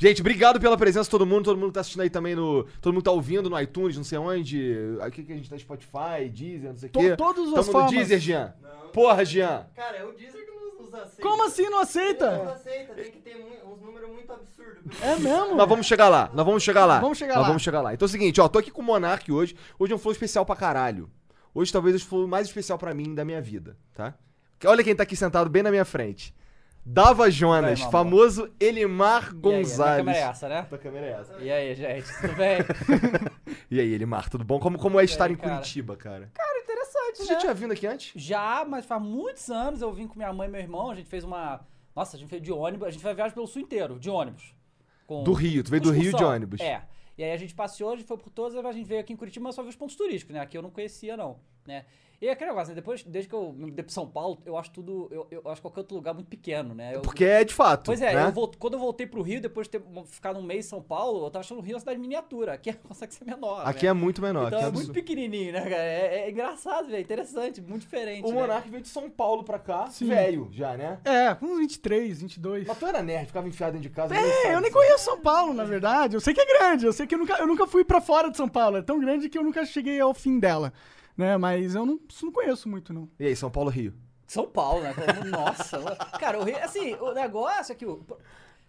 Gente, obrigado pela presença, todo mundo. Todo mundo que tá assistindo aí também no. Todo mundo que tá ouvindo no iTunes, não sei onde. Aqui que a gente tá Spotify, Deezer, não sei o To- quê. todas as Tamo formas. no Deezer, Jean. Porra, Jean. Cara, é o Deezer que nos, nos aceita. Como assim não Não aceita? aceita, tem que ter mu- uns números muito absurdos. É mesmo? Nós vamos chegar lá, nós vamos chegar lá. Vamos chegar nós lá. vamos chegar lá. Então é o seguinte, ó, tô aqui com o Monark hoje. Hoje é um flow especial pra caralho. Hoje talvez o flow mais especial pra mim da minha vida, tá? Olha quem tá aqui sentado bem na minha frente. Dava Jonas, Vai, mamão. famoso Elimar E aí, a minha Gonzalez. câmera é essa, né? Tua câmera é essa. E aí, gente, tudo bem? E aí, Elimar, tudo bom? Como, como é estar aí, em cara? Curitiba, cara? Você Interessante, já né? tinha vindo aqui antes? Já, mas faz muitos anos eu vim com minha mãe e meu irmão, a gente fez uma... Nossa, a gente fez de ônibus, a gente foi viagem pelo sul inteiro, de ônibus. Com- Do Rio, tu veio com do Rio de excursão. ônibus. É. E aí a gente passeou, a gente foi por todas, a gente veio aqui em Curitiba, mas só viu os pontos turísticos, né? Aqui eu não conhecia, não, né? E aquele negócio, né? Depois, desde que eu me mudei pra São Paulo, eu acho tudo... Eu, eu acho qualquer outro lugar muito pequeno, né? Eu- Porque é de fato. Pois é, né? eu vol- quando eu voltei pro Rio, depois de ter mo- ficado um mês em São Paulo, eu tava achando o Rio uma cidade miniatura. Aqui é, consegue ser menor, Aqui né? é muito menor. Então aqui é absurdo. muito pequenininho, né, cara? É, é engraçado, velho. Interessante, muito diferente. O né? Monark veio de São Paulo pra cá, Sim. velho já, né? É, com uns 23, 22. Mas tu era nerd, ficava enfiado dentro de casa. É, eu nem conheço São Paulo, na verdade. Eu sei que é grande, eu sei que eu nunca, eu nunca fui pra fora de São Paulo. É tão grande que eu nunca cheguei ao fim dela. Né? Mas eu não, isso não conheço muito, não. E aí, São Paulo, Rio? São Paulo, né? Como- Nossa. cara, o Rio, assim, o negócio é que. o-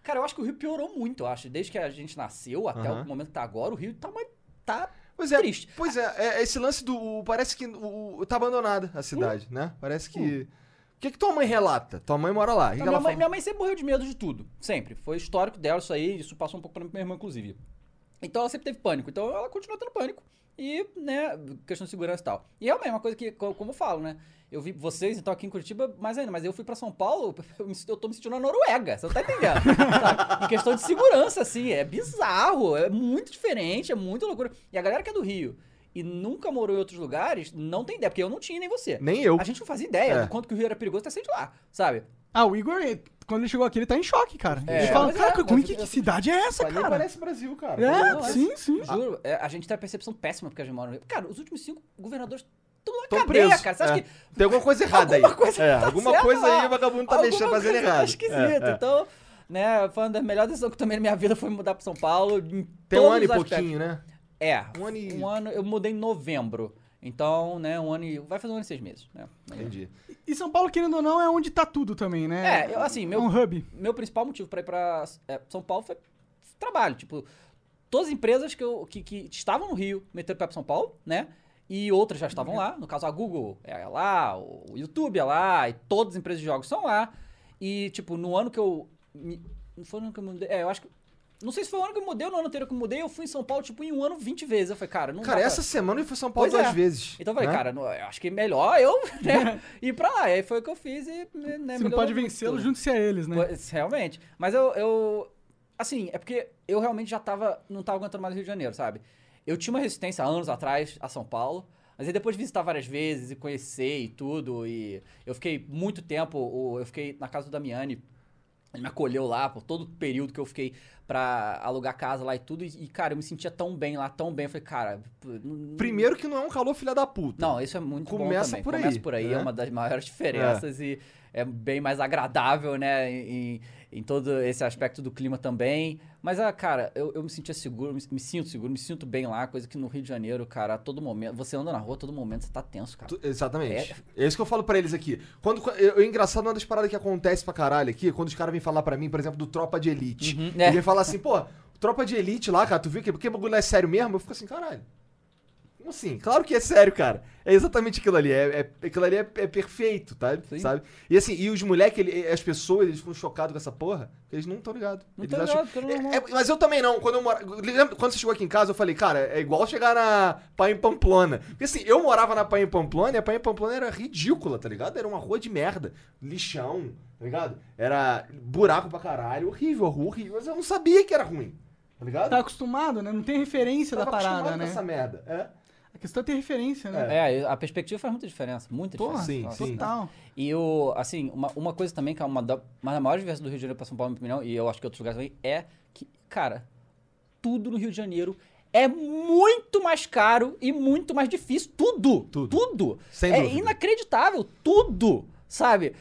Cara, eu acho que o Rio piorou muito, eu acho. Desde que a gente nasceu até Aham. o momento que tá agora, o Rio tá. mais- tá Pois é, Triste. pois é, é, é esse lance do. o- Parece que o, o- tá abandonada a cidade, Hum? né? Parece que. O que, que tua mãe relata? Tua mãe mora lá. O que que minha, ela mãe, fala? "Hum, minha mãe sempre morreu de medo de tudo. Sempre. Foi histórico dela isso aí. Isso passou um pouco pra minha irmã, inclusive. Então ela sempre teve pânico. Então ela continua tendo pânico. E, né, questão de segurança e tal. E é a mesma coisa que, co- como eu falo, né? Eu vi vocês, então, aqui em Curitiba, mais ainda. Mas eu fui pra São Paulo, eu, me- eu tô me sentindo na Noruega. Você não tá entendendo? sabe? Em questão de segurança, assim, é bizarro. É muito diferente, é muito loucura. E a galera que é do Rio e nunca morou em outros lugares, não tem ideia. Porque eu não tinha, nem você. Nem eu. A gente não fazia ideia É. do quanto que o Rio era perigoso até sair de lá, sabe? Ah, o Igor, ele- quando ele chegou aqui, ele tá em choque, cara. É, ele fala, mas é, caraca, como é mas que, eu- que cidade é essa, Mas nem cara? parece Brasil, cara. É, Não, é- sim, sim. Juro, é, a gente tem a percepção péssima porque a gente mora no Rio. Cara, os últimos cinco governadores estão na Tão cadeia, presos, cara. Você acha é. que. Tem alguma coisa errada alguma aí. Coisa é, não tá alguma certa coisa aí lá. o vagabundo tá Alguma mexendo, fazendo coisa errado. Tá esquisito. É, é. Então, né, foi uma da melhor decisão que eu tomei na minha vida foi mudar pra São Paulo. Em Tem um todos ano e os aspectos. pouquinho, né? É. Um ano e- Um ano. Eu mudei em novembro. Então, né, um ano e. Vai fazer um ano e seis meses, né? Entendi. E São Paulo, querendo ou não, é onde tá tudo também, né? É, eu, assim, meu- É um hub. meu principal motivo pra ir pra é, São Paulo foi trabalho. Tipo, todas as empresas que, eu, que, que estavam no Rio meteram o pé pra São Paulo, né? E outras já estavam lá. No caso, a Google é lá, o YouTube é lá, e todas as empresas de jogos são lá. E, tipo, no ano que eu. me- Não foi no ano que eu mudei. É, eu acho que. Não sei se foi o ano que eu mudei ou no ano anterior que eu mudei, eu fui em São Paulo, tipo, em um ano 20 vezes. Eu falei, cara, não Cara, dá pra- essa semana eu fui a São Paulo Pois é. duas vezes. Então eu falei, né? cara, não- eu acho que é melhor eu né, ir pra lá. E aí foi o que eu fiz e. Né, Você não pode vencê-lo, junto junte-se a eles, né? Pois, realmente. Mas eu, eu. Assim, é porque eu realmente já tava. Não tava aguentando mais o Rio de Janeiro, sabe? Eu tinha uma resistência há anos atrás a São Paulo. Mas aí depois de visitar várias vezes e conhecer e tudo, e eu fiquei muito tempo, o- eu fiquei na casa do Damiani, ele me acolheu lá por todo o período que eu fiquei pra alugar casa lá e tudo, e, e, cara, eu me sentia tão bem lá, tão bem, eu falei, cara... p- não- Primeiro que não é um calor filha da puta. Não, isso é muito Começa bom também. por aí, Começa por aí, né? é uma das maiores diferenças e é bem mais agradável, né, em, em todo esse aspecto do clima também. Mas, ah, cara, eu, eu me sentia seguro, me, me sinto seguro, me sinto bem lá, coisa que no Rio de Janeiro, cara, a todo momento, você anda na rua, a todo momento você tá tenso, cara. Tu- exatamente. É. isso que eu falo pra eles aqui. Quando, quando- eu, é engraçado, uma das paradas que acontece pra caralho aqui, quando os caras vêm falar pra mim, por exemplo, do Tropa de Elite. Uhum. Ele É. vem falar assim, pô, Tropa de Elite lá, cara, tu viu que, que bagulho é sério mesmo? Eu fico assim, caralho. Como assim? Claro que é sério, cara. É exatamente aquilo ali. É, é- aquilo ali é, é perfeito, tá? Sim. sabe? E assim, e os moleques, as pessoas, eles ficam chocados com essa porra, porque eles não estão ligados. Não Eles tá acham- ligado, pelo normal. É, é, mas eu também não. Quando eu mora... lembra- quando você chegou aqui em casa, eu falei, cara, é igual chegar na Pai em Pamplona. Porque assim, eu morava na Pai em Pamplona e a Pai em Pamplona era ridícula, tá ligado? Era uma rua de merda. Lixão, tá ligado? Era buraco pra caralho, horrível, a rua horrível. Mas eu não sabia que era ruim. Tá ligado? Tá acostumado, né? Não tem referência Tava da parada, acostumado com né? essa merda. É? A questão é ter referência, né? É, a perspectiva faz muita diferença, muita Porra, diferença. Sim, Nossa. sim. Total. E o, assim, uma, uma coisa também que é uma da, uma da maior diferença do Rio de Janeiro pra São Paulo, na minha opinião, e eu acho que outros lugares também, é que, cara, tudo no Rio de Janeiro é muito mais caro e muito mais difícil. Tudo! Tudo. Sem é dúvida. inacreditável, tudo! Sabe?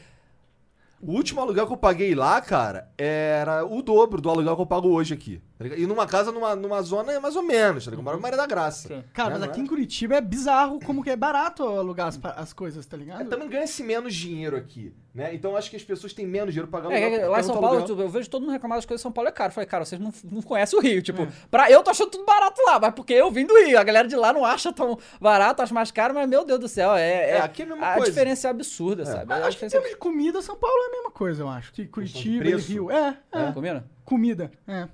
O último aluguel que eu paguei lá, cara, era o dobro do aluguel que eu pago hoje aqui. tá ligado? E numa casa, numa, numa zona, é mais ou menos, tá ligado? Eu moro numa área da graça. Sim. Cara, Né, mas não aqui é? em Curitiba é bizarro como que é barato alugar as, pa- as coisas, tá ligado? É, também ganha-se menos dinheiro aqui, né? Então acho que as pessoas têm menos dinheiro pra pagar É, aluguel, porque lá é em São muito Paulo, aluguel. tipo, eu vejo todo mundo reclamar das coisas em São Paulo. é Eu, cara, eu falei, cara, vocês não, não conhecem o Rio. Tipo, É. pra, eu tô achando tudo barato lá, mas porque eu vim do Rio. A galera de lá não acha tão barato, acha mais caro, mas meu Deus do céu, é. É, aqui é a mesma coisa. Ah, diferença é absurda, sabe? Mas a acho que em diferença é termos de comida, São Paulo é a mesma coisa, eu acho. Que Curitiba e preço? Rio. É, é. um- absurda. Combina? Comida, é.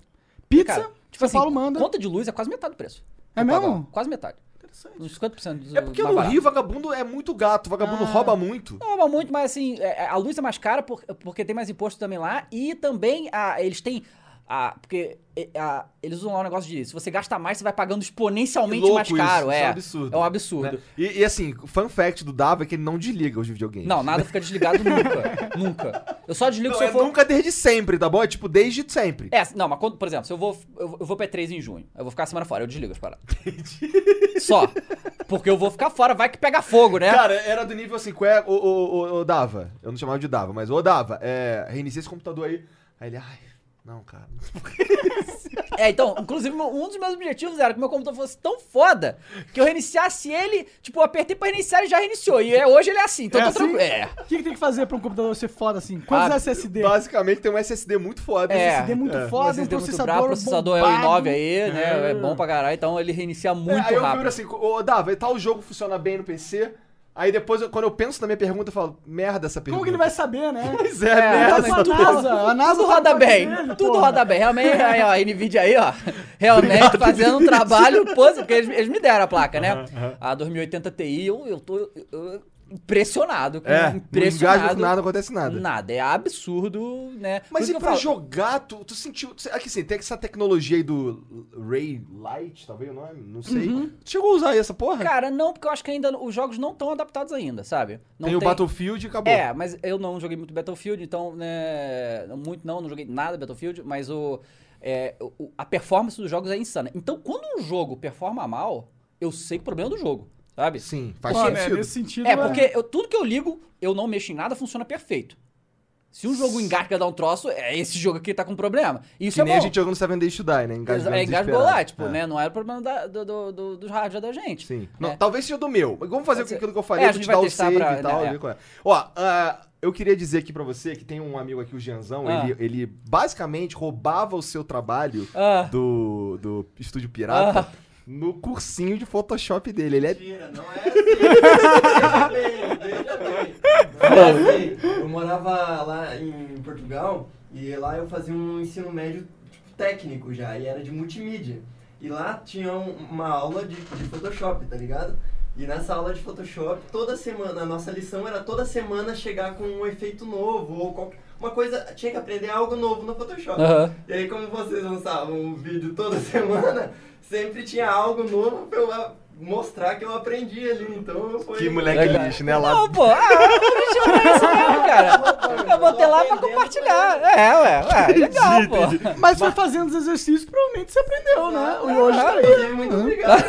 Pizza, Cara, tipo São assim, Paulo manda. Conta de luz é quase metade do preço. É Eu pago mesmo? lá, Quase metade. Interessante. Uns 50% do É porque mais no barato. Rio, vagabundo é muito gato, vagabundo Ah. rouba muito. Não, mas muito, mas assim, é, a luz é mais cara por- porque tem mais imposto também lá e também a, eles têm. a- porque e, a- eles usam lá um negócio de se você gasta mais, você vai pagando exponencialmente Que louco mais caro. isso, é, isso é um absurdo. É um absurdo. né? E, e assim, o fun fact do Dava é que ele não desliga os videogames. Não, nada fica desligado nunca. nunca. Eu só desligo Não, se eu é for. nunca desde sempre, tá bom? É tipo desde sempre. É, não, mas quando, por exemplo, se eu vou, eu vou- eu vou pra E3 em junho, eu vou ficar a semana fora, eu desligo as paradas. Só. Porque eu vou ficar fora, vai que pega fogo, né? Cara, era do nível assim, qual é, ô, ô, ô, ô, Dava, eu não chamava de Dava, mas ô Dava, é, reinicia esse computador aí. Aí ele, ai, não, cara. É, então, inclusive, meu- um dos meus objetivos era que meu computador fosse tão foda que eu reiniciasse ele, tipo, eu apertei pra reiniciar e já reiniciou. E é, hoje ele é assim, então É eu tô assim? tranquilo. É. O que, que tem que fazer pra um computador ser foda assim? Quantos Ah, SSD? Basicamente tem um SSD muito foda. É. SSD muito É. foda, um SSD muito processador. brabo, processador é o bombado. i9 aí, né? É bom pra caralho, então ele reinicia muito É, aí eu rápido. viro assim, ô Dava, tal jogo funciona bem no PC. Aí depois, eu- quando eu penso na minha pergunta, eu falo, merda essa pergunta. Como que ele vai saber, né? Pois é, É, merda. exatamente. a NASA, a NASA tudo tá roda no bem, bagulho dele, tudo porra. roda bem. Realmente, aí, ó, a NVIDIA aí, ó, realmente fazendo um trabalho, pose, porque eles, eles me deram a placa, né? A 2080 Ti, eu, eu tô eu- eu- impressionado. com- É, não engasga impressionado. com nada, não acontece nada. Nada, é absurdo, né? Por Mas isso e que eu pra falo, jogar, tu, tu sentiu. tu- Aqui assim, tem essa tecnologia aí do Ray Light, talvez o nome, não sei. Tu chegou a usar aí essa porra? Uhum. Cara, não, porque eu acho que ainda os jogos não estão adaptados ainda, sabe? Não tem, o Battlefield e acabou. É, mas eu não joguei muito Battlefield, então, né, muito não, não joguei nada Battlefield, mas o, é, o- a performance dos jogos é insana. Então, quando um jogo performa mal, eu sei que o problema é do jogo, sabe? Sim, faz Pô, né, sentido. nesse sentido, É, né? porque eu- tudo que eu ligo, eu não mexo em nada, funciona perfeito. Se um jogo engasga dá um troço, é esse jogo aqui tá com problema. Isso Que é nem bom. a gente jogando Seven Days to Die, né? Engasgando é, engasgou desesperado. lá, tipo, É. né? Não era problema da, do, do, do, dos hardware da gente. Sim. Não, É. Talvez seja do meu. Mas Vamos fazer Pode ser. aquilo que eu É, falei, a eu vou gente te vai dar o testar save pra- e tal, né, ver é. qual é. Ó, ah, eu queria dizer aqui pra você que tem um amigo aqui, o Gianzão, Ah. ele, ele basicamente roubava o seu trabalho Ah. do, do Estúdio Pirata no cursinho de Photoshop dele. Ele é Mentira, não é assim. Veja bem, veja bem. Não é assim. Eu morava lá em Portugal e lá eu fazia um ensino médio tipo, técnico já, e era de multimídia. E lá tinha um- uma aula de, de Photoshop, tá ligado? E nessa aula de Photoshop, toda semana, a nossa lição era toda semana chegar com um efeito novo ou qualquer. Uma coisa, tinha que aprender algo novo no Photoshop. Aham. E aí, como vocês lançavam um vídeo toda semana, sempre tinha algo novo pra eu a- mostrar que eu aprendi ali. Então foi. Que moleque Legal. lixo, né? Lá Não, pô, ah, o bicho não é isso mesmo, cara. Eu botei lá pra compartilhar. É, ué, ué, legal, pô. Mas foi fazendo os exercícios, provavelmente você aprendeu, É. né? E hoje tá aí. Inclusive, muito obrigado.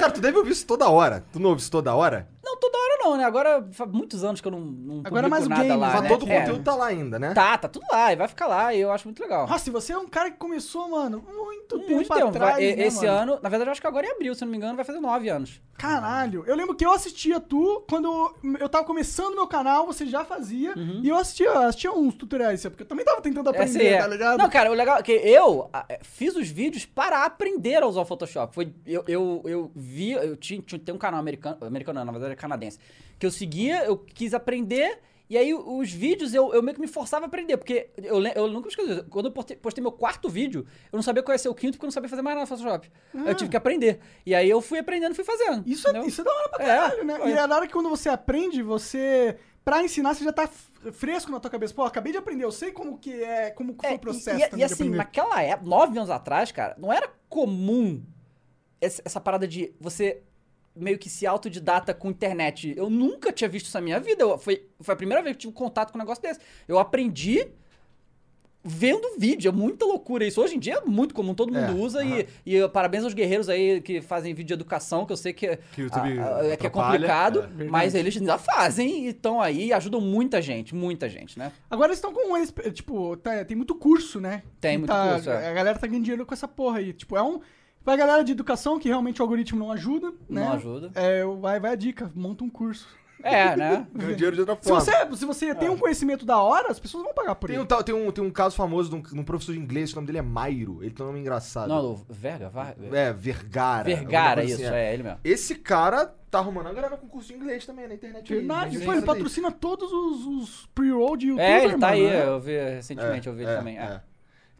Cara, tu deve ouvir isso toda hora. Tu não ouve isso toda hora? Não, toda hora não, né? Agora faz muitos anos que eu não, não Agora é mais publico nada o game, lá, Ah, Mas né? todo o É. conteúdo tá lá ainda, né? Tá, tá tudo lá e vai ficar lá e eu acho muito legal. Nossa, e você é um cara que começou, mano, muito tempo Muito tempo. atrás, vai- e- né, esse ano, mano? na verdade, eu acho que agora em abril, se não me engano, vai fazer nove anos. Caralho, eu lembro que eu assistia tu quando eu tava começando meu canal, você já fazia, e eu assistia, assistia uns tutoriais, assim, porque eu também tava tentando É, aprender, assim, Uhum. é. tá ligado? Não, cara, o legal é que eu ah, é, fiz os vídeos para aprender a usar o Photoshop. Foi, eu, eu, eu vi, eu tinha, tinha tem um canal americano, americano não, na verdade é canadense, que eu seguia, eu quis aprender, e aí o- os vídeos eu, eu meio que me forçava a aprender, porque eu, le- eu nunca esqueci, quando eu postei, postei meu quarto vídeo, eu não sabia qual ia ser o quinto, porque eu não sabia fazer mais nada no Photoshop. Eu tive que aprender. E aí eu fui aprendendo, fui fazendo. Ah. Isso, é, entendeu? isso é da hora pra É, caralho, né? E foi. é da hora que quando você aprende, você pra ensinar, você já tá f- fresco na tua cabeça. Pô, acabei de aprender, eu sei como que é, como que foi É, o processo e- E, também e assim, de aprender. naquela época, nove anos atrás, cara, não era comum essa, essa parada de você meio que se autodidata com internet. Eu nunca tinha visto isso na minha vida. Eu- foi, foi a primeira vez que eu tive contato com um negócio desse. Eu aprendi vendo vídeo. É muita loucura isso. Hoje em dia é muito comum, todo É, mundo usa. aham. E, e parabéns aos guerreiros aí que fazem vídeo de educação, que eu sei que, é- Que o YouTube a- a- é, que é atrapalha, complicado, é. mas eles ainda fazem e estão aí e ajudam muita gente, muita gente, né? Agora eles estão com eles, tipo, tá- tem muito curso, né? Tem E muito tá- curso, é. A galera tá ganhando dinheiro com essa porra aí. Tipo, é um. Pra galera de educação que realmente o algoritmo não ajuda, né? Não ajuda. É, vai, vai a dica, monta um curso. É, né? Ganha dinheiro de outra Se forma. você, se você tem um conhecimento da hora, as pessoas vão pagar por Ah. Tem, ele. um, tal- tem, um, tem um caso famoso de um, de um professor de inglês, o nome dele é Mairo. Ele tem um nome engraçado. Não, o Verga, vai. É, Vergara. Vergara, alguma coisa isso, assim, é. ele mesmo. Esse cara tá arrumando a grana com curso de inglês também na internet. um aí. Verdade, Sim, pô, tipo, ele sim. patrocina todos os, os pre-roll de YouTube. É, ele tá aí, mano, né? eu vi recentemente, eu vi ele É, também. é. é.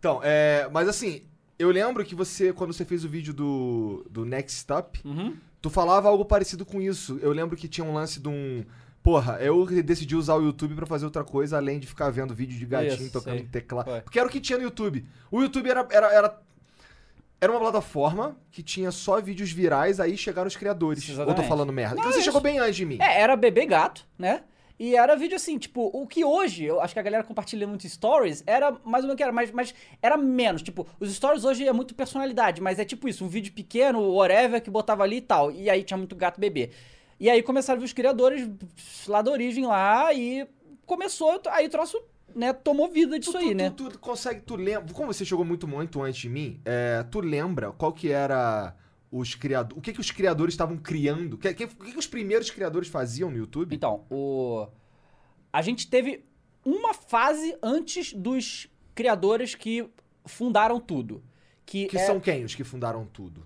Então, é, mas assim, eu lembro que você, quando você fez o vídeo do, do Next Up, Uhum. tu falava algo parecido com isso. Eu lembro que tinha um lance de um. Porra, eu decidi usar o YouTube pra fazer outra coisa além de ficar vendo vídeo de gatinho Isso, tocando sei. teclado. Foi. Porque era o que tinha no YouTube. O YouTube era, era, era, era uma plataforma que tinha só vídeos virais, aí chegaram os criadores. Ou tô Exatamente. falando merda. Não, então você isso- chegou bem antes de mim. É, era bebê gato, né? E era vídeo assim, tipo, o que hoje, eu acho que a galera compartilha muito stories, era mais ou menos que era, mas, mas era menos. Tipo, os stories hoje é muito personalidade, mas é tipo isso, um vídeo pequeno, whatever, que botava ali e tal. E aí tinha muito gato bebê. E aí começaram a vir os criadores lá da origem lá e começou, aí o troço, né, tomou vida disso tu, aí, tu- né? Tu, tu consegue, tu lembra. Como você chegou muito, muito antes de mim, é, tu lembra qual que era os criadores. O que, que os criadores estavam criando? O que, que- o que que os primeiros criadores faziam no YouTube? Então, o... a gente teve uma fase antes dos criadores que fundaram tudo. Que, que é são quem os que fundaram tudo?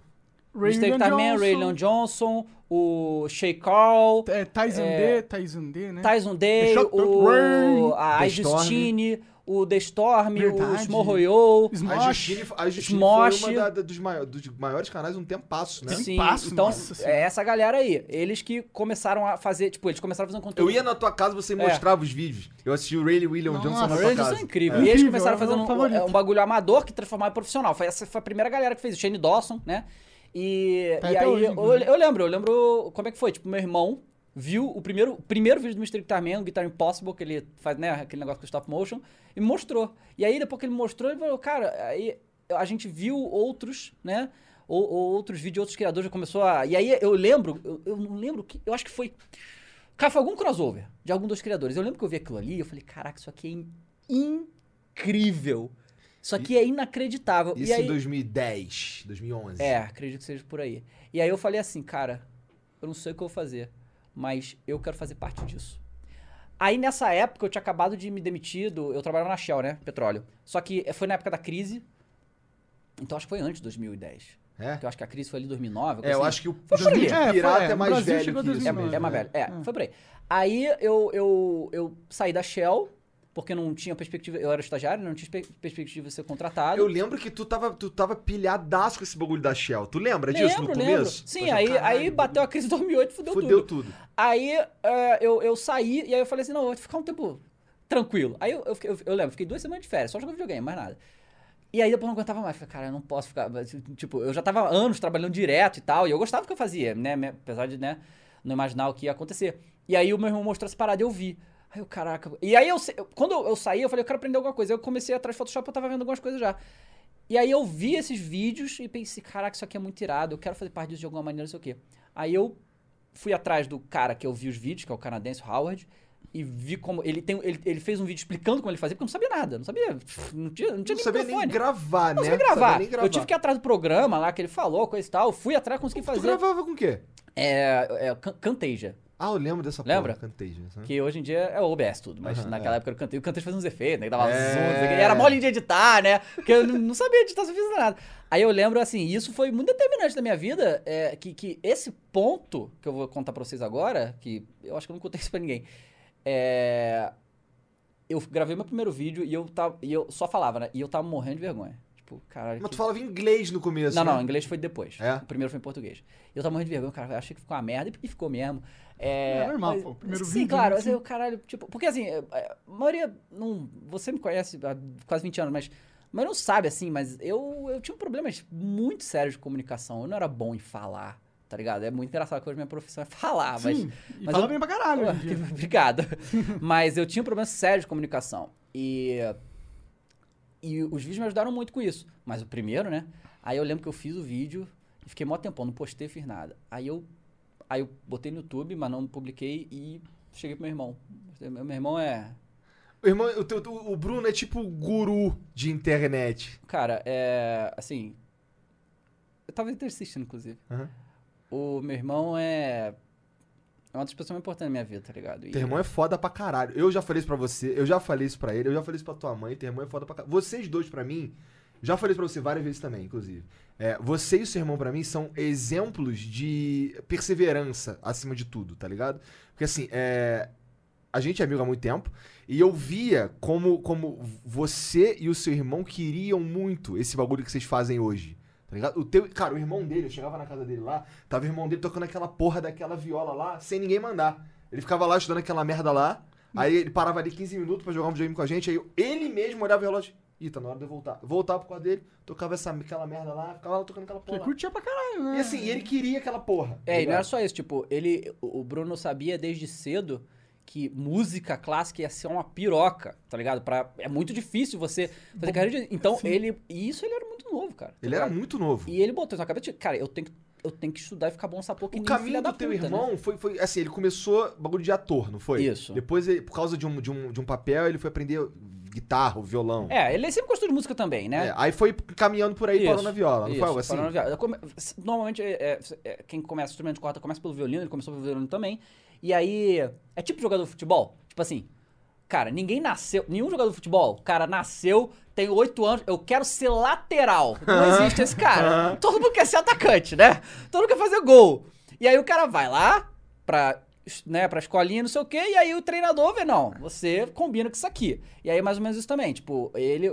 Ray Mr. William Tarman, Ray Johnson, Leon Johnson, o Shea Carl, É, Tyson D, Tyson D, né? Tyson Day, Shot o, Rain, a The Justine, o The Storm, o Verdade. Smorroyou. A Smosh. Justine, a Justine Smosh. foi uma da- da- dos, mai- dos maiores canais um tempasso, né? Sim, Tempasso, então nossa é senhora. essa galera aí. Eles que começaram a fazer, tipo, eles começaram a fazer um conteúdo. Eu ia na tua casa, você me É. mostrava os vídeos. Eu assisti o Ray William Nossa, Johnson na Os tua Rangers casa. são incríveis. E eles Incrível, começaram é o meu fazendo um, favorito. um bagulho amador que transformaram em profissional. Foi, essa foi a primeira galera que fez, o Shane Dawson, né? E, Tá e até aí, hoje, eu, inclusive. eu lembro, eu lembro como é que foi. Tipo, meu irmão viu o primeiro, o primeiro vídeo do Mr. Guitar Man, o Guitar Impossible, que ele faz, né, aquele negócio com stop motion, e me mostrou. E aí, depois que ele mostrou, ele falou, cara, aí a gente viu outros, né? Ou, ou outros vídeos, outros criadores já começou a. E aí eu lembro, eu, eu não lembro o que. Eu acho que foi. Cara, foi algum crossover de algum dos criadores. Eu lembro que eu vi aquilo ali e eu falei, caraca, isso aqui é in- incrível. Isso aqui é inacreditável. Isso e aí, em 2010, 2011. É, acredito que seja por aí. E aí eu falei assim, cara, eu não sei o que eu vou fazer, mas eu quero fazer parte disso. Aí nessa época eu tinha acabado de me demitir, do, eu trabalhava na Shell, né? Petróleo. Só que foi na época da crise, então acho que foi antes de 2010. É? Eu acho que a crise foi ali em 2009. É, eu acho que acho que o Foi por ali. Justine É, foi, Pirata é, é, no mais Brasil velho chegou que isso. 2009, é, é mais né? velho. É, É. foi por aí. Aí eu, eu, eu saí da Shell, porque não tinha perspectiva. Eu era estagiário, não tinha espe- perspectiva de ser contratado. Eu lembro que tu tava, tu tava pilhadaço com esse bagulho da Shell. Tu lembra disso no começo? Sim, aí, aí bateu a crise de 2008 e fudeu, Fudeu tudo. tudo. Aí é, eu, eu saí e aí eu falei assim: não, eu vou ficar um tempo tranquilo. Aí eu, eu, fiquei- eu, eu lembro, fiquei duas semanas de férias, só jogando videogame, mais nada. E aí depois eu não aguentava mais, falei, cara, eu não posso ficar. mas, Tipo, eu já tava anos trabalhando direto e tal, e eu gostava do que eu fazia, né? me- Apesar de, né, não imaginar o que ia acontecer. E aí o meu irmão mostrou essa parada e eu vi. Aí eu, caraca. E aí eu. se- eu- Quando eu saí, eu falei, eu quero aprender alguma coisa. Aí eu comecei atrás de Photoshop, eu tava vendo algumas coisas já. E aí eu vi esses vídeos e pensei, caraca, isso aqui é muito irado, eu quero fazer parte disso de alguma maneira, não sei o quê. Aí eu fui atrás do cara que eu vi os vídeos, que é o canadense o Howard, e vi como. Ele, tem, ele, ele fez um vídeo explicando como ele fazia, porque eu não sabia nada, não sabia. Não tinha, não Não tinha nem sabia nem microfone. gravar, não né? sabia gravar. nem Eu tive que ir atrás do programa lá que ele falou, coisa e tal. Fui atrás, consegui Tu fazer. gravava com o quê? É, é, can- Camtasia, Ah, eu lembro dessa Lembra? porra. né? Camtasia, sabe? que hoje em dia é o OBS tudo, mas Hum. Aham, naquela é. época era o Camtasia. O Camtasia fazia uns efeitos, né? Que dava É. zoom, não sei o quê. era mole de editar, né? Porque eu n- não sabia editar, não fiz nada. Aí eu lembro, assim, isso foi muito determinante da minha vida, é, que, que esse ponto que eu vou contar pra vocês agora, que eu acho que eu não contei isso pra ninguém, é... Eu gravei meu primeiro vídeo e eu, tava, e eu só falava, né? E eu tava morrendo de vergonha. Tipo, tipo, caralho. Mas que- tu falava inglês no começo. Não, assim? né? não, inglês foi depois. É? O primeiro foi em português. E eu tava morrendo de vergonha, cara. Eu achei que ficou uma merda e ficou mesmo. É, É normal, pô, primeiro Sim, vídeo, claro. né, Assim, assim. o caralho, tipo. Porque assim, é, é, a maioria. Não, você me conhece há quase 20 anos, mas. Mas não sabe, assim, mas eu, eu tinha problemas muito sérios de comunicação. Eu não era bom em falar, tá ligado? É muito engraçado que hoje minha profissão é falar, mas. Sim, e mas fala eu- bem pra caralho. hoje em dia. Obrigado. Mas eu tinha um problema sério de comunicação. E. E os vídeos me ajudaram muito com isso. Mas o primeiro, né? Aí eu lembro que eu fiz o vídeo e fiquei mó tempão, não postei, fiz nada. Aí eu. Aí eu botei no YouTube, mas não publiquei e cheguei pro meu irmão. Meu meu irmão é. O, irmão, o, teu- tu- o Bruno é tipo o guru de internet. Cara, é. Assim. Eu tava intersistindo, inclusive. Aham. O meu irmão é. É uma das pessoas mais importantes na minha vida, tá ligado? E- Teu irmão é foda pra caralho. Eu já falei isso pra você, eu já falei isso pra ele, eu já falei isso pra tua mãe, teu irmão é foda pra caralho. Vocês dois pra mim, já falei isso pra você várias vezes também, inclusive. É, você e o seu irmão pra mim são exemplos de perseverança acima de tudo, tá ligado? Porque assim, é, a gente é amigo há muito tempo e eu via como, como você e o seu irmão queriam muito esse bagulho que vocês fazem hoje. Tá ligado? O teu, cara, o irmão dele, eu chegava na casa dele lá, tava o irmão dele tocando aquela porra daquela viola lá, sem ninguém mandar. Ele ficava lá estudando aquela merda lá, aí ele parava ali 15 minutos pra jogar um videogame com a gente, aí eu- ele mesmo olhava o relógio, ih, tá na hora de eu voltar. Eu Voltava pro quarto dele, tocava essa, aquela merda lá, ficava lá tocando aquela porra. Porque lá. curtia pra caralho, né? E assim, ele queria aquela porra. tá É, e não era ligado? só isso, tipo, ele, o o Bruno sabia desde cedo que música clássica ia ser uma piroca, tá ligado? Pra, é muito difícil você fazer carreira de... Então, ele... E isso ele era muito novo, cara. tá Ele era ligado? muito novo. E ele botou isso na cabeça, tipo, cara, eu tenho que, eu tenho que estudar e ficar bom nessa porra que O nem caminho filha do da teu puta, né? irmão foi, foi assim, ele começou bagulho de ator, não foi? Isso. Depois, ele, por causa de um, de, um, de um papel, ele foi aprender guitarra, violão. É, ele sempre gostou de música também, né? É, aí foi caminhando por aí, Isso, parou na viola, não isso, foi algo assim? parou na viola. Eu come- s- Normalmente, é, é, é, quem começa instrumento de corda começa pelo violino, ele começou pelo violino também. E aí, é tipo jogador de futebol. Tipo assim, cara, ninguém nasceu, nenhum jogador de futebol, cara, nasceu, tem oito anos, eu quero ser lateral. Não existe esse cara. Todo mundo quer ser atacante, né? Todo mundo quer fazer gol. E aí o cara vai lá pra, né, pra escolinha, não sei o quê, e aí o treinador vê, não, você combina com isso aqui. E aí mais ou menos isso também, tipo, ele,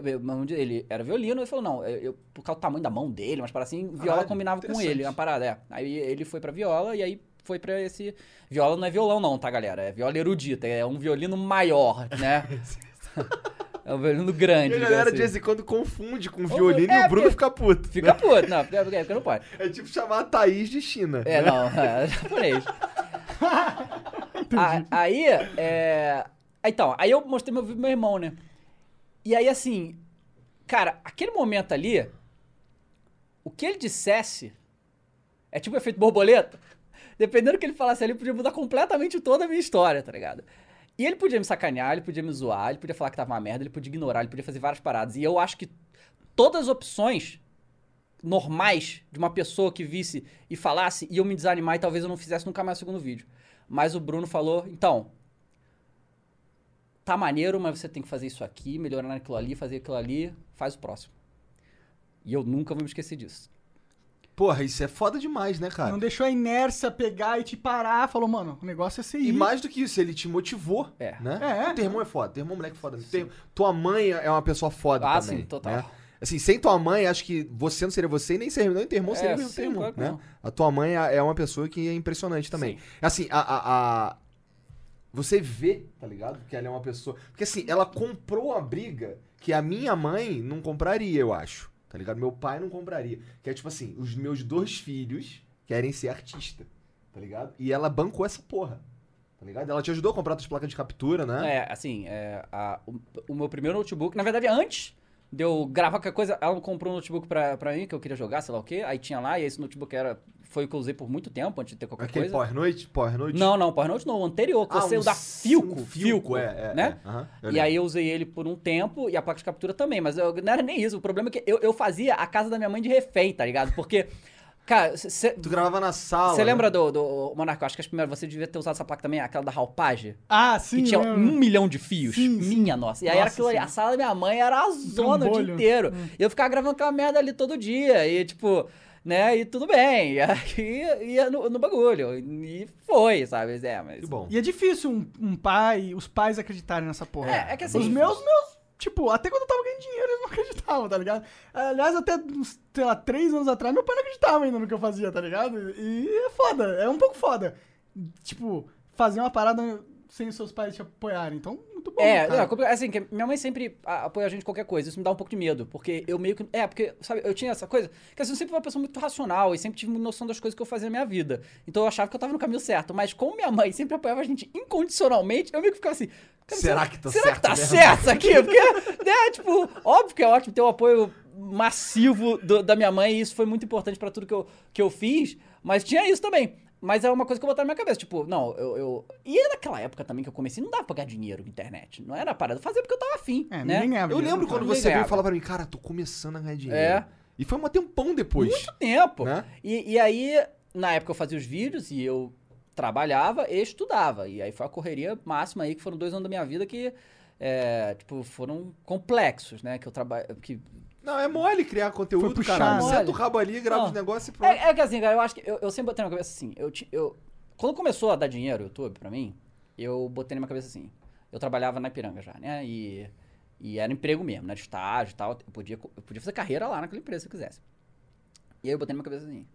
ele era violino, ele falou, não, eu, eu- por causa do tamanho da mão dele, mas para assim, viola Caralho, combinava com interessante. ele, uma parada, é. Aí ele foi pra viola e aí foi pra esse... Viola não é violão não, tá, galera? É viola erudita, é um violino maior, né? é um violino grande, E a digamos galera assim. de vez em quando confunde com violino e é, o Bruno porque- fica puto. Fica puto, não, porque porque não pode. É tipo chamar a Thaís de China. É, não, é japonês. A- aí, é... Então, aí eu mostrei meu vídeo pro meu irmão, né? E aí, assim, cara, aquele momento ali, o que ele dissesse é tipo o efeito borboleta. Dependendo do que ele falasse ali, podia mudar completamente toda a minha história, tá ligado? E ele podia me sacanear, ele podia me zoar, ele podia falar que tava uma merda, ele podia ignorar, ele podia fazer várias paradas. E eu acho que todas as opções normais de uma pessoa que visse e falasse, e eu me desanimar e talvez eu não fizesse nunca mais o segundo vídeo. Mas o Bruno falou, então, tá maneiro, mas você tem que fazer isso aqui, melhorar naquilo ali, fazer aquilo ali, faz o próximo. E eu nunca vou me esquecer disso. Porra, isso é foda demais, né, cara? Não deixou a inércia pegar e te parar. Falou, mano, o negócio é ser E isso. mais do que isso, ele te motivou, É. né? É. O teu irmão é foda, teu irmão é moleque foda. Teu- tua mãe é uma pessoa foda Ah, também. sim, total. né? Assim, sem tua mãe, acho que você não seria você e nem seu irmão, nem teu irmão É, seria mesmo sim, teu irmão, claro que né? não. A tua mãe é é uma pessoa que é impressionante também. Sim. Assim, a, a- a- Você vê, tá ligado? Que ela é uma pessoa... Porque assim, ela comprou a briga que a minha mãe não compraria, eu acho. Tá ligado? Meu pai não compraria. Que é tipo assim, os meus dois filhos querem ser artista, tá ligado? E ela bancou essa porra, tá ligado? Ela te ajudou a comprar tuas placas de captura, né? É, assim, é, a- o, o meu primeiro notebook, na verdade, antes de eu gravar qualquer coisa, ela comprou um notebook pra, pra mim, que eu queria jogar, sei lá o quê, aí tinha lá, e esse notebook era, foi o que eu usei por muito tempo, antes de ter qualquer Aquele coisa. Power Noite? Power Noite? Não, não, Power Note não, o anterior, que Ah, você um o da s- Filco, um Filco, é, é, né? é. Aham, eu E aí eu usei ele por um tempo e a placa de captura também, mas eu, não era nem isso. O problema é que eu, eu fazia a casa da minha mãe de refém, tá ligado? Porque, cara, você Tu gravava na sala. né? lembra do, do Monarca? Eu Acho que as primeiras você devia ter usado essa placa também, aquela da Halpage. Ah, Que sim. tinha né? um milhão de fios. Sim, sim. Minha nossa. E aí era Nossa aquilo ali. A senhora. sala da minha mãe era a zona o dia Trambolho. inteiro. E eu ficava gravando aquela merda ali todo dia. E tipo, né? E tudo bem. E aí ia no, no bagulho. E foi, sabe? É, mas. Que bom. E é difícil um, um pai, os pais acreditarem nessa porra. É, é que assim- Os meus, meus tipo, até quando eu tava ganhando dinheiro, eles não acreditavam, tá ligado? Aliás, até, uns, sei lá, três anos atrás, meu pai não acreditava ainda no que eu fazia, tá ligado? E é foda, é um pouco foda. Tipo, fazer uma parada sem os seus pais te apoiarem. Então, muito bom. É, cara. não, é compli- assim, que minha mãe sempre a- apoia a gente em qualquer coisa. Isso me dá um pouco de medo, porque eu meio que. É, porque, sabe, eu tinha essa coisa. Que assim, eu sempre fui uma pessoa muito racional e sempre tive noção das coisas que eu fazia na minha vida. Então eu achava que eu tava no caminho certo. Mas como minha mãe sempre apoiava a gente incondicionalmente, eu meio que ficava assim. cara, Será que tá será certo que tá mesmo? certo isso aqui? Porque, né, tipo, óbvio que é ótimo ter o apoio massivo do- da minha mãe e isso foi muito importante pra tudo que eu, que eu fiz, mas tinha isso também. Mas é uma coisa que eu botava na minha cabeça, tipo, não, eu, eu- E é naquela época também que eu comecei, não dava pra ganhar dinheiro na internet. Não era parada. Fazer porque eu tava afim, É, né? ninguém ganhava Eu dinheiro, lembro cara. quando Ninguém você veio ganhava. falar pra mim, cara, tô começando a ganhar dinheiro. É. E foi um tempão depois. Muito tempo. Né? E, e aí, na época eu fazia os vídeos e eu trabalhava e estudava. E aí foi a correria máxima aí, que foram dois anos da minha vida que, é, tipo, foram complexos, né? Que eu trabalho... Que Não, é mole criar Foi conteúdo, puxar, cara. né? Senta o rabo ali, grava Ó, os negócios e pronto. É, é que assim, cara, eu acho que eu, eu sempre botei na minha cabeça assim, eu, ti- eu quando começou a dar dinheiro o YouTube pra mim, eu botei na minha cabeça assim, eu trabalhava na Ipiranga já, né, e, e era emprego mesmo, né, de estágio e tal, eu podia, co- eu podia fazer carreira lá naquela empresa se eu quisesse. E aí eu botei na minha cabeça assim,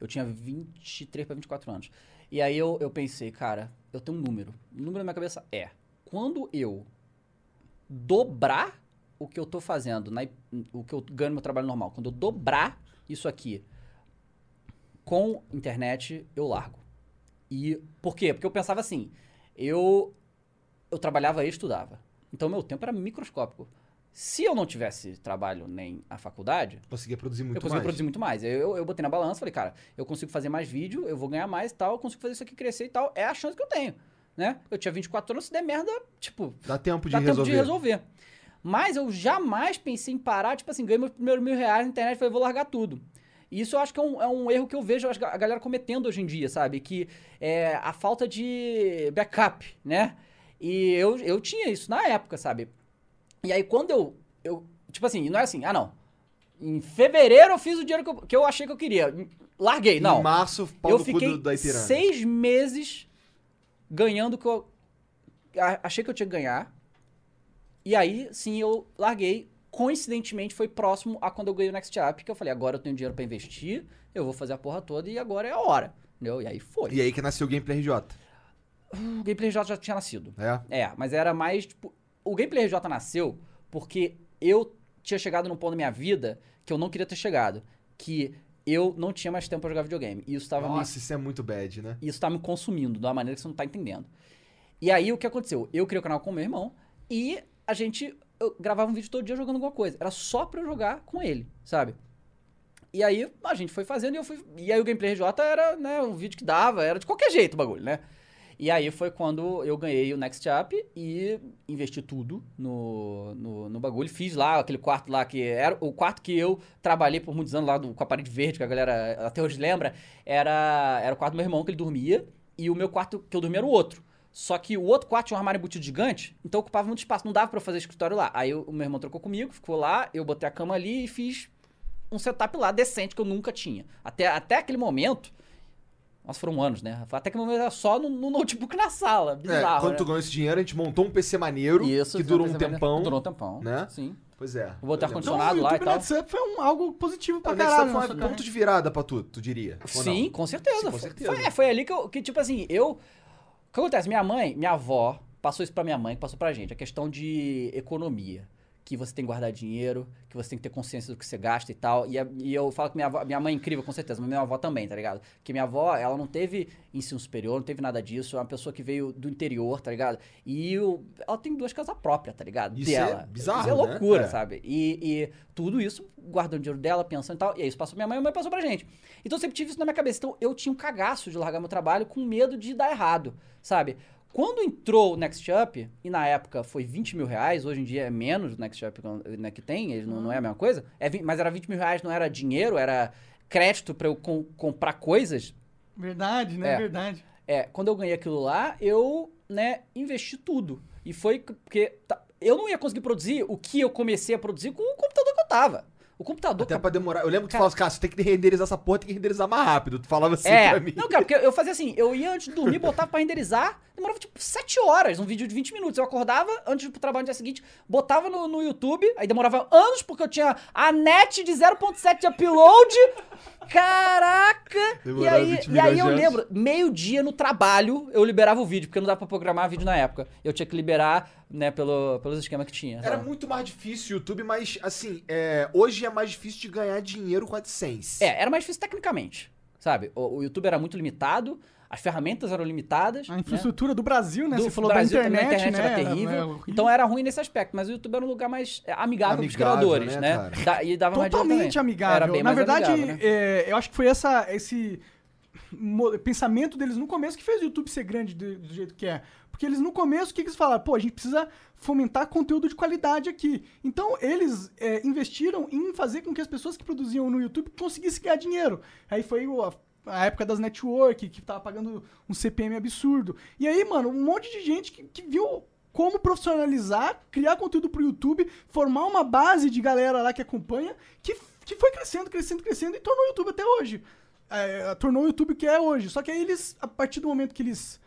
eu tinha 23 pra 24 anos, e aí eu, eu pensei, cara, eu tenho um número, o número na minha cabeça é, quando eu dobrar o que eu tô fazendo, na, Ip- o que eu ganho no meu trabalho normal, quando eu dobrar isso aqui com internet eu largo. E por quê? Porque eu pensava assim, eu eu trabalhava e estudava. Então meu tempo era microscópico. Se eu não tivesse trabalho nem a faculdade, Conseguia produzir muito eu consegui mais. produzir muito mais. Eu, eu, eu botei na balança, falei, cara, eu consigo fazer mais vídeo, eu vou ganhar mais e tal, eu consigo fazer isso aqui crescer e tal. É a chance que eu tenho, né? Eu tinha 24 anos, se der merda, tipo, Dá tempo de dá resolver. tempo de resolver. Mas eu jamais pensei em parar, tipo assim, ganhei meus primeiros mil reais na internet, falei, vou largar tudo. E isso eu acho que é um, é um erro que eu vejo as ga- a galera cometendo hoje em dia, sabe? Que é a falta de backup, né? E eu, eu tinha isso na época, sabe? E aí quando eu, eu. Tipo assim, não é assim, ah não. Em fevereiro eu fiz o dinheiro que eu, que eu achei que eu queria. Em- Larguei, não Em março, pau eu no fiquei cu do- da Ipiranga. seis meses ganhando o que eu a- achei que eu tinha que ganhar. E aí, sim, eu larguei. Coincidentemente, foi próximo a quando eu ganhei o Next Up, que eu falei, agora eu tenho dinheiro pra investir, eu vou fazer a porra toda e agora é a hora. Entendeu? E aí foi. E aí que nasceu o Gameplay RJ, O Gameplay já, já tinha nascido. né? É, mas era mais, tipo... O Gameplay RJ nasceu porque eu tinha chegado num ponto da minha vida que eu não queria ter chegado. Que eu não tinha mais tempo pra jogar videogame. E isso tava me Nossa, isso é muito bad, né? e isso tá me consumindo de uma maneira que você não tá entendendo. E aí o que aconteceu? Eu criei o canal com meu irmão e a gente eu gravava um vídeo todo dia jogando alguma coisa. Era só pra eu jogar com ele, sabe? E aí a gente foi fazendo e eu fui. E aí o gameplay RJ era, né, um vídeo que dava, era de qualquer jeito o bagulho, né? E aí foi quando eu ganhei o Next Up e investi tudo no, no, no bagulho. Fiz lá aquele quarto lá que era o quarto que eu trabalhei por muitos anos lá do- com a parede verde, que a galera até hoje lembra. Era, era o quarto do meu irmão que ele dormia e o meu quarto que eu dormia era o outro. Só que o outro quarto tinha um armário embutido gigante, então ocupava muito espaço, não dava pra eu fazer escritório lá. Aí o meu irmão trocou comigo, ficou lá, eu botei a cama ali e fiz um setup lá decente que eu nunca tinha. Até, até aquele momento. Nossa, foram anos, né? Até aquele momento era só no, no notebook na sala. É, Bizarro. quando né? tu ganhou esse dinheiro, a gente montou um PC maneiro, Isso, que isso, durou essa um maneira- tempão. Durou um tempão. né? Sim. Pois é. Vou botar eu lembro. Então, ar-condicionado o lá e YouTube tal. Neto Sup foi um, algo positivo pra O Next Up caralho. na foi nossa um vida. ponto de virada pra tu, tu diria? ou Sim, não? com certeza. Sim, com Foi- certeza. Foi, é, foi ali que eu. Que, tipo assim, eu. O que acontece? Minha mãe, minha avó, passou isso pra minha mãe, que passou pra gente. A questão de economia. Que você tem que guardar dinheiro, que você tem que ter consciência do que você gasta e tal. E, a- e eu falo que minha, avó- minha mãe é incrível, com certeza, mas minha avó também, tá ligado? Que minha avó, ela não teve ensino superior, não teve nada disso. É uma pessoa que veio do interior, tá ligado? E eu- ela tem duas casas próprias, tá ligado? Isso é dela. bizarro, Isso é né? loucura, É. sabe? E, e tudo isso guardando dinheiro dela, pensando e tal. E aí isso passou pra minha mãe, a mãe passou pra gente. Então eu sempre tive isso na minha cabeça. Então eu tinha um cagaço de largar meu trabalho com medo de dar errado, sabe? Quando entrou o Next Up, e na época foi 20 mil reais, hoje em dia é menos o Next Up né, que tem, ele não, não é a mesma coisa, é vi- mas era 20 mil reais, não era dinheiro, era crédito pra eu com- comprar coisas. Verdade, né? É. Verdade. É, quando eu ganhei aquilo lá, eu, né, investi tudo. E foi c- porque tá- eu não ia conseguir produzir o que eu comecei a produzir com o computador que eu tava. O computador. Até cap- pra demorar. Eu lembro que tu Cara- falava, cara, você tem que renderizar essa porra, tem que renderizar mais rápido. Tu falava assim É. pra mim. Não, cara, porque eu fazia assim, eu ia antes de dormir, botava pra renderizar, demorava tipo 7 horas, um vídeo de 20 minutos. Eu acordava antes de ir pro trabalho no dia seguinte, botava no, no YouTube, aí demorava anos porque eu tinha a net de 0.7 de upload. Caraca! E Demorava aí, 20 e milhões aí eu de anos. lembro, meio-dia no trabalho eu liberava o vídeo, porque não dava pra programar vídeo na época. Eu tinha que liberar, né, pelo, pelos esquemas que tinha. Era sabe? muito mais difícil o YouTube, mas assim, é, hoje é mais difícil de ganhar dinheiro com a AdSense. É, era mais difícil tecnicamente, sabe? O, o YouTube era muito limitado, as ferramentas eram limitadas. A né? infraestrutura do Brasil, né? Do Você falou Brasil da também, internet, a internet né? era terrível. horrível. Então era ruim nesse aspecto, mas o YouTube era um lugar mais é, amigável, pros Amigável, criadores, né, né? cara? Da- e dava mais dinheiro totalmente também. amigável. Era bem Na mais verdade, amigável, né? é, eu acho que foi essa, esse mo- pensamento deles no começo que fez o YouTube ser grande do, do jeito que é. Porque eles no começo, o que, que eles falaram? Pô, a gente precisa fomentar conteúdo de qualidade aqui. Então, eles é, investiram em fazer com que as pessoas que produziam no YouTube conseguissem ganhar dinheiro. Aí foi o- a, a época das network, que tava pagando um CPM absurdo. E aí, mano, um monte de gente que, que viu como profissionalizar, criar conteúdo pro YouTube, formar uma base de galera lá que acompanha, que, que foi crescendo, crescendo, crescendo e tornou o YouTube até hoje. É, tornou o YouTube o que é hoje. Só que aí eles, a partir do momento que eles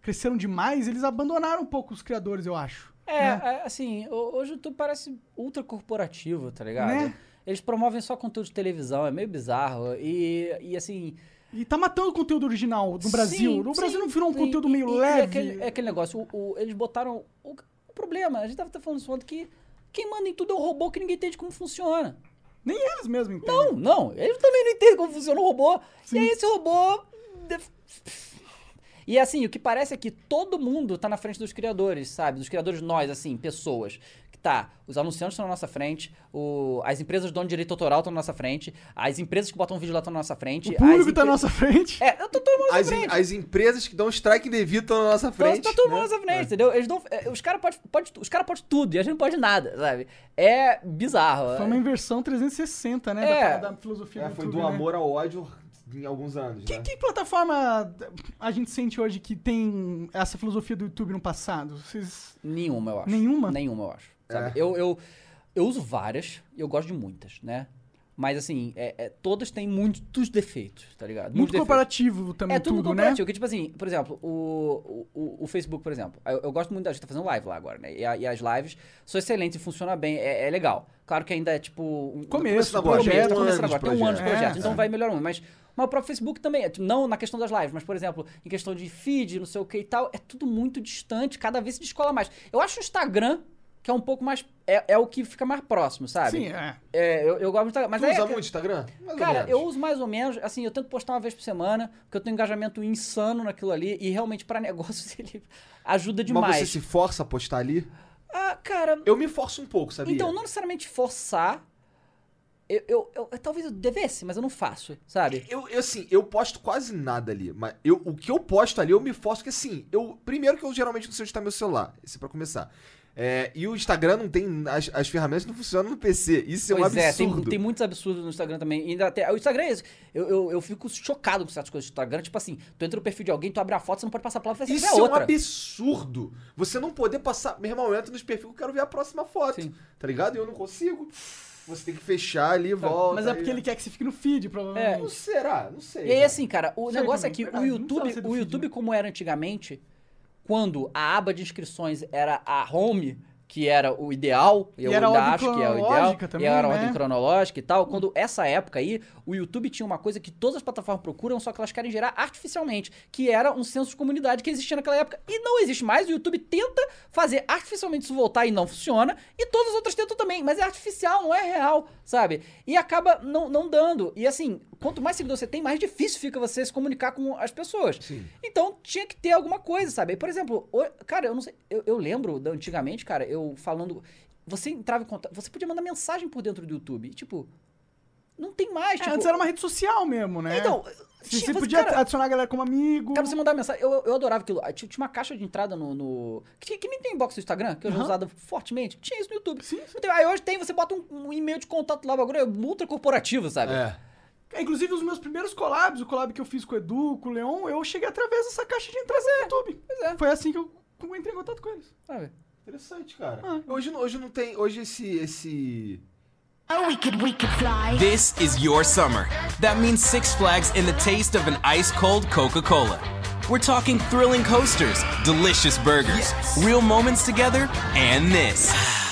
cresceram demais, eles abandonaram um pouco os criadores, eu acho. É, é, assim, ho- hoje o YouTube parece ultra corporativo, tá ligado? Né? Eles promovem só conteúdo de televisão, é meio bizarro. E, e assim. E tá matando o conteúdo original do sim, Brasil. O sim, Brasil não virou um sim, conteúdo e- meio e- e leve. É aquele, é aquele negócio, o- o- eles botaram. O, o problema, a gente tava até falando isso ontem, que quem manda em tudo é o robô que ninguém entende como funciona. Nem eles mesmo entendem. Não, não. Ele também não entende como funciona o robô. E aí esse robô. E assim, o que parece é que todo mundo tá na frente dos criadores, sabe? Dos criadores, nós, assim, pessoas. Que tá, os anunciantes estão na nossa frente, o- as empresas dono de direito autoral estão na nossa frente, as empresas que botam vídeo lá estão na nossa frente. O público as tá empre- na nossa frente. É, eu tô todo mundo na As, nossa em- frente. as empresas que dão strike indevido estão na nossa frente. Então, tá todo mundo né? na nossa frente, entendeu? Eles dão, é, os caras podem pode, os cara pode tudo e a gente não pode nada, sabe? É bizarro. Foi uma inversão 360, né? É. Da, da filosofia É, do foi YouTube, do né? amor ao ódio em alguns anos, Que, é né? que plataforma a gente sente hoje que tem essa filosofia do YouTube no passado? Vocês... Nenhuma, eu acho. Nenhuma? Nenhuma, eu acho. Sabe? É. Eu, eu, eu uso várias e eu gosto de muitas, né? Mas assim, é- é- todas têm muitos defeitos, tá ligado? Muito, Muitos defeitos. comparativo também É tudo, tudo, né? comparativo. Que, tipo assim, por exemplo, o, o- o, o Facebook, por exemplo. Eu, eu gosto muito da gente tá fazendo live lá agora, né? E, a- e as lives são excelentes e funcionam bem, é, é legal. Claro que ainda é tipo. Um, Começo do Começo, projeto, tá um começando ano de agora. Tem um ano de projeto. projeto, É, então é. vai melhorando. Mas, mas o próprio Facebook também, é, tipo, não na questão das lives, mas, por exemplo, em questão de feed, não sei o que e tal, é tudo muito distante, cada vez se descola mais. Eu acho o Instagram, que é um pouco mais. É, é o que fica mais próximo, sabe? Sim, é. É, eu, eu gosto do Instagram. Mas tu aí é usa que- muito Instagram? Mais ou Cara, menos. eu uso mais ou menos, assim, eu tento postar uma vez por semana, porque eu tenho um engajamento insano naquilo ali, e realmente pra negócios ele ajuda Mas você demais. se força a postar ali? Ah, cara, Eu me forço um pouco, sabia? então não necessariamente forçar. Eu, eu, eu- eu- talvez eu devesse, mas eu não faço, sabe? Eu, eu, assim, eu posto quase nada ali. Mas eu, o que eu posto ali, eu me forço, porque assim, eu. Primeiro que eu geralmente não sei onde tá meu celular. Isso é pra começar. É, e o Instagram não tem. As, as ferramentas não funcionam no PC. Isso é um pois é, absurdo. tem, tem muitos absurdos no Instagram também. E ainda até, o Instagram é isso. Eu, eu, eu fico chocado com certas coisas do Instagram. Tipo assim, tu entra no perfil de alguém, tu abre a foto, você não pode passar a palavra, você Isso sempre é, é um outra. absurdo. Você não poder passar. Meu irmão, eu entro nos perfis, eu quero ver a próxima foto. Sim. Tá ligado? E eu não consigo. Você tem que fechar ali e Tá, volta. Mas é porque aí- ele quer que você fique no É, feed, Não provavelmente. será? Não sei. né? E aí, cara. assim, cara, o Sei negócio é também, que o verdade, não precisava YouTube, ser do o feed, YouTube né? como era antigamente, quando a aba de inscrições era a home, que era o ideal, e eu era a ainda ordem acho que é o ideal, cronológica e também, era a né? ordem cronológica e tal, quando essa época aí, o YouTube tinha uma coisa que todas as plataformas procuram, só que elas querem gerar artificialmente, que era um senso de comunidade que existia naquela época e não existe mais, o YouTube tenta fazer artificialmente isso voltar e não funciona, e todas as outras tentam também, mas é artificial, não é real, sabe? E acaba não, não dando. E assim, quanto mais seguidor você tem, mais difícil fica você se comunicar com as pessoas. Sim. Então tinha que ter alguma coisa, sabe? Por exemplo, o- cara, eu não sei. Eu, eu lembro da- antigamente, cara, eu falando. Você entrava em contato. Você podia mandar mensagem por dentro do YouTube. E, tipo, não tem mais. É, tipo, antes era uma rede social mesmo, né? Então, você, tinha- você podia cara, adicionar a galera como amigo. Cara, você mandava mensagem. Eu, eu adorava aquilo. Aí Tinha, tinha uma caixa de entrada no. no- que, tinha- que nem tem inbox do Instagram, que eu já Aham. usava fortemente. Tinha isso no YouTube. Sim, sim. Então, Aí hoje tem, você bota um, um e-mail de contato lá, o bagulho é ultra corporativo, sabe? É. Inclusive, os meus primeiros collabs, o collab que eu fiz com o Edu, com o Leon, eu cheguei através dessa caixa de entrada no YouTube. é. Foi assim que eu entrei em contato com eles. Sabe? Interessante, cara. Ah. Hoje, não- hoje não tem. Hoje esse. esse... We could, we could fly. This is your summer. That means Six Flags and the taste of an ice cold Coca Cola. We're talking thrilling coasters, delicious burgers, real moments together, and this.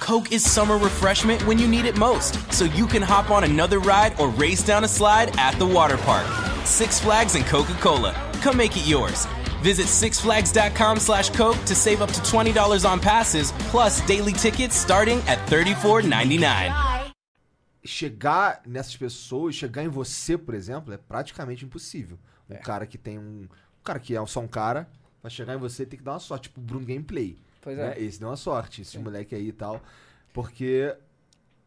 Coke is summer refreshment when you need it most, so you can hop on another ride or race down a slide at the water park. Six Flags and Coca Cola. Come make it yours. Visit sixflags.com slash Coke to save up to $20 on passes, plus daily tickets starting at $34.99. Fly. chegar nessas pessoas, chegar em você, por exemplo, é praticamente impossível. É. Um cara que tem um. Um cara que é só um cara, pra chegar em você tem que dar uma sorte, tipo o Bruno Gameplay. Pois né? é. Esse deu uma sorte, esse moleque aí e tal. Porque.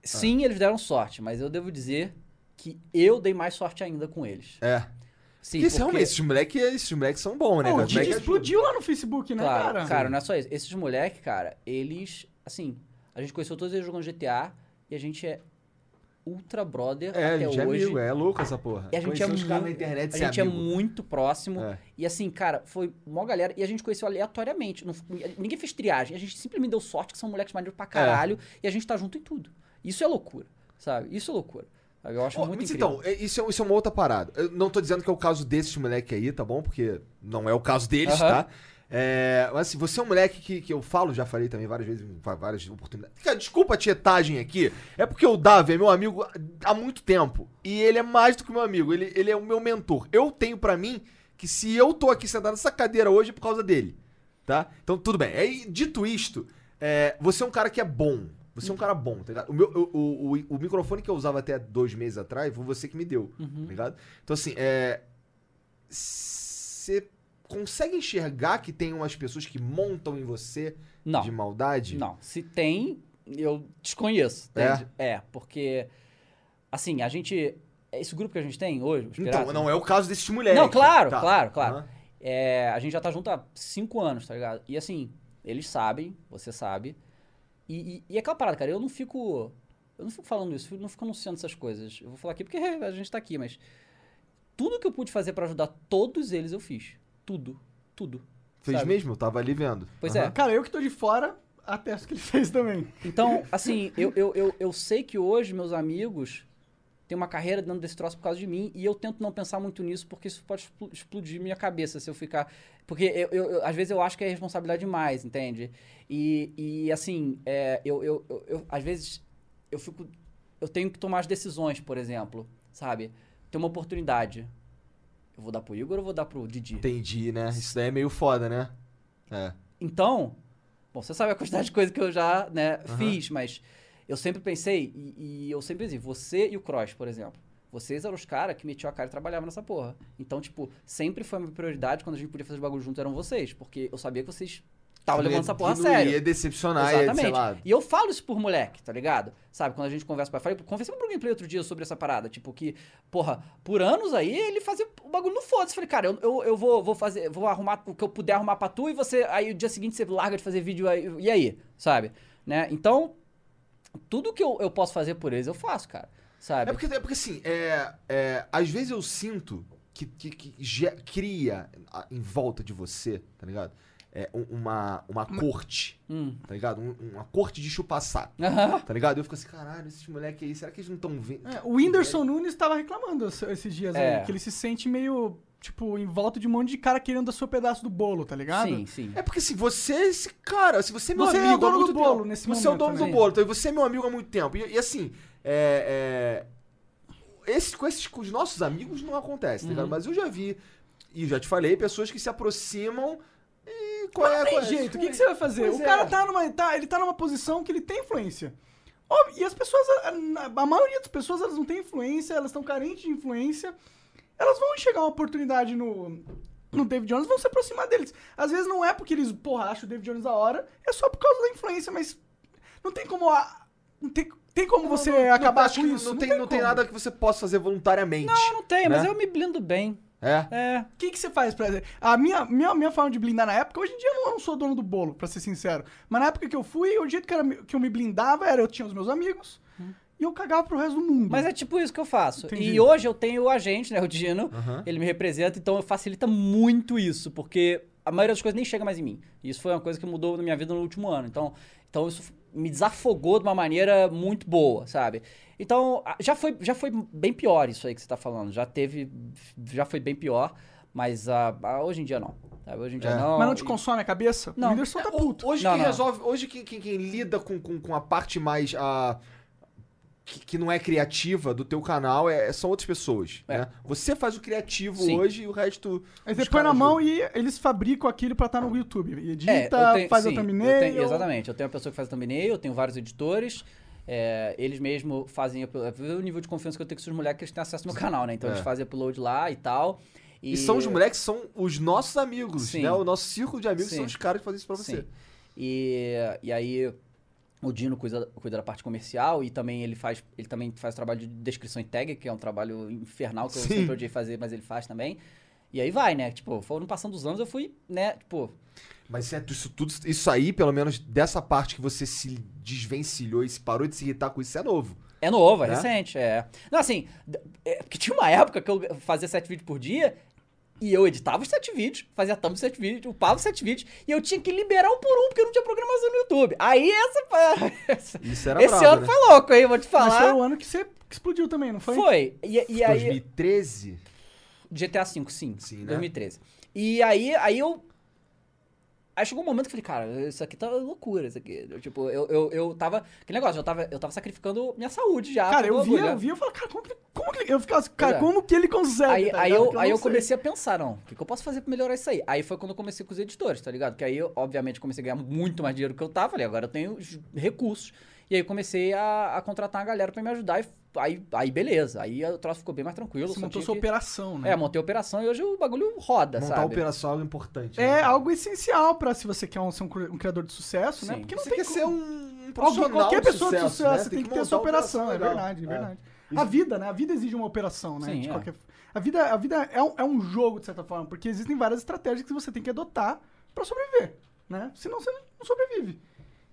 Sim, eles deram sorte, mas eu devo dizer que eu dei mais sorte ainda com eles. É. um Sim, porque, realmente, esses moleques, esses moleques são bons, né? Pô, o cara? Os Didi moleques explodiu lá no Facebook, né, claro, cara? não é só isso. Esses moleques, cara, eles. Assim, a gente conheceu todos eles jogando GTA e a gente é ultra brother É, a até gente é hoje. amigo, é louco essa porra. E a gente, Conhecer é, os muito, caras na internet, a ser gente é amigo. muito próximo. É. E assim, cara, foi mó galera. E a gente conheceu aleatoriamente. não f- ninguém fez triagem. A gente simplesmente deu sorte que são moleques maneiros É. pra caralho. E a gente tá junto em tudo. Isso é loucura, sabe? Isso é loucura. sabe? Eu acho Ó, muito mas incrível. então, é- isso é, isso é uma outra parada. Eu não tô dizendo que é o caso desses moleque aí, tá bom? Porque não é o caso deles, Aham. tá? É, mas assim, você é um moleque que, que eu falo, já falei também várias vezes, em va- várias oportunidades. Cara, desculpa a tietagem aqui, é porque o Davi é meu amigo há muito tempo. E ele é mais do que meu amigo, ele, ele é o meu mentor. Eu tenho pra mim que se eu tô aqui sentado nessa cadeira hoje é por causa dele, tá? Então tudo bem. Aí, dito isto, é, você é um cara que é bom. Você é um cara bom, tá ligado? O, meu, o, o, o- o microfone que eu usava até dois meses atrás foi você que me deu, Uhum. tá ligado? Então, assim, é. Você consegue enxergar que tem umas pessoas que montam em você Não. de maldade? Não, se tem, eu desconheço. É? entende? É, porque. Assim, a gente. Esse grupo que a gente tem hoje, os Então, piratas, não é o caso desses moleques. Não, claro, Tá. claro, claro. Aham. É, a gente já tá junto há cinco anos, tá ligado? E assim, eles sabem, você sabe. E, e, e é aquela parada, cara, eu não fico. Eu não fico falando isso, eu não fico anunciando essas coisas. Eu vou falar aqui porque a gente tá aqui, mas. Tudo que eu pude fazer pra ajudar todos eles, eu fiz. Tudo. Tudo. Fez sabe? mesmo? Eu tava ali vendo. Pois Aham. é. Cara, eu que tô de fora, atesto que ele fez também. Então, assim, eu, eu, eu, eu sei que hoje meus amigos têm uma carreira dentro desse troço por causa de mim, e eu tento não pensar muito nisso, porque isso pode expl- explodir minha cabeça se eu ficar. Porque eu, eu- eu- às vezes eu acho que é responsabilidade demais, entende? E, e assim, é, eu, eu, eu, eu- às vezes eu fico. Eu tenho que tomar as decisões, por exemplo, sabe? Tem uma oportunidade. Eu vou dar pro Igor ou vou dar pro Didi? Entendi, né? Isso daí é meio foda, né? É. Então, bom, você sabe a quantidade de coisa que eu já né, fiz, mas eu sempre pensei, e, e eu sempre dizia, você e o Cross, por exemplo. Vocês eram os caras que metiam a cara e trabalhavam nessa porra. Então, tipo, sempre foi uma prioridade quando a gente podia fazer os bagulho juntos, eram vocês. Porque eu sabia que vocês estavam levando essa porra a Não sério. Ia decepcionar, ia, Exatamente. sei lá. E eu falo isso por moleque, tá ligado? Sabe, quando a gente conversa pra falei, conversamos pro gameplay outro dia sobre essa parada, tipo, que, porra, por anos aí ele fazia o bagulho no foda-se. Eu Falei, cara, eu, eu, eu vou, vou fazer, vou arrumar o que eu puder arrumar pra tu, e você. Aí o dia seguinte você larga de fazer vídeo aí, e aí, sabe? Né? Então, tudo que eu, eu posso fazer por eles, eu faço, cara. Sabe? É porque, é porque assim, é, é, às vezes eu sinto que, que, que ge- cria a- em volta de você, tá ligado? É, um- uma, uma corte, Hum. tá ligado? Um- uma corte de chupaçá, Aham. tá ligado? Eu fico assim, caralho, esses moleques aí, será que eles não estão vendo? É, o Whindersson Nunes tava reclamando es- esses dias É. aí, que ele se sente meio, tipo, em volta de um monte de cara querendo dar seu pedaço do bolo, tá ligado? Sim, sim. É porque se você, é esse cara, se você é meu Você é amigo o dono há muito do bolo tempo, nesse você é o momento, dono né? do bolo, então, e você é meu amigo há muito tempo. E, e assim, é, é, esse- com esses com os nossos amigos não acontece, tá Uhum. ligado? Mas eu já vi, e já te falei, pessoas que se aproximam e qual é, Tem qual é- jeito, o que, que você vai fazer? Pois o cara é. tá numa. tá- ele tá numa posição que ele tem influência. Ó, E as pessoas, a, a- a maioria das pessoas, elas não tem influência, elas estão carentes de influência. Elas vão enxergar uma oportunidade no, no David Jones, vão se aproximar deles. Às vezes não é porque eles, porra, acham o David Jones da hora, é só por causa da influência, mas não tem como. A, não tem, Tem como você Não- não- acabar acho com que isso? Não, tem, não tem como. nada que você possa fazer voluntariamente. Não, não tem, mas né? eu me blindo bem. É? É. O que, que você faz, por exemplo? A minha, minha, minha forma de blindar na época, hoje em dia eu não, eu não sou dono do bolo, pra ser sincero. Mas na época que eu fui, o jeito que, era, que eu me blindava era eu tinha os meus amigos e eu cagava pro resto do mundo. Hum. Mas é tipo isso que eu faço. Entendi. E hoje eu tenho o agente, né? O Ah. Dino. Ele me representa, então facilita muito isso, porque a maioria das coisas nem chega mais em mim. E isso foi uma coisa que mudou na minha vida no último ano. Então, então isso me desafogou de uma maneira muito boa, sabe? Então, a- já foi, já foi bem pior isso aí que você tá falando. Já teve. Já foi bem pior, mas ah, ah, hoje em dia não. sabe? Hoje em dia É. não. Mas não te E- consome a cabeça? Não. É, O Whindersson tá puto. Hoje Não, quem não. resolve. Hoje quem, quem- quem lida com, com, com a parte mais. A, que, que não é criativa do teu canal é- são outras pessoas. É. né? Você faz o criativo Sim. hoje e o resto. Aí os você põe caras na mão ajudam. e eles fabricam aquilo pra estar no YouTube. Edita, É, eu tenho- faz sim, a eu thumbnail. tenho- exatamente. Eu tenho uma pessoa que faz a thumbnail, eu tenho vários editores. é, eles mesmo fazem upload. Vê o nível de confiança que eu tenho com esses moleques que eles têm acesso ao meu canal, né? Então É. eles fazem upload lá e tal. E, E, são os moleques, são os nossos amigos, Sim. né? O nosso círculo de amigos Sim. são os caras que fazem isso pra você. Sim. E, e aí o Dino cuida, cuida da parte comercial e também ele faz ele também faz trabalho de descrição e tag, que é um trabalho infernal que eu Sim. sempre odiei fazer, mas ele faz também. E aí vai, né? Tipo, foram passando os anos, eu fui, né? Tipo, Mas certo, isso tudo, isso aí, pelo menos dessa parte que você se desvencilhou e se parou de se irritar com isso, isso é novo. É novo, é Né? recente, é. Não, assim, d- é porque tinha uma época que eu fazia sete vídeos por dia e eu editava os sete vídeos, fazia thumb dos sete vídeos, upava os sete vídeos e eu tinha que liberar um por um porque eu não tinha programação no YouTube. Aí essa. essa- Isso era esse brabo, ano né? foi louco, hein? Vou te Mas foi falar. o ano que você explodiu também, não foi? Foi. E, e aí. 2013? GTA V, sim. Sim, né? 2013. E aí, aí eu. Aí chegou um momento que eu falei, cara, isso aqui tá loucura, isso aqui. Eu, tipo, eu, eu, eu tava. Que negócio, eu tava, eu tava sacrificando minha saúde já. Cara, pelo eu via, bagulho, eu né? via e falava, cara, como que, como que- Eu ficava assim, cara, é. como que ele consegue? Aí, tá aí ligado? eu, Porque aí não eu sei. comecei a pensar, não, o que, que eu posso fazer pra melhorar isso aí? Aí foi quando eu comecei com os editores, tá ligado? Que aí, eu, obviamente, comecei a ganhar muito mais dinheiro do que eu tava. Falei, agora eu tenho os recursos. E aí eu comecei a, a contratar uma galera pra me ajudar. E aí, aí beleza. Aí o troço ficou bem mais tranquilo. Você só montou tinha sua que- operação, né? É, montei a operação e hoje o bagulho roda, Montar sabe? operação é algo importante. É né? algo essencial pra se você quer um- ser um, cri- um criador de sucesso, né? Sim. Porque não Você tem quer como. ser um Alguém- profissional qualquer de pessoa sucesso, de sucesso né? tem, que ter essa montar uma operação, é legal. verdade, é É. verdade. A vida, né? A vida exige uma operação, né? Sim, de é. qualquer... A vida, a vida é, um, é um jogo, de certa forma, porque existem várias estratégias que você tem que adotar pra sobreviver, né? Senão você não sobrevive.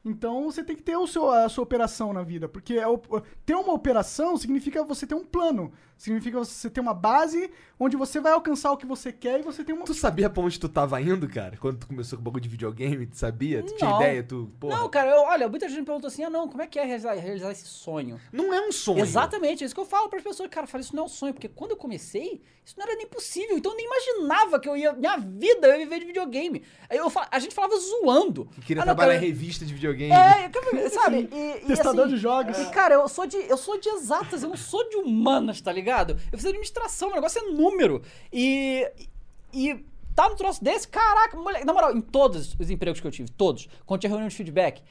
Então você tem que ter o seu, a sua operação na vida, porque é o- ter uma operação significa você ter um plano, significa você ter uma base onde você vai alcançar o que você quer e você tem uma Tu sabia pra onde tu tava indo, cara? Quando tu começou com o bagulho de videogame, tu sabia? Tu tinha Não. ideia? Tu, porra. Não, cara, eu- olha, muita gente me perguntou assim, ah, não, como é que é realizar, realizar esse sonho? Não é um sonho. Exatamente, é isso que eu falo para as pessoas. Cara, eu falo, isso não é um sonho, porque quando eu comecei, isso não era nem possível. Então eu nem imaginava que eu ia. Minha vida eu ia viver de videogame. Aí eu fa- a gente falava zoando. Que queria Ah, não, trabalhar cara, em revista de videogame. É, eu quero- sabe? E, e Testador assim, de jogos. E, cara, eu sou, de, eu sou de exatas, eu não sou de humanas, tá ligado? Eu fiz administração, o negócio é número. E. E. Tá no troço desse? Caraca, moleque. Na moral, em todos os empregos que eu tive, todos, quando tinha reunião de feedback,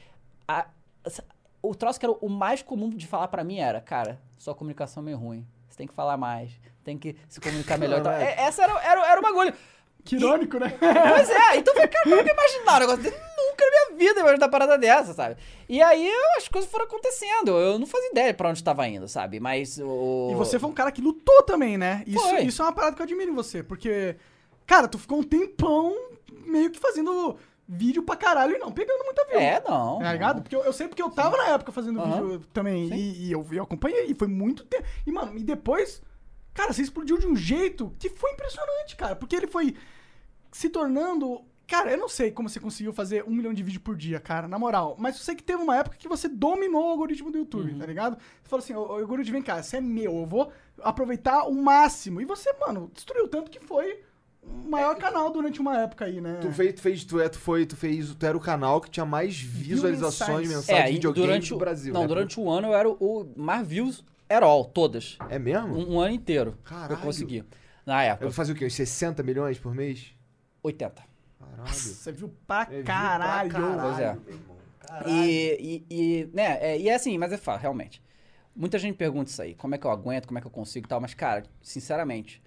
a- essa- o troço que era o mais comum de falar pra mim era, cara, sua comunicação é meio ruim. Você tem que falar mais, tem que se comunicar melhor. Então, é- essa era, era, era o bagulho. Que irônico, né? Pois é, então eu falei, cara, como que eu imaginar um negócio desse? Nunca na minha vida eu imaginar uma parada dessa, sabe? E aí eu- as coisas foram acontecendo. Eu não fazia ideia pra onde estava indo, sabe? Mas o. E você foi um cara que lutou também, né? Isso, Foi. isso é uma parada que eu admiro em você, porque, cara, tu ficou um tempão meio que fazendo vídeo pra caralho e não pegando muita view. É, não. Tá ligado? Porque eu, eu sei porque eu tava na época fazendo Aham. vídeo também. E, e eu, eu acompanhei, e foi muito tempo. E, mano, e depois, cara, você explodiu de um jeito que foi impressionante, cara. Porque ele foi se tornando. Cara, eu não sei como você conseguiu fazer um milhão de vídeos por dia, cara, na moral. Mas eu sei que teve uma época que você dominou o algoritmo do YouTube, tá ligado? Você falou assim, ô, ô, algoritmo, vem cá, você é meu, eu vou aproveitar o máximo. E você, mano, destruiu tanto que foi o maior canal durante uma época aí, né? Tu fez, tu fez, tu, é, tu foi, tu fez, tu era o canal que tinha mais visualizações, mensagens. mensagens É, de e videogame durante do o Brasil. Não, né? durante o ano eu era o- o mais views at all, todas. É mesmo? Um, um ano inteiro. Caralho. Eu consegui. Na época, Eu fazia o quê? Uns 60 milhões por mês? 80. Caralho. Você viu pra É, viu pra caralho. Pois é. meu irmão. E, e, e, né, é, e é assim, mas é fácil, realmente. Muita gente pergunta isso aí, como é que eu aguento, como é que eu consigo e tal, mas, cara, sinceramente,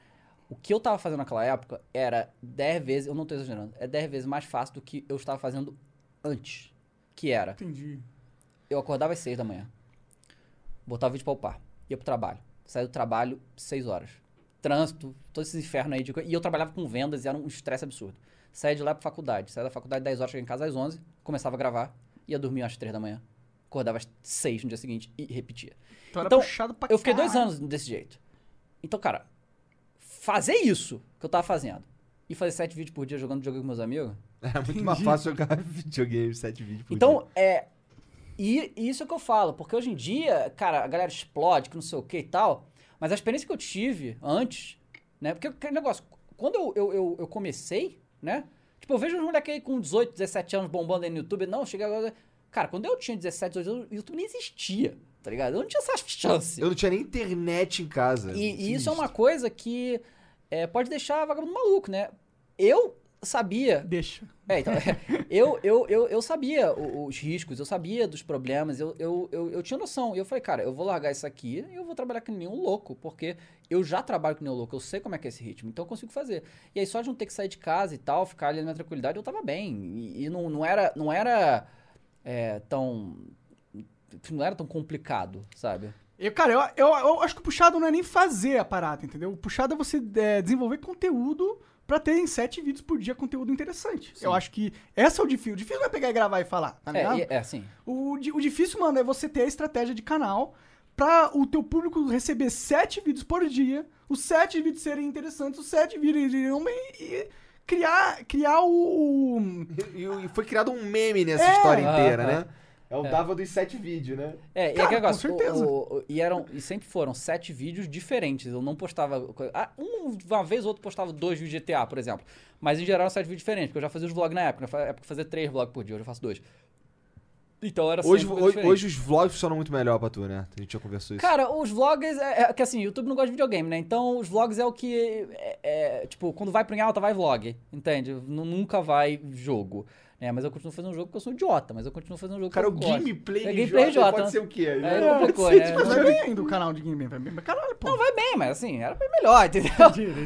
o que eu tava fazendo naquela época era 10 vezes, eu não tô exagerando, é 10 vezes mais fácil do que eu estava fazendo antes. Que era, Entendi. eu acordava às 6 da manhã. botava vídeo pra upar, ia pro trabalho, saía do trabalho 6 horas. Trânsito, todos esses infernos aí. De... coisa. E eu trabalhava com vendas e era um estresse absurdo. Saía de lá pra faculdade, saía da faculdade 10 horas, chegava em casa às 11, começava a gravar, ia dormir às 3 da manhã, acordava às 6 no dia seguinte e repetia. Então era puxado pra eu fiquei dois caralho. anos desse jeito. Então, cara, fazer isso que eu tava fazendo e fazer sete vídeos por dia jogando jogo com meus amigos. É muito mais fácil jogar videogame 7 vídeos por dia. Então, é. E e isso é o que eu falo, porque hoje em dia, cara, a galera explode, que não sei o que e tal. Mas a experiência que eu tive antes, né? Porque aquele negócio, quando eu, eu, eu, eu comecei, né? Tipo, eu vejo uns moleque aí com 18, 17 anos bombando aí no YouTube. Não, chega agora. Cara, quando eu tinha 17, 18 anos, o YouTube nem existia, tá ligado? Eu não tinha essa chance. Eu não tinha nem internet em casa. Assim, E, e isso é uma coisa que é, pode deixar vagabundo maluco, né? Eu sabia. Deixa. É, então, eu, eu, eu, eu sabia o- os riscos, eu sabia dos problemas, eu, eu, eu, eu tinha noção. E eu falei, cara, eu vou largar isso aqui e eu vou trabalhar que nem um louco, porque eu já trabalho que nem um louco, eu sei como é que é esse ritmo, então eu consigo fazer. E aí só de não ter que sair de casa e tal, ficar ali na minha tranquilidade, eu tava bem. E, e não, não era, não era é, tão. Não era tão complicado, sabe? Eu, cara, eu, eu, eu acho que o puxado não é nem fazer a parada, entendeu? O puxado é você é, desenvolver conteúdo pra ter em sete vídeos por dia conteúdo interessante. Eu acho que essa é o difícil. O difícil não é pegar e gravar e falar, tá ligado? É, é, é assim. O, di- o difícil, mano, é você ter a estratégia de canal pra o teu público receber sete vídeos por dia, os sete vídeos serem interessantes, os sete vídeos irem bem e criar, criar o... o- E, e- e foi criado um meme nessa É. história Ah, inteira, ah. né? É o Dava dos 7 vídeos, né? É, e Cara, aquele negócio, com o- certeza. o- o- e, eram, e sempre foram sete vídeos diferentes. Eu não postava. co- ah, um- uma vez ou outro postava dois vídeos de GTA, por exemplo. Mas em geral eram sete vídeos diferentes, porque eu já fazia os vlogs na época. Na fa- época eu fazia três vlogs por dia, hoje eu faço dois. Então era Hoje, sempre hoje, diferente. hoje os vlogs funcionam muito melhor pra tu, né? A gente já conversou isso. Cara, os vlogs é, é que assim, YouTube não gosta de videogame, né? Então os vlogs é o que. é- é, tipo, quando vai pro em alta, vai vlog. Entende? Nu- Nunca vai jogo. né? mas eu continuo fazendo um jogo porque eu sou idiota, mas eu continuo fazendo um jogo Cara, o que eu gosto. gameplay É de gameplay Jota idiota, né? pode ser o quê? É, né? complicou, Sim, né? tipo, vai bem ainda o canal de game vai bem pra caralho, pô. Não, vai bem, mas assim, era bem melhor, entendeu?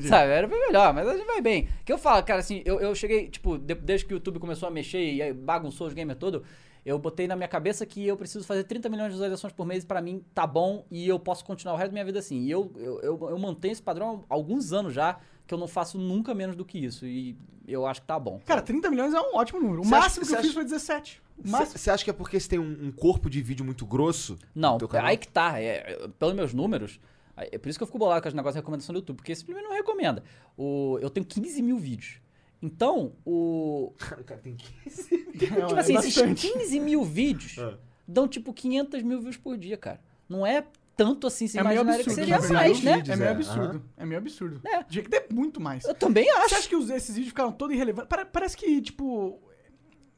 Sabe, era bem melhor, mas a gente vai bem. Que eu falo, cara, assim, eu, eu cheguei, tipo, de- desde que o YouTube começou a mexer e aí bagunçou os gamers todo, eu botei na minha cabeça que eu preciso fazer 30 milhões de visualizações por mês e pra mim tá bom e eu posso continuar o resto da minha vida assim. E eu, eu, eu, eu mantenho esse padrão há alguns anos já, que eu não faço nunca menos do que isso. E eu acho que tá bom. Cara, 30 milhões é um ótimo número. O Você acha- máximo que eu você fiz acha- foi 17. O máximo. Você acha que é porque você tem um, um corpo de vídeo muito grosso? no Não, teu canal? aí que tá. é, é, pelos meus números, é por isso que eu fico bolado com os negócios de recomendação do YouTube, porque esse primeiro não recomenda. O, eu tenho 15 mil vídeos. Então, o. Cara, o cara tem que... Não, Tipo é assim, esses bastante. 15 mil vídeos É. dão tipo 500 mil views por dia, cara. Não é tanto assim se É meio imaginaria que absurdo. seria na mais, verdade. né? vídeos, É meio é. absurdo. É meio absurdo. É. Tinha que ter muito mais. Eu também Você acho. acha que os- esses vídeos ficaram todos irrelevantes? Pare- parece que, tipo,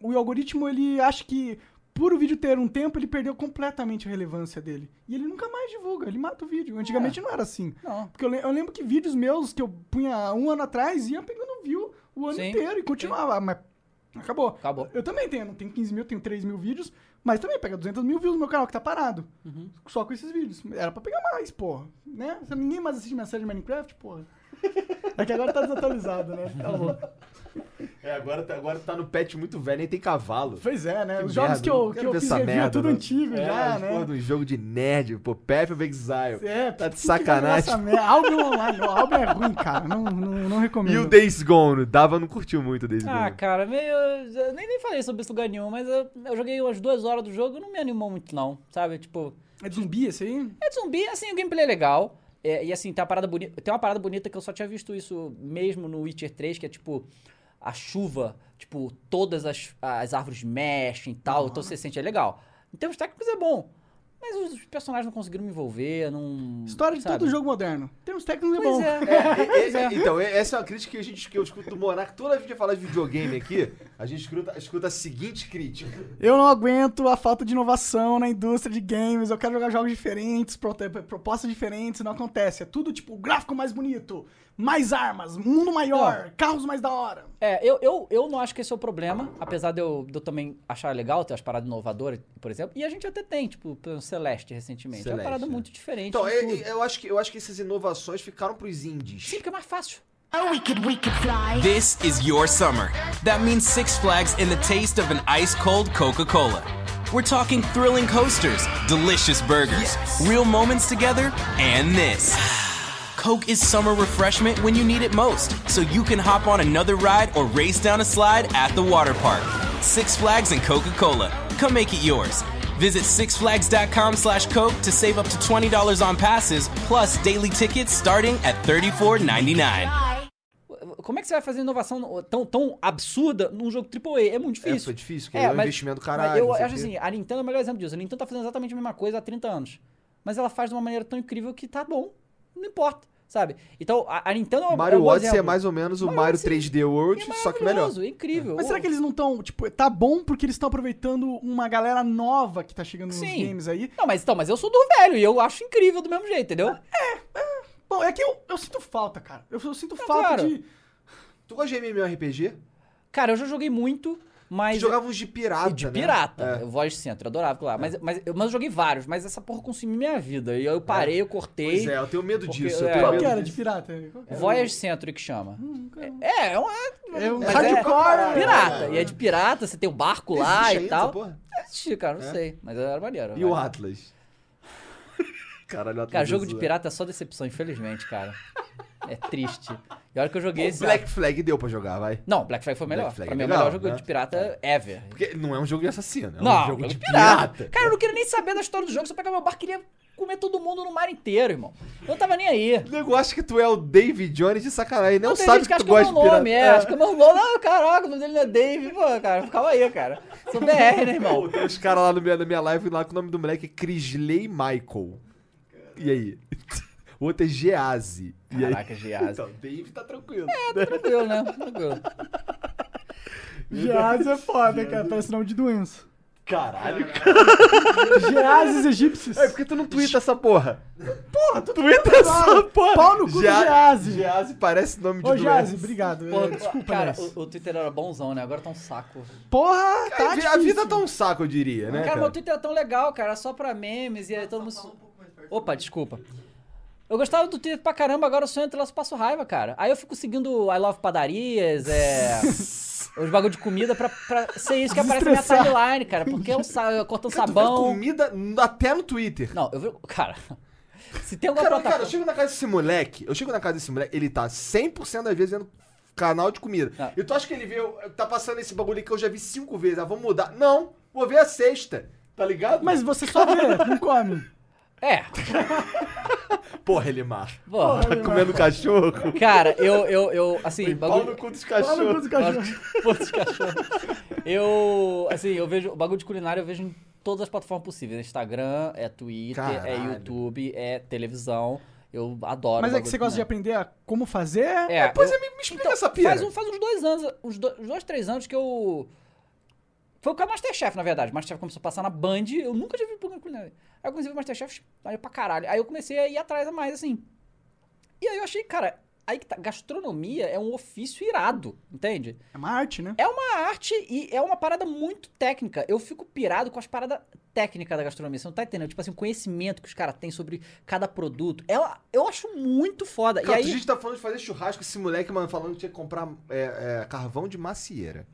o algoritmo, ele acha que por o vídeo ter um tempo, ele perdeu completamente a relevância dele. E ele nunca mais divulga, ele mata o vídeo. Antigamente É. não era assim. Não. Porque eu, le- eu lembro que vídeos meus que eu punha um ano atrás iam pegando view o ano Sim. inteiro e continuava, mas acabou. Acabou. Eu também tenho, não tenho 15 mil, tenho 3 mil vídeos, mas também pega 200 mil views no meu canal que tá parado. Uhum. Só com esses vídeos. Era pra pegar mais, porra. Né? Se Ninguém mais assiste minha série de Minecraft, porra. É que agora tá desatualizado, né? Tá louco. É, agora, tá- agora tá no pet muito velho, nem tem cavalo. Pois é, né? Que Os jogos merda, que não eu, quero que eu ver fiz essa review é merda, tudo né? antigo É, já, Porra, né? de um jogo de nerd, pô, Path of Exile. É, tá de por que que vai jogar sacanagem. essa merda? Albion Online, não, Albion é ruim, cara. Não, não, não recomendo. E o Days Gone, Dava não curtiu muito o Days Ah, Gone. cara, meio. Eu nem, nem falei sobre isso em lugar nenhum, mas eu, eu joguei umas duas horas do jogo e não me animou muito, não. Sabe? Tipo, É de zumbi esse aí? É de zumbi, assim, o gameplay é legal. É, e assim, tem uma, parada boni- tem uma parada bonita que eu só tinha visto isso mesmo no Witcher 3, que é tipo a chuva, tipo, todas as, as árvores mexem e tal, então você sente é legal. Em termos técnicos é bom. Mas os os personagens não conseguiram me envolver, não. História de sabe? todo jogo moderno. Tem uns técnicos é Pois bom. é. É, e- e- então, e- essa é uma crítica que, a gente, que eu escuto do Monark. Toda vez que a gente fala de videogame aqui, a gente escuta, escuta a seguinte crítica. Eu não aguento a falta de inovação na indústria de games. Eu quero jogar jogos diferentes, pro- é, propostas diferentes, não acontece. É tudo tipo gráfico mais bonito, mais armas, mundo maior, carros mais da hora. É, eu, eu, eu não acho que esse é o problema, apesar de eu, de eu também achar legal ter as paradas inovadoras, por exemplo. E a gente até tem, tipo, por exemplo, Celeste recentemente. é uma Celeste, parada é. muito diferente. Então, de eu, tudo. eu acho que, eu acho que essas inovações ficaram pros indies. Sim, porque é mais fácil. Oh, we could, we could fly. This is your summer. That means Six Flags in the taste of an ice cold Coca Cola. We're talking thrilling coasters, delicious burgers, real moments together, and this. Coke is summer refreshment when you need it most, so you can hop on another ride or race down a slide at the water park. Six Flags and Coca-Cola. Come make it yours. Visit sixflags.com slash Coke to save up to $20 on passes, plus daily tickets starting at $34.99. Como é que você vai fazer inovação no- tão, tão absurda num jogo AAA? É muito difícil. É, foi difícil, que é um investimento do caralho, Eu não sei o acho quê. assim, a Nintendo é o melhor exemplo disso. A Nintendo tá fazendo exatamente a mesma coisa há 30 anos. Mas ela faz de uma maneira tão incrível que tá bom. Não importa, sabe? Então, a, a Nintendo é um- é Mario um bom Odyssey é exemplo. mais ou menos o Mario Mario Odyssey 3D World, É só que melhor. maravilhoso, É incrível. Mas será O- que eles não estão, tipo, tá bom porque eles estão aproveitando uma galera nova que tá chegando nos Sim. games aí? Não, mas então, mas eu sou do velho e eu acho incrível do mesmo jeito, entendeu? Bom, é que eu, eu sinto falta, cara. Eu, eu sinto É, falta claro. de... Tu gosta de MMORPG? Cara, eu já joguei muito, mas. Tu jogava uns de pirata, de né? pirata. É. Eu Voice Center, eu adorava aquilo lá. Mas, mas, eu- mas eu joguei vários, mas essa porra consumiu minha vida. E eu parei, eu cortei. Pois é, eu tenho medo Porque- disso. eu é. tenho Qual medo que era de disso. pirata? Voyage Century que chama. É, é um é, É um mas hardcore, é pirata. E é de pirata, você tem o barco lá Existe ainda e essa tal. porra? É? Existe, cara, não sei. Mas era maneiro. E o vai. Atlas? Caralho, o Atlas. Cara, é jogo de zoado. pirata é só decepção, infelizmente, cara. É triste. E a hora que eu joguei Pô, esse. Black Flag deu pra jogar, vai. Não, Black Flag foi o melhor. Black Flag pra é mim, é o legal, melhor jogo né? de pirata ever. Porque não é um jogo de assassino, é não, um jogo de pirata. Cara, eu não queria nem saber da história do jogo, só pegava meu barco e queria comer todo mundo no mar inteiro, irmão. Eu não tava nem aí. O nego acha que tu é o David Jones de sacanagem. Não, Não, tem sabe gente que que acha tu que é gosta de o meu pirata. nome, é. Acho que é o meu nome. Não, caraca, o nome dele não é Dave. Pô, cara, calma aí, cara. Sou BR, né, Pô, irmão? tem uns caras lá no meu- na minha live lá com o nome do moleque é Crisley Michael. E aí? O outro é Geazi. E aí? Caraca, Giaz. Então, Dave tá tranquilo. Tranquilo, né? Tranquilo. Geazi é foda, cara. Parece nome de doença. Caralho, cara. Geazes egípcios. É porque tu não twitta essa porra. porra, tu Twitta essa porra. Pau no cu do Gea- Geazi. Geazi parece nome de um Ô, Geazi, doença. obrigado. Pô, É, Desculpa, cara, cara. o, o Twitter era bonzão, né? Agora tá um saco. Cara, Porra, tá a vi- a difícil. vida tá um saco, eu diria, né? Cara, Cara, mas o Twitter era tão legal, cara. Era só pra memes e aí todo mundo. Opa, desculpa. Eu gostava do Twitter pra caramba, agora eu só entro lá só passo raiva, cara. Aí eu fico seguindo I Love Padarias, é. os bagulho de comida pra, pra ser isso que aparece na minha Desestressar. timeline, cara. Porque eu, sa... eu cortando Tu vê sabão. comida n- até no Twitter. Não, eu vi. Cara, se tem alguma Cara, plataforma. cara, eu chego na casa desse moleque, eu chego na casa desse moleque, ele tá 100% das vezes vendo canal de comida. Ah. E tu acha que ele vê, tá passando esse bagulho que eu já vi cinco vezes, ah, vamos mudar. Não, vou ver a sexta, tá ligado? Mas você só vê, não come. É, Porra, Elimar, porra. tá comendo cachorro? Cara, eu, eu, eu, assim, Pau bagulho. no cu dos Pau no cachorros. cu do cachorro. Foda-se cachorro. Eu, assim, eu vejo bagulho de culinária, eu vejo em todas as plataformas possíveis. É Instagram, é Twitter, é Caralho. YouTube, é televisão. Eu adoro. Mas é bagulho que você gosta de culinária. aprender a como fazer? É, Pois eu- é, me, me explica essa pira. Faz, um- faz uns dois anos, uns do- uns dois, três anos que eu. Foi com a Masterchef, na verdade. Masterchef começou a passar na Band, eu nunca tive problema com culinária. Aí eu comecei a ver Masterchef, aí pra caralho. Aí eu comecei a ir atrás a mais, assim. E aí eu achei, cara, aí que tá. Gastronomia é um ofício irado, entende? É uma arte, né? É uma arte e é uma parada muito técnica. Eu fico pirado com as paradas técnicas da gastronomia. Você não tá entendendo? Tipo assim, o conhecimento que os caras têm sobre cada produto. Ela, eu acho muito foda. Cara, e a aí. gente tá falando de fazer churrasco, esse moleque, mano, falando que tinha que comprar é, é, carvão de macieira.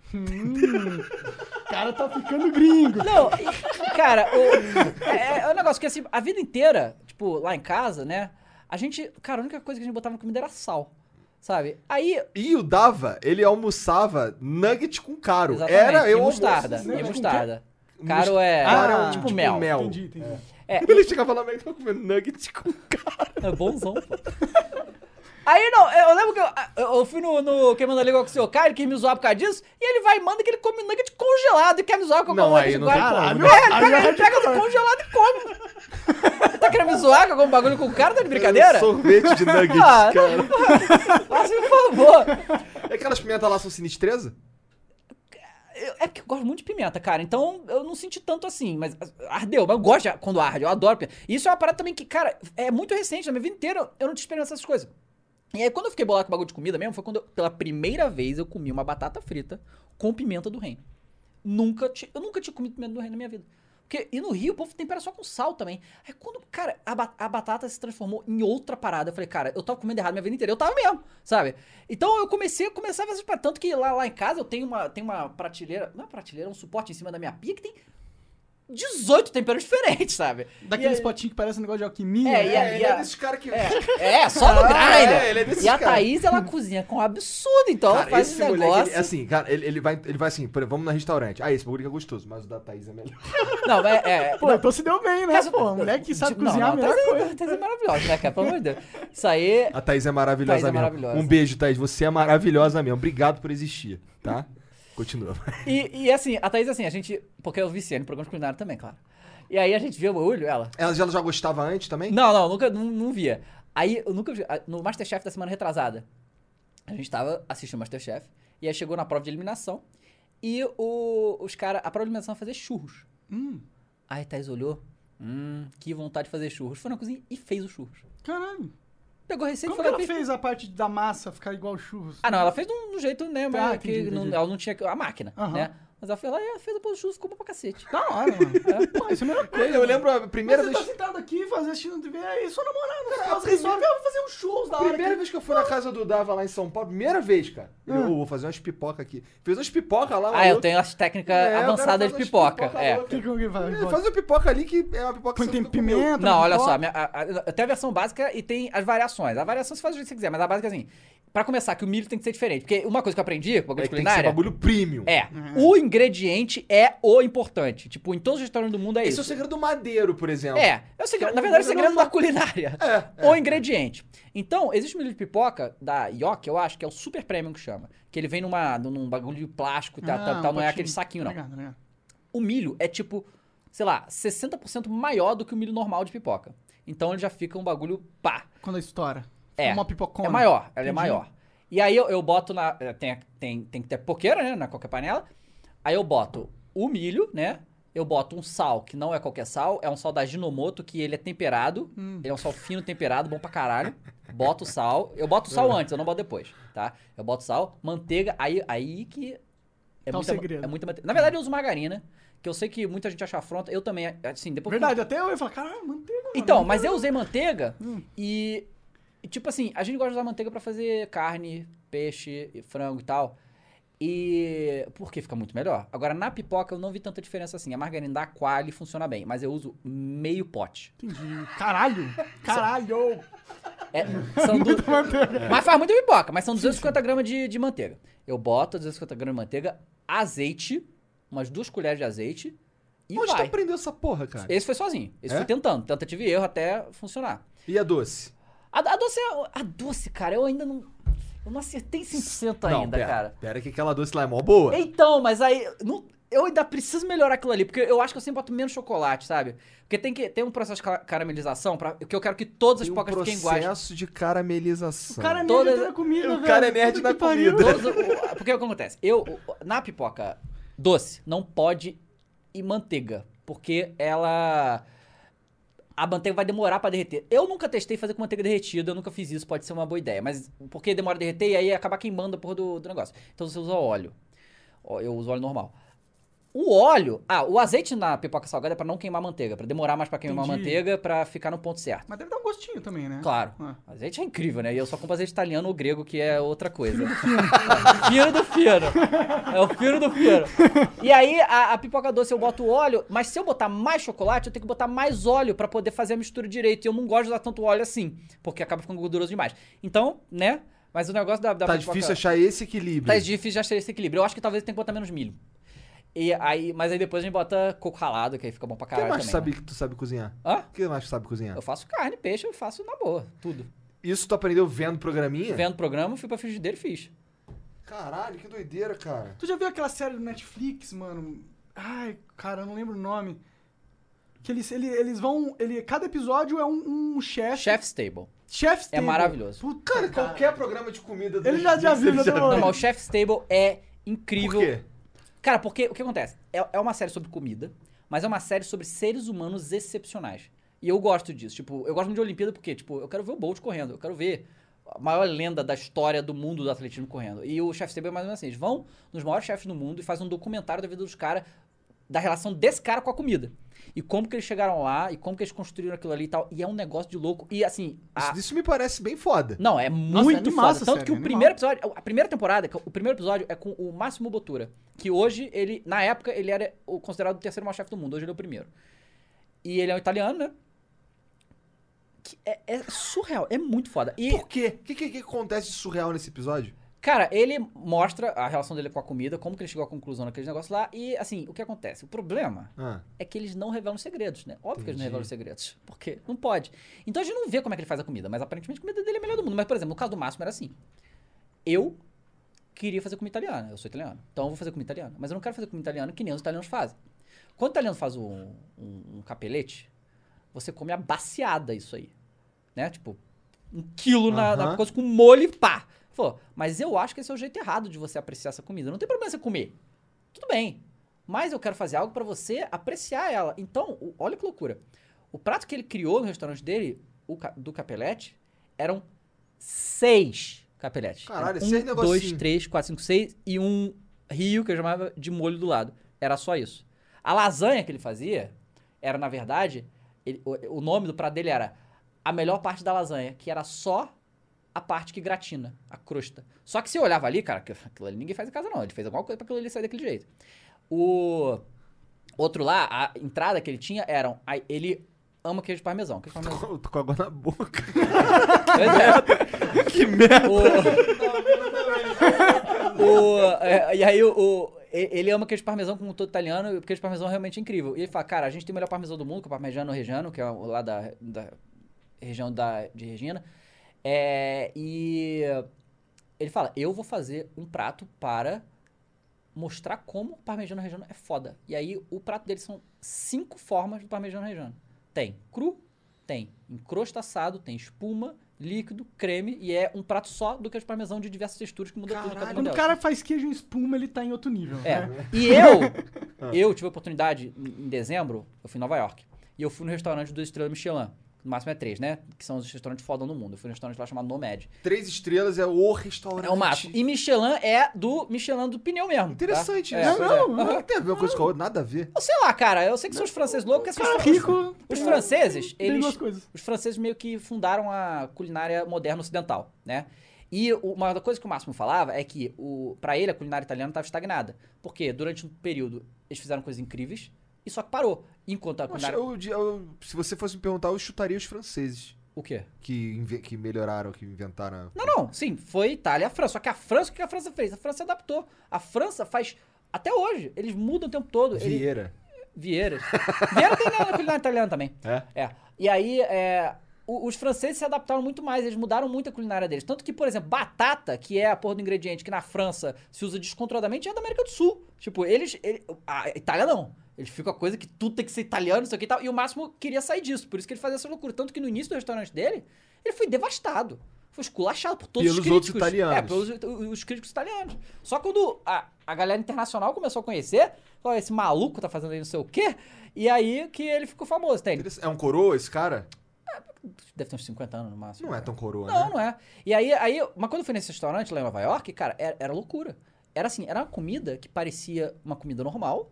O cara tá ficando gringo. Não, e- cara, o, é, é um negócio que assim, a vida inteira, tipo, lá em casa, né? A gente. Cara, a única coisa que a gente botava na comida era sal. Sabe? Aí. E o Dava, ele almoçava nugget com caro. Exatamente. Era eu e almoço. mostarda. né? E Com mostarda. Caro é. Caro é um tipo tipo mel. mel. Entendi, entendi. É, Ele chegava lá e tava comendo nugget com É bonzão, pô. Aí não, eu lembro que eu, eu- eu fui no, no Queimando a Língua com o seu cara, ele quis me zoar por causa disso, e ele vai e manda que ele come nugget congelado e quer me zoar com Não, aí nugget não tem guarda- como, né? É, ele pega, ele pega do congelado e come. tá querendo me zoar com algum bagulho com o cara? Tá de brincadeira? sorvete de nuggets, Ah, cara. Faça um favor. É aquelas pimentas lá são sinistreza? Eu- é porque eu gosto muito de pimenta, cara. Então eu não senti tanto assim, mas ardeu. Mas eu gosto de- quando arde, eu adoro pimenta. E isso é uma parada também que, cara, é muito recente. Na minha vida inteira eu não tinha experimentado essas coisas. E aí, quando eu fiquei bolado com bagulho de comida mesmo, foi quando, eu- pela primeira vez, eu comi uma batata frita com pimenta do reino. Nunca ti- eu nunca tinha comido pimenta do reino na minha vida. Porque, e no Rio, o povo tempera só com sal também. Aí quando, cara, a, ba- a batata se transformou em outra parada, eu falei, cara, eu tava comendo errado minha vida inteira. Eu tava mesmo, sabe? Então eu comecei, começava essas paradas. Tanto que lá, lá em casa eu tenho uma, tenho uma prateleira, não é prateleira, é um suporte em cima da minha pia que tem 18 temperos diferentes, sabe? Daquele E aí- potinho que parece um negócio de alquimia. É, né? e a- ele é desses caras que. É, é, só no Ah, grinder. é, ele é desses e a caras. Thaís, ela cozinha com um absurdo, então ela Cara, faz esse esse negócio. moleque, ele, assim, cara, ele, ele vai, ele vai assim, por exemplo, vamos no restaurante. Ah, esse bagulho que é gostoso, mas o da Thaís é melhor. Não, é. é Pô, então se deu bem, né, Mas- pô? Moleque que sabe Não, cozinhar não, a melhor Thaís é- coisa. Thaís é maravilhosa, né, cara? Pelo amor de Deus. Isso aí. A Thaís é maravilhosa Thaís é mesmo. maravilhosa. Um beijo, Thaís. Você é maravilhosa mesmo. Obrigado por existir, tá? Continua. E, e assim, a Thaís, assim, a gente. Porque eu viciei no programa de culinária também, claro. E aí a gente vê o olho, ela. Ela já, ela já gostava antes também? Não, não, nunca não, não via. Aí, eu nunca vi. ah, No Masterchef da semana retrasada, a gente tava assistindo Masterchef, e aí chegou na prova de eliminação, e o, os caras. A prova de eliminação ia fazer churros. Hum. Aí a Thaís olhou, hum, que vontade de fazer churros. Foi na cozinha e fez os churros. Caralho. Pegou a receita e Como foi que lá ela e fez. fez a parte da massa ficar igual churros? Ah, não, ela fez de um de um jeito, né? Mas Ah, que entendi, não- entendi. ela não tinha a máquina, Aham. Ah, né? Mas ela foi lá e ela fez a pôr dos churros, ficou bom pra cacete. Da hora, mano. Pô, isso é a melhor coisa. Eu lembro a primeira Primeira você vez. tá sentado aqui, fazendo assistindo TV, aí sua namorada, cara, ela resolve, ah, vou fazer uns shows da A hora primeira aqui. vez que eu fui na casa do Dava lá em São Paulo, primeira vez, cara. Ele, "Ô, vou fazer umas pipoca aqui. Fez umas pipoca lá. Ah, eu tenho as técnicas É, avançadas de pipoca. é. O que que alguém faz? Faz uma pipoca ali que é uma pipoca Põe que você tem nunca comeu. pimenta. Não, olha pipoca. só, a minha- a- a- tem a versão básica e tem as variações. A variação você faz do jeito que você quiser, mas a básica é assim. Pra começar, que o milho tem que ser diferente. Porque uma coisa que eu aprendi com o bagulho É de que tem que ser culinária. bagulho premium. É, o ingrediente é o importante. Tipo, em todos os restaurantes do mundo é Esse isso. é o segredo do madeiro, por exemplo. É, é o segredo, na verdade, é o segredo da culinária. É, O ingrediente. Então, existe um milho de pipoca da York, eu acho, que é o super premium que chama. Que ele vem numa, num bagulho de plástico, tal, Ah, tal, tal, um não é potinho. aquele saquinho, não. Obrigado, obrigado. O milho é tipo, sei lá, 60% maior do que o milho normal de pipoca. Então ele já fica um bagulho pá. Quando estoura. É. Uma pipocona. É maior, ela é Entendi. maior. E aí eu, eu boto na. eh, Tem, tem, tem que ter poqueira, né? Na qualquer panela. Aí eu boto o milho, né? Eu boto um sal, que não é qualquer sal, é um sal da Ginomoto, que ele é temperado. Hum. Ele é um sal fino temperado, bom pra caralho. Boto o sal. Eu boto o É. sal antes, eu não boto depois, tá? Eu boto sal, manteiga, aí, aí que. É Tá o muita, segredo. é muita mante- Na verdade, eu uso margarina, que eu sei que muita gente acha afronta. Eu também, assim, depois. que- Verdade, até eu ia falar, caralho, manteiga. mano. então, mas eu usei manteiga Hum. e, e, tipo assim, a gente gosta de usar manteiga pra fazer carne, peixe, e frango e tal. E porque fica muito melhor. Agora, na pipoca eu não vi tanta diferença assim. A margarina da Quali funciona bem, mas eu uso meio pote. Entendi. Caralho. Caralho. É, são du... Mas faz muita pipoca, mas são 250 gramas de, de manteiga. Eu boto 250 gramas de manteiga, azeite, umas duas colheres de azeite e Onde tu vai. aprendeu essa porra, cara? Esse foi sozinho. Esse É? foi tentando, tentativa e erro até funcionar. E a doce? A, a doce, é- a doce, cara, eu ainda não. Eu não acertei 100% ainda, não, pera, cara. Pera que aquela doce lá é mó boa. Então, mas aí. não- eu ainda preciso melhorar aquilo ali, porque eu acho que eu sempre boto menos chocolate, sabe? Porque tem, que, tem um processo de ca- caramelização pra, que eu quero que todas as Tem um pocas fiquem iguais. processo de caramelização. O cara é nerd Toda- até na comida, O velho. cara é nerd Puta na que pariu. comida. Todos, o- o- porque o que acontece? Eu, o- na pipoca doce, não pode ir manteiga, porque ela. A manteiga vai demorar pra derreter. Eu nunca testei fazer com manteiga derretida, eu nunca fiz isso, pode ser uma boa ideia. Mas porque demora a derreter e aí acaba queimando a porra do, do negócio. Então você usa óleo. Ó, Eu uso óleo normal. O óleo. Ah, o azeite na pipoca salgada é pra não queimar a manteiga, pra demorar mais pra queimar a Entendi. manteiga, pra ficar no ponto certo. Mas deve dar um gostinho também, né? Claro. Ah. Azeite é incrível, né? E eu só compro azeite italiano ou grego, que é outra coisa. fino do fino. É o fino do fino. E aí, a, a pipoca doce eu boto óleo, mas se eu botar mais chocolate, eu tenho que botar mais óleo pra poder fazer a mistura direito. E eu não gosto de usar tanto óleo assim, porque acaba ficando gorduroso demais. Então, né? Mas o negócio da, da Tá pipoca- difícil achar esse equilíbrio. Tá difícil de achar esse equilíbrio. Eu acho que talvez tenha que botar menos milho. E aí, mas aí depois a gente bota coco ralado, que aí fica bom pra O que caralho mais tu sabe É. também. né? que tu sabe cozinhar? Hã? O que mais tu sabe cozinhar? Eu faço carne, peixe, eu faço na boa, tudo. Isso tu aprendeu vendo programinha? Vendo o programa, fui pra frigideira e fiz. Caralho, que doideira, cara. Tu já viu aquela série do Netflix, mano? Ai, cara, eu não lembro o nome. Que eles, ele- eles vão. Ele, cada episódio é um, um chefe. Chef's Table. Chef's É Table. maravilhoso. Puta, Cara, qualquer programa de comida do Ele já- já viu, ele já deu uma Não, olhada. mas o Chef's Table é incrível. Por quê? Cara, porque o que acontece? É, é uma série sobre comida, mas é uma série sobre seres humanos excepcionais. E eu gosto disso. Tipo, eu gosto muito de Olimpíada porque, tipo, eu quero ver o Bolt correndo, eu quero ver a maior lenda da história do mundo do atletismo correndo. E o Chef's Table é mais ou menos assim. Eles vão nos maiores chefes do mundo e fazem um documentário da vida dos caras da relação desse cara com a comida. E como que eles chegaram lá, e como que eles construíram aquilo ali e tal. E é um negócio de louco. E assim. a- Isso, isso me parece bem foda. Não, é muito animal massa. essa Tanto série, que o animal. primeiro episódio, a primeira temporada, o primeiro episódio é com o Máximo Botura, que hoje ele, na época, ele era o- considerado o terceiro maior chefe do mundo, hoje ele é o primeiro. E ele é um italiano, né? Que é, é surreal, é muito foda. E Por quê? O que, que, que acontece de surreal nesse episódio? Cara, ele mostra a relação dele com a comida, como que ele chegou à conclusão naquele negócio lá, e assim, o que acontece? O problema Ah, é que eles não revelam segredos, né? Óbvio que Entendi. eles não revelam segredos, porque não pode. Então a gente não vê como é que ele faz a comida, mas aparentemente a comida dele é a melhor do mundo. Mas, por exemplo, no caso do Máximo era assim. Eu queria fazer comida italiana, eu sou italiano, então eu vou fazer comida italiana. Mas eu não quero fazer comida italiana que nem os italianos fazem. Quando o italiano faz um, um, um capelete, você come a baciada isso aí, né? Tipo, um quilo na, na Aham. coisa com molho e pá. Ele Falou, mas eu acho que esse é o jeito errado de você apreciar essa comida. Não tem problema você comer. Tudo bem. Mas eu quero fazer algo pra você apreciar ela. Então, o- olha que loucura. O prato que ele criou no restaurante dele, o ca- do capelete, eram seis capeletes. Caralho, Era seis um, negocinho. dois, três, quatro, cinco, seis e um rio que eu chamava de molho do lado. Era só isso. A lasanha que ele fazia era, na verdade, ele- o, o nome do prato dele era a melhor parte da lasanha, que era só a parte que gratina, a crusta. Só que você olhava ali, cara, que- aquilo ali ninguém faz em casa não. Ele fez alguma coisa pra aquilo ali sair daquele jeito. O outro lá, a entrada que ele tinha eram... aí ele ama queijo parmesão. Queijo parmesão. tô, tô com água na boca. é. que merda! O, é, e aí, o, o- e- ele ama queijo parmesão como um todo italiano, e o queijo parmesão é realmente incrível. E ele fala, cara, a gente tem o melhor parmesão do mundo, que é o parmegiano reggiano, que é o lá da, da região da, de Regina. É, e ele fala, eu vou fazer um prato para mostrar como o parmegiano reggiano é foda. E aí, o prato dele são cinco formas do parmegiano reggiano. Tem cru, tem encrosto assado, tem espuma, líquido, creme, e é um prato só do queijo parmesão de diversas texturas que muda tudo. cada uma Quando o delas. cara faz queijo em espuma, ele tá em outro nível. É. né? Ah. E eu, eu tive a oportunidade em em dezembro, eu fui em Nova York. E eu fui no restaurante do Estrela Michelin. No máximo é três, né? Que são os restaurantes fodão do mundo. Eu fui num restaurante lá chamado Nomad. Três estrelas é o restaurante. É o máximo. E Michelin é do Michelin do pneu mesmo. tá? Interessante né? É, isso. pois não, é. não, não tem a ver uma coisa com a outra, nada a ver. Eu sei lá, cara. Eu sei que são os franceses loucos. que esses Cara fran- rico. Os tem- franceses, tem eles. duas coisas. Os franceses meio que fundaram a culinária moderna ocidental, né? E o- uma da coisa que o Máximo falava é que o para ele a culinária italiana estava estagnada, porque durante um período eles fizeram coisas incríveis e só que parou. Enquanto a Eu, culinária eu- eu- se você fosse me perguntar, eu chutaria os franceses o quê? que, inve- que melhoraram, que inventaram. Não, não, sim, foi Itália e a França. Só que a França, o que a França fez? A França se adaptou. A França faz até hoje, eles mudam o tempo todo. Eles- Vieira. Vieiras. Vieira tem na na culinária italiana também. É? É. E aí, é, o- os franceses se adaptaram muito mais, eles mudaram muito a culinária deles. Tanto que, por exemplo, batata, que é a porra do ingrediente que na França se usa descontroladamente, é da América do Sul. Tipo, eles. ele- a Itália não. Eles ficam com a coisa que tudo tem que ser italiano, isso aqui e tal. E o Máximo queria sair disso, por isso que ele fazia essa loucura. Tanto que no início do restaurante dele, ele foi devastado. Foi esculachado por todos os Pelos críticos. outros italianos. É, pelos os, os críticos italianos. Só quando a, a galera internacional começou a conhecer, falou, esse maluco tá fazendo aí não sei o quê, e aí que ele ficou famoso. Tem, Interessa- É um coroa esse cara? Deve ter uns 50 anos no máximo. Não é cara. tão coroa, Não, né? não é. E aí, aí, mas quando eu fui nesse restaurante lá em Nova York, cara, era, era loucura. Era assim, era uma comida que parecia uma comida normal,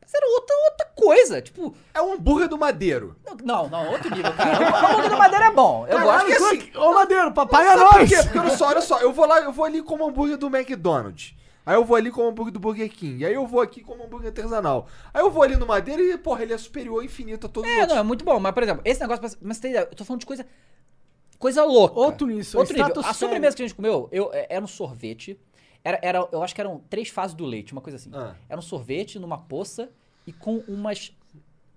mas era outra, outra coisa. Tipo, É um hambúrguer do madeiro. não, não, outro nível, cara. O mundo da madeira é bom. Eu Caralho, gosto. que- assim, Ô, Madeiro, papai é Sabe por nós! quê? Porque olha só, olha só, eu vou lá, eu vou ali como hambúrguer do McDonald's. Aí eu vou ali como hambúrguer do Burger King. Aí eu vou aqui como hambúrguer artesanal. Aí eu vou ali no Madeira e, porra, ele é superior infinito a todo É, mundo. não, é muito bom. Mas, por exemplo, esse negócio. parece- Mas você tem ideia, eu tô falando de coisa. Coisa louca. Outro isso, é Outro nível. A estratosférico. sobremesa que a gente comeu eu, é- era um sorvete. Era, era, eu acho que eram três fases do leite, uma coisa assim. Ah. Era um sorvete numa poça e com umas.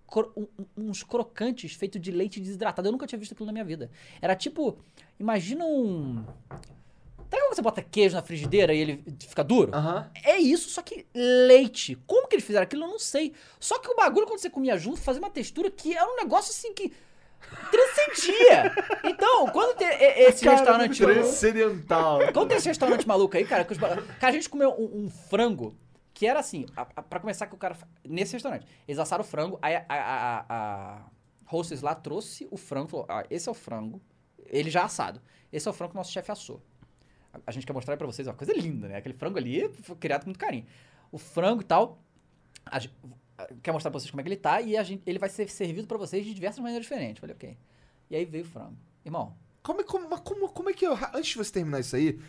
cro- um- um- uns crocantes feitos de leite desidratado. Eu nunca tinha visto aquilo na minha vida. Era tipo. Imagina um. Tá ligado quando você bota queijo na frigideira e ele fica duro? Aham. É isso, só que leite. Como que eles fizeram aquilo, eu não sei. Só que o bagulho, quando você comia junto, fazia uma textura que era um negócio assim que transcendia. Então, quando tem e- esse Cara, restaurante. maluco- Transcendental. Quando tem esse restaurante maluco aí, cara, que os ba- cara, a gente comeu um, um frango que era assim. A, a- pra começar, que o cara. fa- Nesse restaurante, eles assaram o frango, aí a, a, a, a- a hostess lá trouxe o frango, falou: ah, esse é o frango, ele já assado. Esse é o frango que o nosso chefe assou. A- A gente quer mostrar pra vocês uma coisa linda, né? Aquele frango ali foi criado com muito carinho. O frango e tal. a gen- ah, quer mostrar pra vocês como é que ele tá e a gente, ele vai ser servido pra vocês de diversas maneiras diferentes. Eu Falei, ok. E aí veio o frango. Irmão, Como, é- como, mas como, como é que eu. Antes de você terminar isso aí,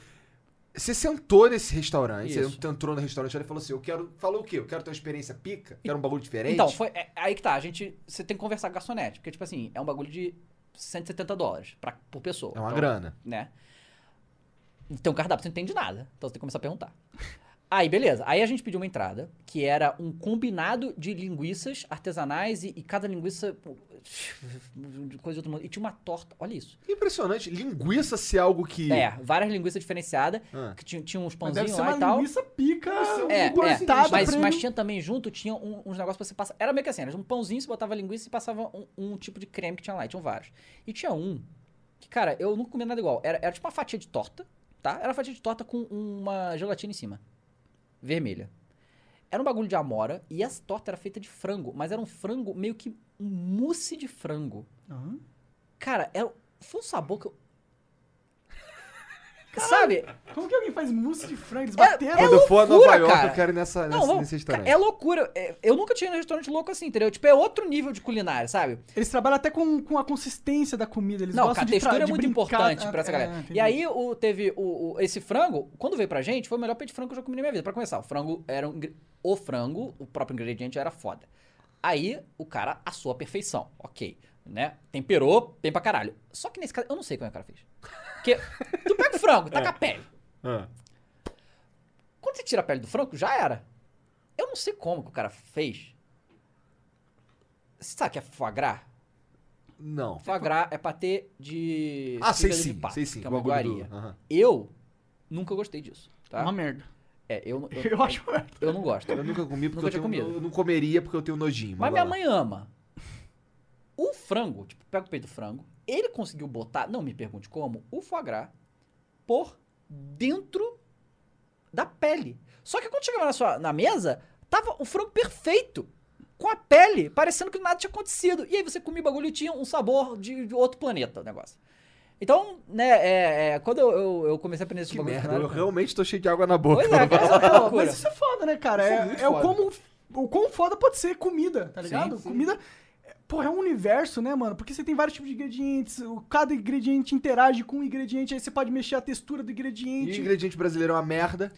você sentou nesse restaurante, Isso. você entrou no restaurante e falou assim: eu quero. Falou o quê? Eu quero ter uma experiência pica? Quero um bagulho diferente? Então, foi, é- aí que tá. A gente. Você tem que conversar com a garçonete, porque, tipo assim, é um bagulho de 170 dólares pra, por pessoa. É uma Então, grana. Né? Então, o cardápio você não entende nada. Então você tem que começar a perguntar. Aí, beleza. Aí a gente pediu uma entrada, que era um combinado de linguiças artesanais e, e cada linguiça. pô, de coisa de outro mundo. E tinha uma torta. Olha isso. Impressionante. Linguiça ser algo que. É, várias linguiças diferenciadas, Ah. que tinha, tinha uns Mas deve pãozinhos ser lá uma e tal. linguiça pica. um É, é, gostada mas, pra mas ele. tinha também junto, tinha um- uns negócios pra você passar. Era meio que assim, era um pãozinho, você botava linguiça e passava um, um tipo de creme que tinha lá, e tinham vários. E tinha um que, cara, eu nunca comi nada igual. Era, era tipo uma fatia de torta, tá? Era uma fatia de torta com uma gelatina em cima. Vermelha. Era um bagulho de amora e essa torta era feita de frango, mas era um frango meio que um mousse de frango. Aham. Cara, era, foi um sabor que eu. Sabe? Como que alguém faz mousse de frango? Eles É- bateram. Quando eu for a Nova loucura, York, cara. eu quero ir nessa, nessa- vamos- nesse restaurante. É loucura. É, Eu nunca tinha ido num restaurante louco assim, entendeu? Tipo, é outro nível de culinária, sabe? Eles trabalham até com, com a consistência da comida. Eles não, cara, gostam a de tra- textura é de muito brincar- importante Ah, pra essa é, galera. entendi. e aí o, teve o, o- esse frango, quando veio pra gente, foi o melhor pé de frango que eu já comi na minha vida. Pra começar, o frango era um ingre- o frango, o próprio ingrediente era foda. Aí o cara assou a perfeição, ok. Né? Temperou bem pra caralho. Só que nesse caso, eu não sei como é que o cara fez. Porque tu pega o frango, É. taca a pele. Ah. Quando você tira a pele do frango, já era. Eu não sei como que o cara fez. Você sabe o que é foie gras? Não. Foie gras é patê de. Ah, sei fígado de sim, pato, sei sim. Que é uma bagulho do- iguaria. aham. Eu nunca gostei disso. Tá? Uma merda. É, eu, eu, Eu acho merda. eu não gosto. Eu nunca comi porque Nunca eu, tinha tenho, um, comido. eu não comeria porque eu tenho nojinho. vai Mas minha lá. mãe ama. O frango, tipo, pega o peito do frango, ele conseguiu botar, não me pergunte como, o foie gras por dentro da pele. Só que quando chegava na, sua, na mesa, tava o frango perfeito. Com a pele, parecendo que nada tinha acontecido. E aí você comia o bagulho e tinha um sabor de, de outro planeta o negócio. Então, né, é, é, quando eu, eu- eu comecei a aprender esse Que bagulho. de merda, eu culinária, realmente tô cheio de água na boca. né, Pois é, cara, essa é uma Não, loucura. mas isso é foda, né, cara? Isso é É, muito é o foda. como. O quão foda pode ser comida, tá Sim, ligado? sim. Comida. é, Porra, é um universo, né, mano? Porque você tem vários tipos de ingredientes, o- cada ingrediente interage com um ingrediente, aí você pode mexer a textura do E o ingrediente. ingrediente brasileiro é uma merda.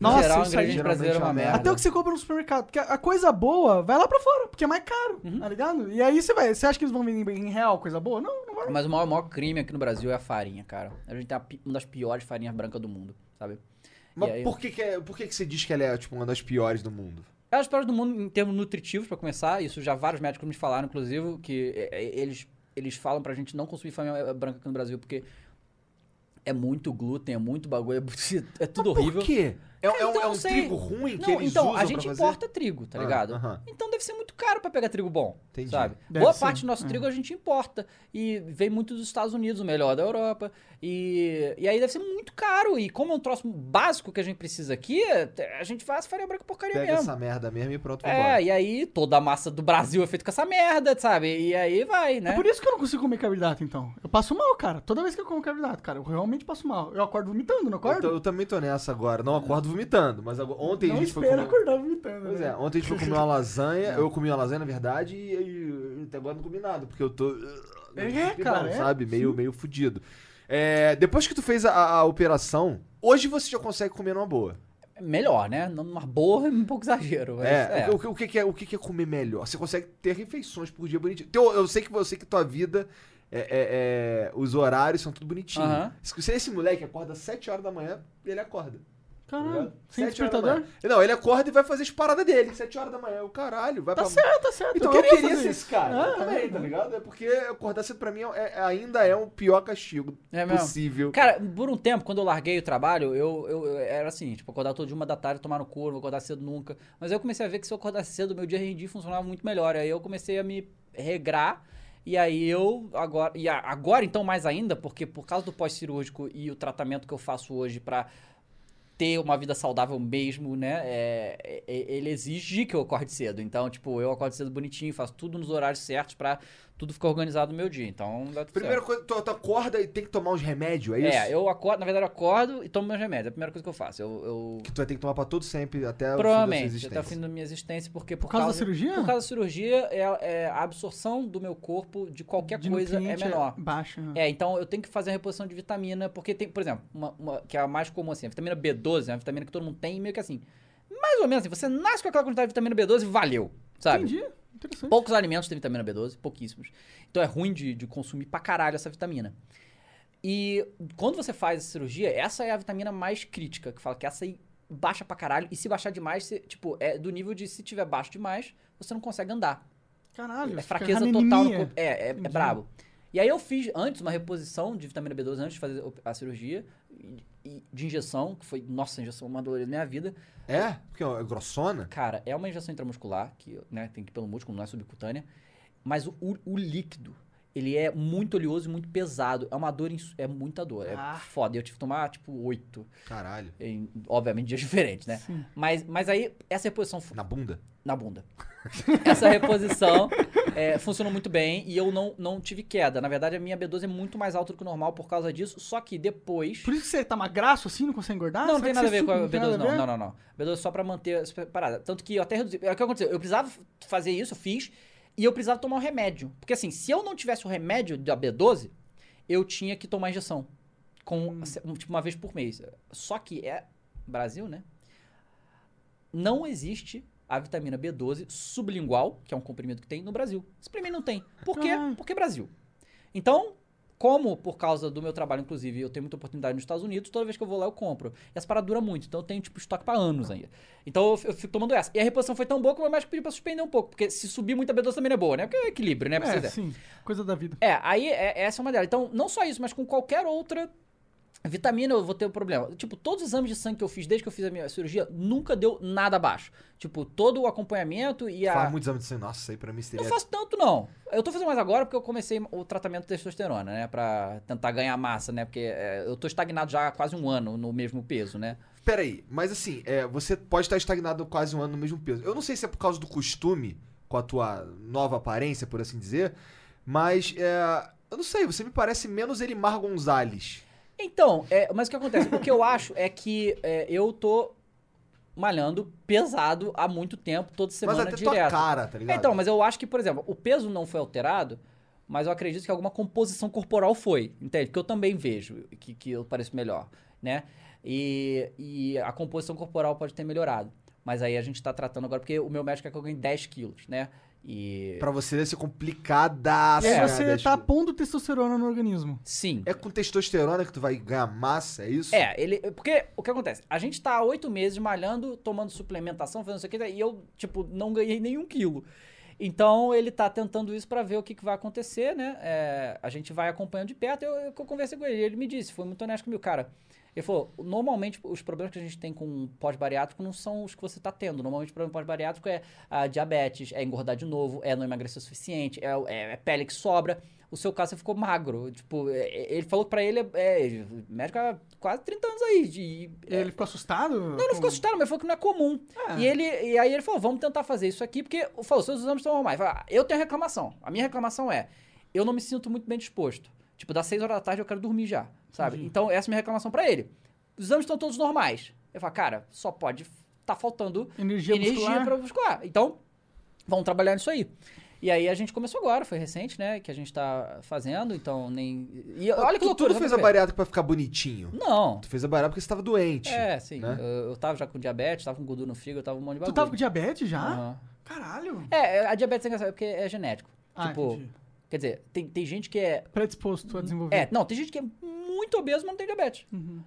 No Nossa, geral, o isso aí ingrediente geralmente brasileiro é é uma uma merda. Até o que você compra no supermercado. Porque a- a coisa boa vai lá pra fora, porque é mais caro, Uhum. tá ligado? E aí você vai. Você acha que eles vão vender em em real coisa boa? Não, não vai. Mas o maior, o maior crime aqui no Brasil é a farinha, cara. A gente tem a pi- uma das piores farinhas brancas do mundo, sabe? E Mas aí? por que, que é- por que, que você diz que ela é tipo, uma das piores do mundo? É as piores do mundo em termos nutritivos, pra começar. Isso já vários médicos me falaram, inclusive, que é, é, eles, eles falam pra gente não consumir farinha é, branca aqui no Brasil, porque é muito glúten, é muito bagulho, é, muito- é tudo horrível. Por quê? É, Cara, é um- então é eu um sei. trigo ruim que Não, eles então, usam a gente pra fazer? importa trigo, tá Ah, ligado? aham. Então deve ser muito caro pra pegar trigo bom, Entendi. Ah. sabe? Deve Boa ser, parte do nosso trigo a gente importa e vem muito dos Estados Unidos, o melhor da Europa. E, e aí deve ser muito caro. E como é um troço básico que a gente precisa aqui, a gente faz farinha branca porcaria Pega mesmo. essa merda mesmo e pronto, vambora. É, e aí toda a massa do Brasil é feita com essa merda, sabe? E aí vai, né? É por isso que eu não consigo comer carboidrato, então. Eu passo mal, cara. Toda vez que eu como carboidrato, cara, eu realmente passo mal. Eu acordo vomitando, não Eu, acordo? tô- eu também tô nessa agora. Não acordo vomitando, mas agora- ontem a não gente foi espera comer... acordar vomitando. Pois né? é, ontem a gente foi comer uma lasanha. eu comi uma lasanha, na verdade, e, e- e até agora não comi nada, porque eu tô... uh, É, cara, é. Sabe? Meio, meio fudido. É, depois que tu fez a, a operação, hoje você já consegue comer numa boa. Melhor, né? Numa boa é um pouco exagero. mas É, O, que- o que, que é, o que, que é comer melhor? Você consegue ter refeições por dia bonitinho. Teu- eu sei que você que tua vida. é- é- é, os horários são tudo bonitinho. Aham. Se, se esse moleque acorda às 7 horas da manhã, ele acorda. tá ligado? Caralho, Ah, sem Sete horas da despertador? manhã. Não, ele acorda e vai fazer as paradas dele. 7 horas da manhã. O caralho, vai Tá pra. certo, tá certo. Então eu queria, fazer ser isso. esse cara. eu Ah, também, é. tá ligado? É porque acordar cedo pra mim é- é- ainda é um pior castigo É mesmo? possível. Cara, por um tempo, quando eu larguei o trabalho, eu, eu, eu- era assim, tipo, acordar todo dia uma da tarde, tomar no couro, não vou acordar cedo nunca. Mas aí eu comecei a ver que se eu acordasse cedo, meu dia rendia e funcionava muito melhor. Aí eu comecei a me regrar. E aí eu agora. E a- agora, então, mais ainda, porque por causa do pós-cirúrgico e o tratamento que eu faço hoje pra ter uma vida saudável mesmo, né? é, é, é, ele exige que eu acorde cedo. Então, tipo, eu acordo cedo bonitinho, faço tudo nos horários certos pra tudo fica organizado no meu dia. Então, dá tudo Primeira certo. coisa, tu, tu acorda e tem que tomar uns remédios, é isso? É, eu acordo, na verdade, eu acordo e tomo meus remédios. É a primeira coisa que eu faço. Eu, eu- Que tu vai ter que tomar pra todo sempre até o fim da sua provavelmente, existência. até o fim da minha existência, porque por, causa da cirurgia? Por causa da cirurgia, é, é, a absorção do meu corpo de qualquer De coisa é nutriente menor. Baixa. né? É, então eu tenho que fazer a reposição de vitamina, porque tem, por exemplo, uma, uma- que é a mais comum assim, a vitamina B12, é uma vitamina que todo mundo tem, meio que assim. Mais ou menos assim, você nasce com aquela quantidade de vitamina B12 e valeu, sabe? Entendi. Interessante. Poucos alimentos têm vitamina B12, pouquíssimos. Então é ruim de, de consumir pra caralho essa vitamina. E quando você faz a cirurgia, essa é a vitamina mais crítica, que fala que essa aí baixa pra caralho, e se baixar demais, você- tipo, é do nível de se tiver baixo demais, você não consegue andar. Caralho. É fica fraqueza anemia. total no corpo. É, é, é Entendi. brabo. E aí eu fiz antes uma reposição de vitamina B12 antes de fazer a cirurgia, e- e de injeção, que foi, nossa, a injeção uma dolorida da minha vida. É? Porque é grossona? Cara, é uma injeção intramuscular, que né, tem que ir pelo músculo, não é subcutânea. Mas o, o- o líquido, ele é muito oleoso e muito pesado. É uma dor, ins- é muita dor. Ah. É foda. Eu tive que tomar, tipo, oito. Caralho. em, Obviamente, dias diferentes, né? Mas, mas aí, essa reposição fu- Na bunda? na bunda. Essa reposição é, funcionou muito bem e eu não, não tive queda. Na verdade, a minha B12 é muito mais alta do que o normal por causa disso. Só que depois. Por isso que você tá magraço assim, não consegue engordar? Não, não Será tem que nada a você ver com a su- tem nada B12, não. ver? Não, não, não. B12 é só pra manter essa parada. Tanto que eu até reduzi. É o que aconteceu. Eu precisava fazer isso, eu fiz. E eu precisava tomar um remédio. Porque assim, se eu não tivesse o remédio da B12, eu tinha que tomar injeção. Com, Hum. Tipo, uma vez por mês. Só que é. Brasil, né? Não existe a vitamina B12 sublingual, que é um comprimido que tem, no Brasil. Esse pra mim não tem. Por quê? Caralho. Porque é Brasil. Então, como por causa do meu trabalho, inclusive, eu tenho muita oportunidade nos Estados Unidos, toda vez que eu vou lá eu compro. E essa parada dura muito, então eu tenho, tipo, estoque pra anos ainda. Então eu, f- eu fico tomando essa. E a reposição foi tão boa que o meu médico pediu pra suspender um pouco, porque se subir muito a B12 também não é boa, né? Porque é equilíbrio, né? Pra vocês É, verem. sim. Coisa da vida. É, aí é- essa é uma delas. Então, não só isso, mas com qualquer outra vitamina eu vou ter um problema. Tipo, todos os exames de sangue que eu fiz desde que eu fiz a minha cirurgia nunca deu nada abaixo. Tipo, todo o acompanhamamento e a. Fala muito exame de sangue. Nossa, isso aí pra mim Não seria... faço tanto, não. Eu tô fazendo mais agora porque eu comecei o tratamento de testosterona, né? Pra tentar ganhar massa, né? Porque é, eu tô estagnado já há quase um ano no mesmo peso, né? Peraí, mas assim, é, você pode estar estagnado quase um ano no mesmo peso. Eu não sei se é por causa do costume, com a tua nova aparência, por assim dizer, mas é, eu não sei, você me parece menos Elimar Gonzalez. Então, é, mas o que acontece? o que eu acho é que é, eu tô malhando pesado há muito tempo, toda semana Mas até tua direto. cara, tá É, ligado? Então, mas eu acho que, por exemplo, o peso não foi alterado, mas eu acredito que alguma composição corporal foi, entende? Porque eu também vejo que, que eu pareço melhor, né? E, e a composição corporal pode ter melhorado. Mas aí a gente tá tratando agora, porque o meu médico quer que eu ganhe 10 quilos, né? E. Pra você deve ser complicadaço. E aí É. né, você das tá coisas. pondo testosterona no organismo. Sim. É com testosterona que tu vai ganhar massa, é isso? É, ele. Porque o que acontece? A gente tá há oito meses malhando, tomando suplementação, fazendo isso aqui, e eu, tipo, não ganhei nenhum quilo. Então ele tá tentando isso pra ver o que, que vai acontecer, né? É, a gente vai acompanhando de perto. Eu, eu, eu conversei com ele, ele me disse, foi muito honesto comigo, cara. Ele falou: normalmente os problemas que a gente tem com pós-bariátrico não são os que você tá tendo. Normalmente o problema pós-bariátrico é ah, diabetes, é engordar de novo, é não emagrecer o suficiente, é, é- é pele que sobra. O seu caso, você ficou magro. Tipo, é- é- ele falou que pra ele, é, é, médico há quase 30 anos aí. De, E ele ficou assustado? É. não, não ficou assustado, mas falou que não é comum. Ah. E, ele, e aí ele falou, vamos tentar fazer isso aqui, porque falou, seus exames estão normais. Falei, ah, eu tenho reclamação. A minha reclamação é, eu não me sinto muito bem disposto. Tipo, das 6 horas da tarde eu quero dormir já, sabe? Então, essa é a minha reclamação pra ele. Os exames estão todos normais. Eu falo, cara, só pode tá faltando Energia muscular. pra muscular. Então, vamos trabalhar nisso aí. E aí a gente começou agora, foi recente, né? Que a gente tá fazendo, então nem... E olha que tu, tu loucura. não sabe fez a por quê? bariátrica pra ficar bonitinho. Não. Tu fez a bariátrica porque você tava doente. É, sim. né? Eu, eu tava já com diabetes, tava com gordura no fígado, eu tava com um monte de Tu bagulho. tava com diabetes já? Aham. Caralho. É, a diabetes é engraçada porque é genético. Ah, tipo, entendi. quer dizer, tem, tem gente que é. Predisposto a desenvolver. Uhum. É, não, tem gente que é muito obeso, mas não tem diabetes.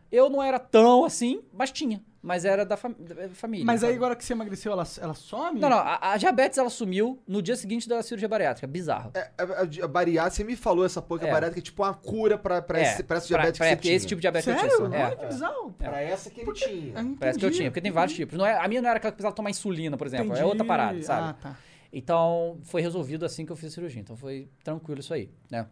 Eu não era tão assim, mas tinha. Mas era da, fam- da é, família. Mas aí sabe? agora que você emagreceu, ela, ela some? Não, não, a, a diabetes ela sumiu no dia seguinte da cirurgia bariátrica. Bizarro. É, a- a, a bariátrica, você me falou essa porra, que É. a bariátrica é tipo uma cura pra, pra, esse, pra essa diabetes pra- que você porque tinha. esse tipo de diabetes que eu Sério? tinha. Olha É. que bizarro. Pra essa que ele tinha. Eu Parece que eu entendi. tinha, porque tem vários tipos. Não é, a minha não era aquela que precisava tomar insulina, por exemplo. É outra Entendi. parada, sabe? Ah, tá. Então, foi resolvido assim que eu fiz a cirurgia. Então, foi tranquilo isso aí, né?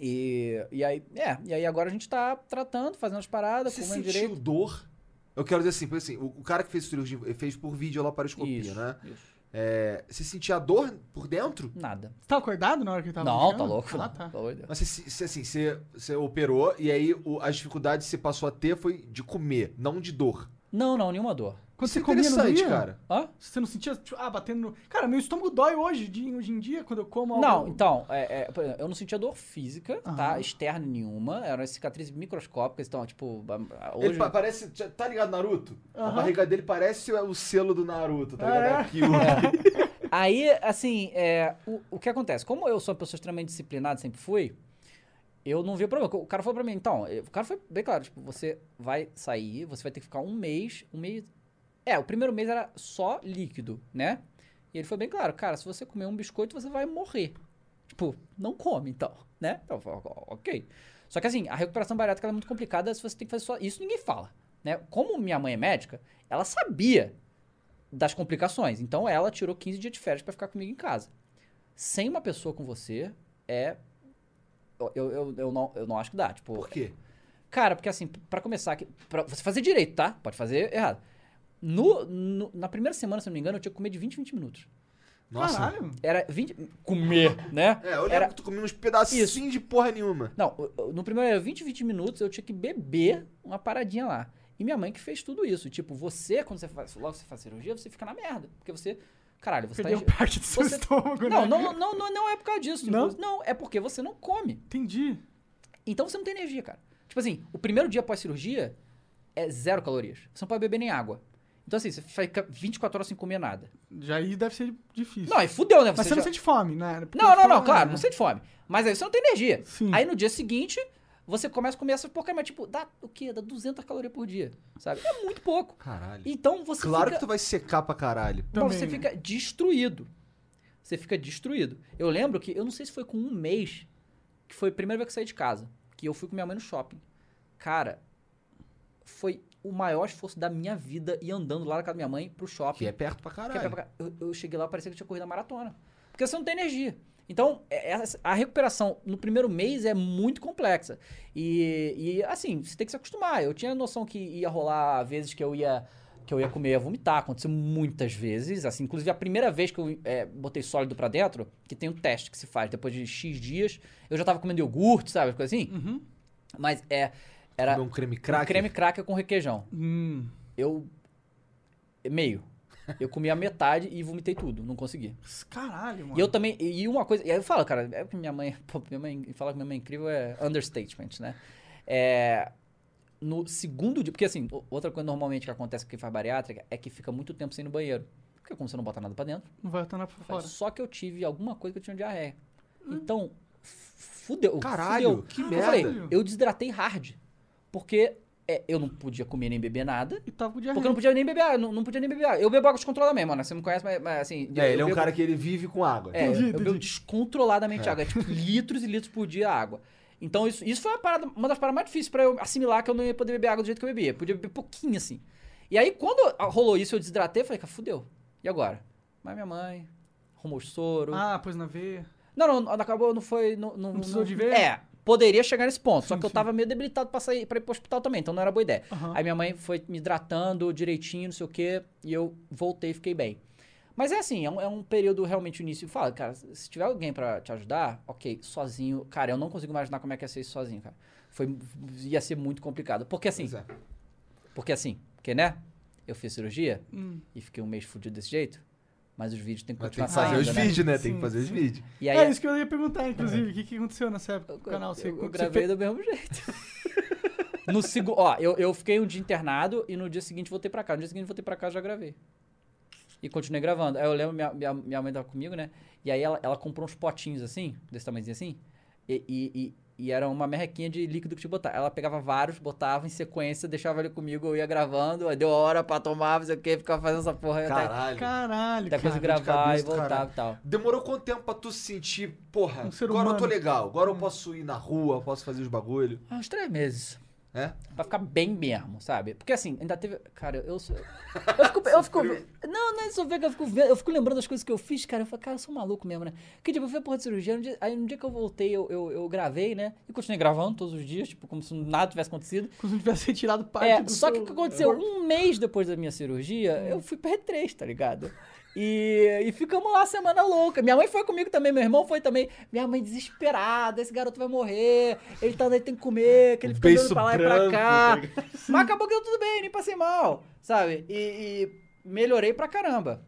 E, e aí, é, e aí agora a gente tá tratando, fazendo as paradas, Você comendo sentiu tá direito. dor? Eu quero dizer assim, porque assim, o, o cara que fez cirurgia, ele fez por vídeo lá para Isso, né? isso. É, você sentia dor por dentro? Nada. Você tá acordado na hora que tava não, tá brincando? louco. Ah, não. tá. Pelo amor de Deus. Mas você, se- se- assim, você, você operou e aí o- as dificuldades que você passou a ter foi de comer, não de dor. Não, não, nenhuma dor. Quando Isso você é comia, não interessante, doía? cara. Hã? Você não sentia, tipo, ah, batendo no... Cara, meu estômago dói hoje, de- hoje em dia, quando eu como Não, algo- então, é, é, por exemplo, eu não sentia dor física, tá? Aham. Externa nenhuma. Eram cicatrizes microscópicas, então, tipo, a- a- Ele hoje... pa- parece. tá- Tá ligado, Naruto? A Aham. barriga dele parece o, o selo do Naruto, tá Ah, ligado? é? Aqui, o... Aí, assim, é, o, o que acontece? Como eu sou uma pessoa extremamente disciplinada, sempre fui, eu não vi problema. O cara falou pra mim, então, eh, o cara foi bem claro, tipo, você vai sair, você vai ter que ficar um mês, um mês... É, o primeiro mês era só líquido, né? E ele foi bem claro, cara, se você comer um biscoito, você vai morrer. Tipo, não come, então, né? Então, eu falo, ok. Só que assim, a recuperação bariátrica ela é muito complicada se você tem que fazer só... Isso ninguém fala, né? Como minha mãe é médica, ela sabia das complicações. Então ela tirou 15 dias de férias pra ficar comigo em casa. Sem uma pessoa com você é. Eu, eu, eu, não, eu não acho que dá. Tipo, Por quê? Cara, porque assim, pra começar, que- pra você fazer direito, tá? Pode fazer errado. No, no- na primeira semana, se eu não me engano, eu tinha que comer de 20 em 20 minutos. Nossa. Caralho. Era 20. Comer, né? É, eu lembro Era- que tu comia uns pedacinhos Isso. de porra nenhuma. Não, eu- eu- no primeiro era 20, 20 minutos, eu tinha que beber uma paradinha lá. E minha mãe que fez tudo isso. Tipo, você, quando você faz, logo você faz cirurgia, você fica na merda. Porque você. Caralho, você Perdeu tá. parte do seu você- estômago, Não, né? não, não, não, não é por causa disso. Não? Tipo, não, é porque você não come. Entendi. Então você não tem energia, cara. Tipo assim, o primeiro dia após cirurgia é zero calorias. Você não pode beber nem água. Então assim, você fica 24 horas sem comer nada. Já aí deve ser difícil. Não, aí fudeu, né? Mas você não já- sente fome, né? Porque Não, não, fome, não, claro, né? não sente fome. Mas aí você não tem energia. Sim. Aí no dia seguinte, você começa a comer essas porcaria, mas tipo, dá o quê? Dá 200 calorias por dia, sabe? É muito pouco. Caralho. Então você Claro fica... que tu vai secar pra caralho. Então Também, você né? fica destruído. Você fica destruído. Eu lembro que, eu não sei se foi com um mês, que foi a primeira vez que eu saí de casa, que eu fui com minha mãe no shopping. Cara, foi o maior esforço da minha vida ir andando lá na casa da minha mãe pro shopping. Que é perto pra Que é pra caralho. cá. Eu, eu cheguei lá, parecia que eu tinha corrido a maratona. Porque você não tem energia. Então, é- essa- a recuperação no primeiro mês é muito complexa. E, e, assim, você tem que se acostumar. Eu tinha noção que ia rolar vezes que eu ia que eu ia comer, ia vomitar. Aconteceu muitas vezes. Assim, inclusive, a primeira vez que eu é, botei sólido pra dentro, que tem um teste que se faz depois de X dias, eu já tava comendo iogurte, sabe? Coisa assim. Uhum. Mas é, era Comer um creme um crack. creme cracker com requeijão. Hum. Eu. Meio. Eu comi a metade e vomitei tudo. Não consegui. Caralho, mano. E eu também. E uma coisa. E aí eu falo, cara, é porque minha mãe. Pô, minha mãe falar que minha mãe é incrível é understatement, né? É. No segundo dia. Porque assim, o- outra coisa normalmente que acontece com quem faz bariátrica é que fica muito tempo sem ir no banheiro. Porque como você não bota nada pra dentro. Não vai estar na pra faz- fora. Só que eu tive alguma coisa que eu tinha diarreia. Então, f- fudeu. Caralho, fudeu. que eu merda. Falei, eu desidratei hard. Porque é, eu não podia comer nem beber nada. E tava com diarreia. Porque eu não podia nem beber água, não, não podia nem beber água. Eu bebo água descontrolada mesmo, né? Você não me conhece, mas, mas, assim... eu- É, ele é eu um bebo- cara que ele vive com água. é, Entendi, eu bebo entendi. descontroladamente água. É tipo litros e litros por dia água. Então isso, isso foi uma, parada- uma das paradas mais difíceis pra eu assimilar que eu não ia poder beber água do jeito que eu bebia. Podia beber pouquinho assim. E aí quando rolou isso, eu desidratei, eu falei, cara, fudeu. E agora? Mas minha mãe arrumou soro. Ah, pôs na veia. Não, não, acabou, não foi. Não, não, Não precisou de ver? É, poderia chegar nesse ponto. só Sim, que eu sim. tava meio debilitado pra, sair, pra ir pro hospital também, então não era boa ideia. Aham. Aí minha mãe foi me hidratando direitinho, não sei o quê, e eu voltei e fiquei bem. Mas é assim, é um, é um período realmente início. Fala, cara, se tiver alguém pra te ajudar, ok, sozinho. Cara, eu não consigo imaginar como é que ia ser isso sozinho, cara. Foi, ia ser muito complicado. Porque assim, Pois é. porque assim, porque né? Eu fiz cirurgia Hum. e fiquei um mês fudido desse jeito, mas os vídeos têm que Mas continuar tem que fazer Ah, os saindo, né? vídeos, né? Tem Sim, que fazer os sim. vídeos. E aí, É. É isso que eu ia perguntar, inclusive. O que, que aconteceu nessa época com o canal? Você, eu, eu você gravei fez- do mesmo jeito. no segundo. Ó, eu, eu fiquei um dia internado e no dia seguinte voltei pra cá. No dia seguinte voltei pra cá já gravei. E continuei gravando. Aí eu lembro, minha, minha, minha mãe tava comigo, né? E aí ela, ela comprou uns potinhos assim, desse tamanhozinho assim. E, e, e, e era uma merrequinha de líquido que te botar. Ela pegava vários, botava em sequência, deixava ele comigo, eu ia gravando. Aí deu hora pra tomar, não sei o que, ficava fazendo essa porra. aí até, Caralho. Caralho, até coisa cara. gravar e cabeça do voltava caralho. e tal. Demorou quanto tempo pra tu se sentir, porra, Um ser agora eu tô humano. legal, agora eu posso ir na rua, posso fazer os bagulho. Ah, uns três meses. É? Pra ficar bem mesmo, sabe? Porque assim, ainda teve. Cara, eu sou. Eu fico. Eu fico não, não é só ver que eu fico vendo. Eu fico lembrando das coisas que eu fiz, cara. Eu falo, cara, eu sou maluco mesmo, né? Que tipo, eu fui porra de cirurgia. um dia- aí no dia que eu voltei, eu, eu, eu gravei, né? E continuei gravando todos os dias, tipo, como se nada tivesse acontecido. Como se não tivesse retirado parte É, do só que seu o que aconteceu? corpo. Hum. Um mês depois da minha cirurgia, eu fui pra E3, tá ligado? E, e ficamos lá a semana louca. Minha mãe foi comigo também, meu irmão foi também. Minha mãe desesperada, esse garoto vai morrer, ele tá, ele tem que comer, que ele fica beiço andando pra lá e pra branco, cá. tá ligado? Mas acabou que deu tudo bem, nem passei mal, sabe? E, e melhorei pra caramba.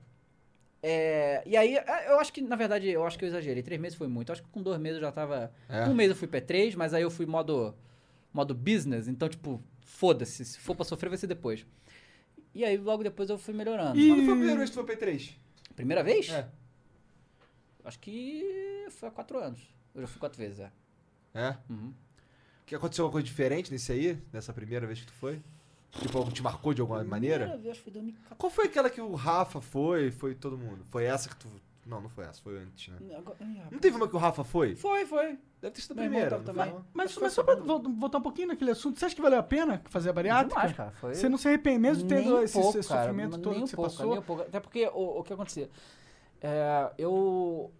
É, e aí, é, eu acho que, na verdade, eu acho que eu exagerei. Três meses foi muito. Eu acho que com dois meses eu já tava. É. Um mês eu fui P3, mas aí eu fui modo, modo business, então, tipo, foda-se. Se for pra sofrer, vai ser depois. E aí, logo depois eu fui melhorando. E- Quando foi a primeira vez que tu foi P3? Primeira vez? É. Acho que foi há quatro anos. Eu já fui quatro vezes, é. É? Uhum. Que aconteceu alguma coisa diferente nesse aí? Nessa primeira vez que tu foi? Tipo, algo te marcou de alguma maneira? Primeira vez foi em 2014. Qual foi aquela que o Rafa foi, foi todo mundo? Foi essa que tu... Não, não foi essa, foi antes, né? Agora- Ih, rapaz. Não teve uma que o Rafa foi? Foi, foi. Deve ter sido a Meu irmão primeira. tava não também. foi, não? Mas, Acho que mas só foi pra a vol- voltar um pouquinho naquele assunto, você acha que valeu a pena fazer a bariátrica? Demais, cara. Foi... Você não se arrependeu de ter Nem um esse, pouco, esse cara, sofrimento mas todo nem que um você pouco, passou? nem um pouco. Até porque o, o que acontecia? É, eu.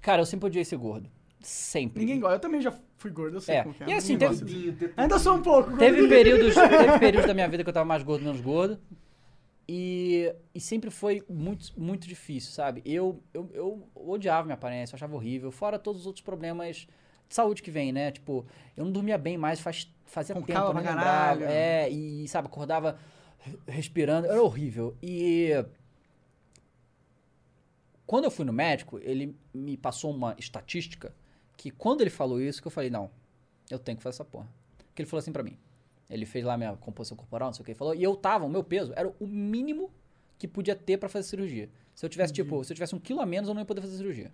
Cara, eu sempre odiei ser gordo. Sempre. Ninguém gosta. Eu também já fui gordo, eu sei É. como que é. E assim, Ninguém teve- gosta. Tadinho, teve- Ainda sou um pouco. Teve gordo. períodos, teve períodos da minha vida que eu tava mais gordo, menos gordo. E, e sempre foi muito, muito difícil, sabe? Eu, eu, eu odiava minha aparência, eu achava horrível. Fora todos os outros problemas de saúde que vem, né? Tipo, eu não dormia bem mais, faz, fazia Com tempo, eu calma não pra lembrava. caralho. É, e, sabe, acordava re- respirando. Era horrível. E... Quando eu fui no médico, ele me passou uma estatística que quando ele falou isso, que eu falei, não, eu tenho que fazer essa porra. Porque ele falou assim pra mim. Ele fez lá minha composição corporal, não sei o que, ele falou. E eu tava, o meu peso era o mínimo que podia ter pra fazer cirurgia. Se eu tivesse, tipo, se eu tivesse um quilo a menos, eu não ia poder fazer cirurgia.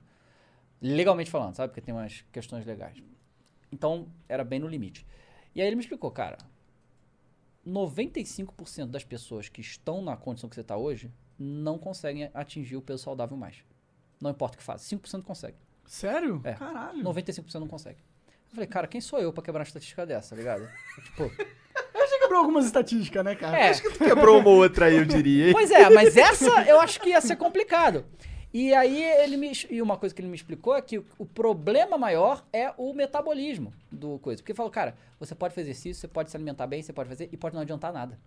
Legalmente falando, sabe? Porque tem umas questões legais. Então, era bem no limite. E aí ele me explicou, cara, 95% das pessoas que estão na condição que você está hoje não conseguem atingir o peso saudável mais. Não importa o que faz, 5% consegue. Sério? É. Caralho. 95% não consegue. Eu falei, cara, quem sou eu pra quebrar uma estatística dessa, tá ligado? tipo, Você quebrou algumas estatísticas, né, cara? é. Tu Quebrou uma outra aí, eu diria. hein? Pois é, mas essa eu acho que ia ser complicado. E aí ele me e uma coisa que ele me explicou é que o- o problema maior é o metabolismo do coisa. Porque ele falou, cara, você pode fazer exercício, você pode se alimentar bem, você pode fazer e pode não adiantar nada.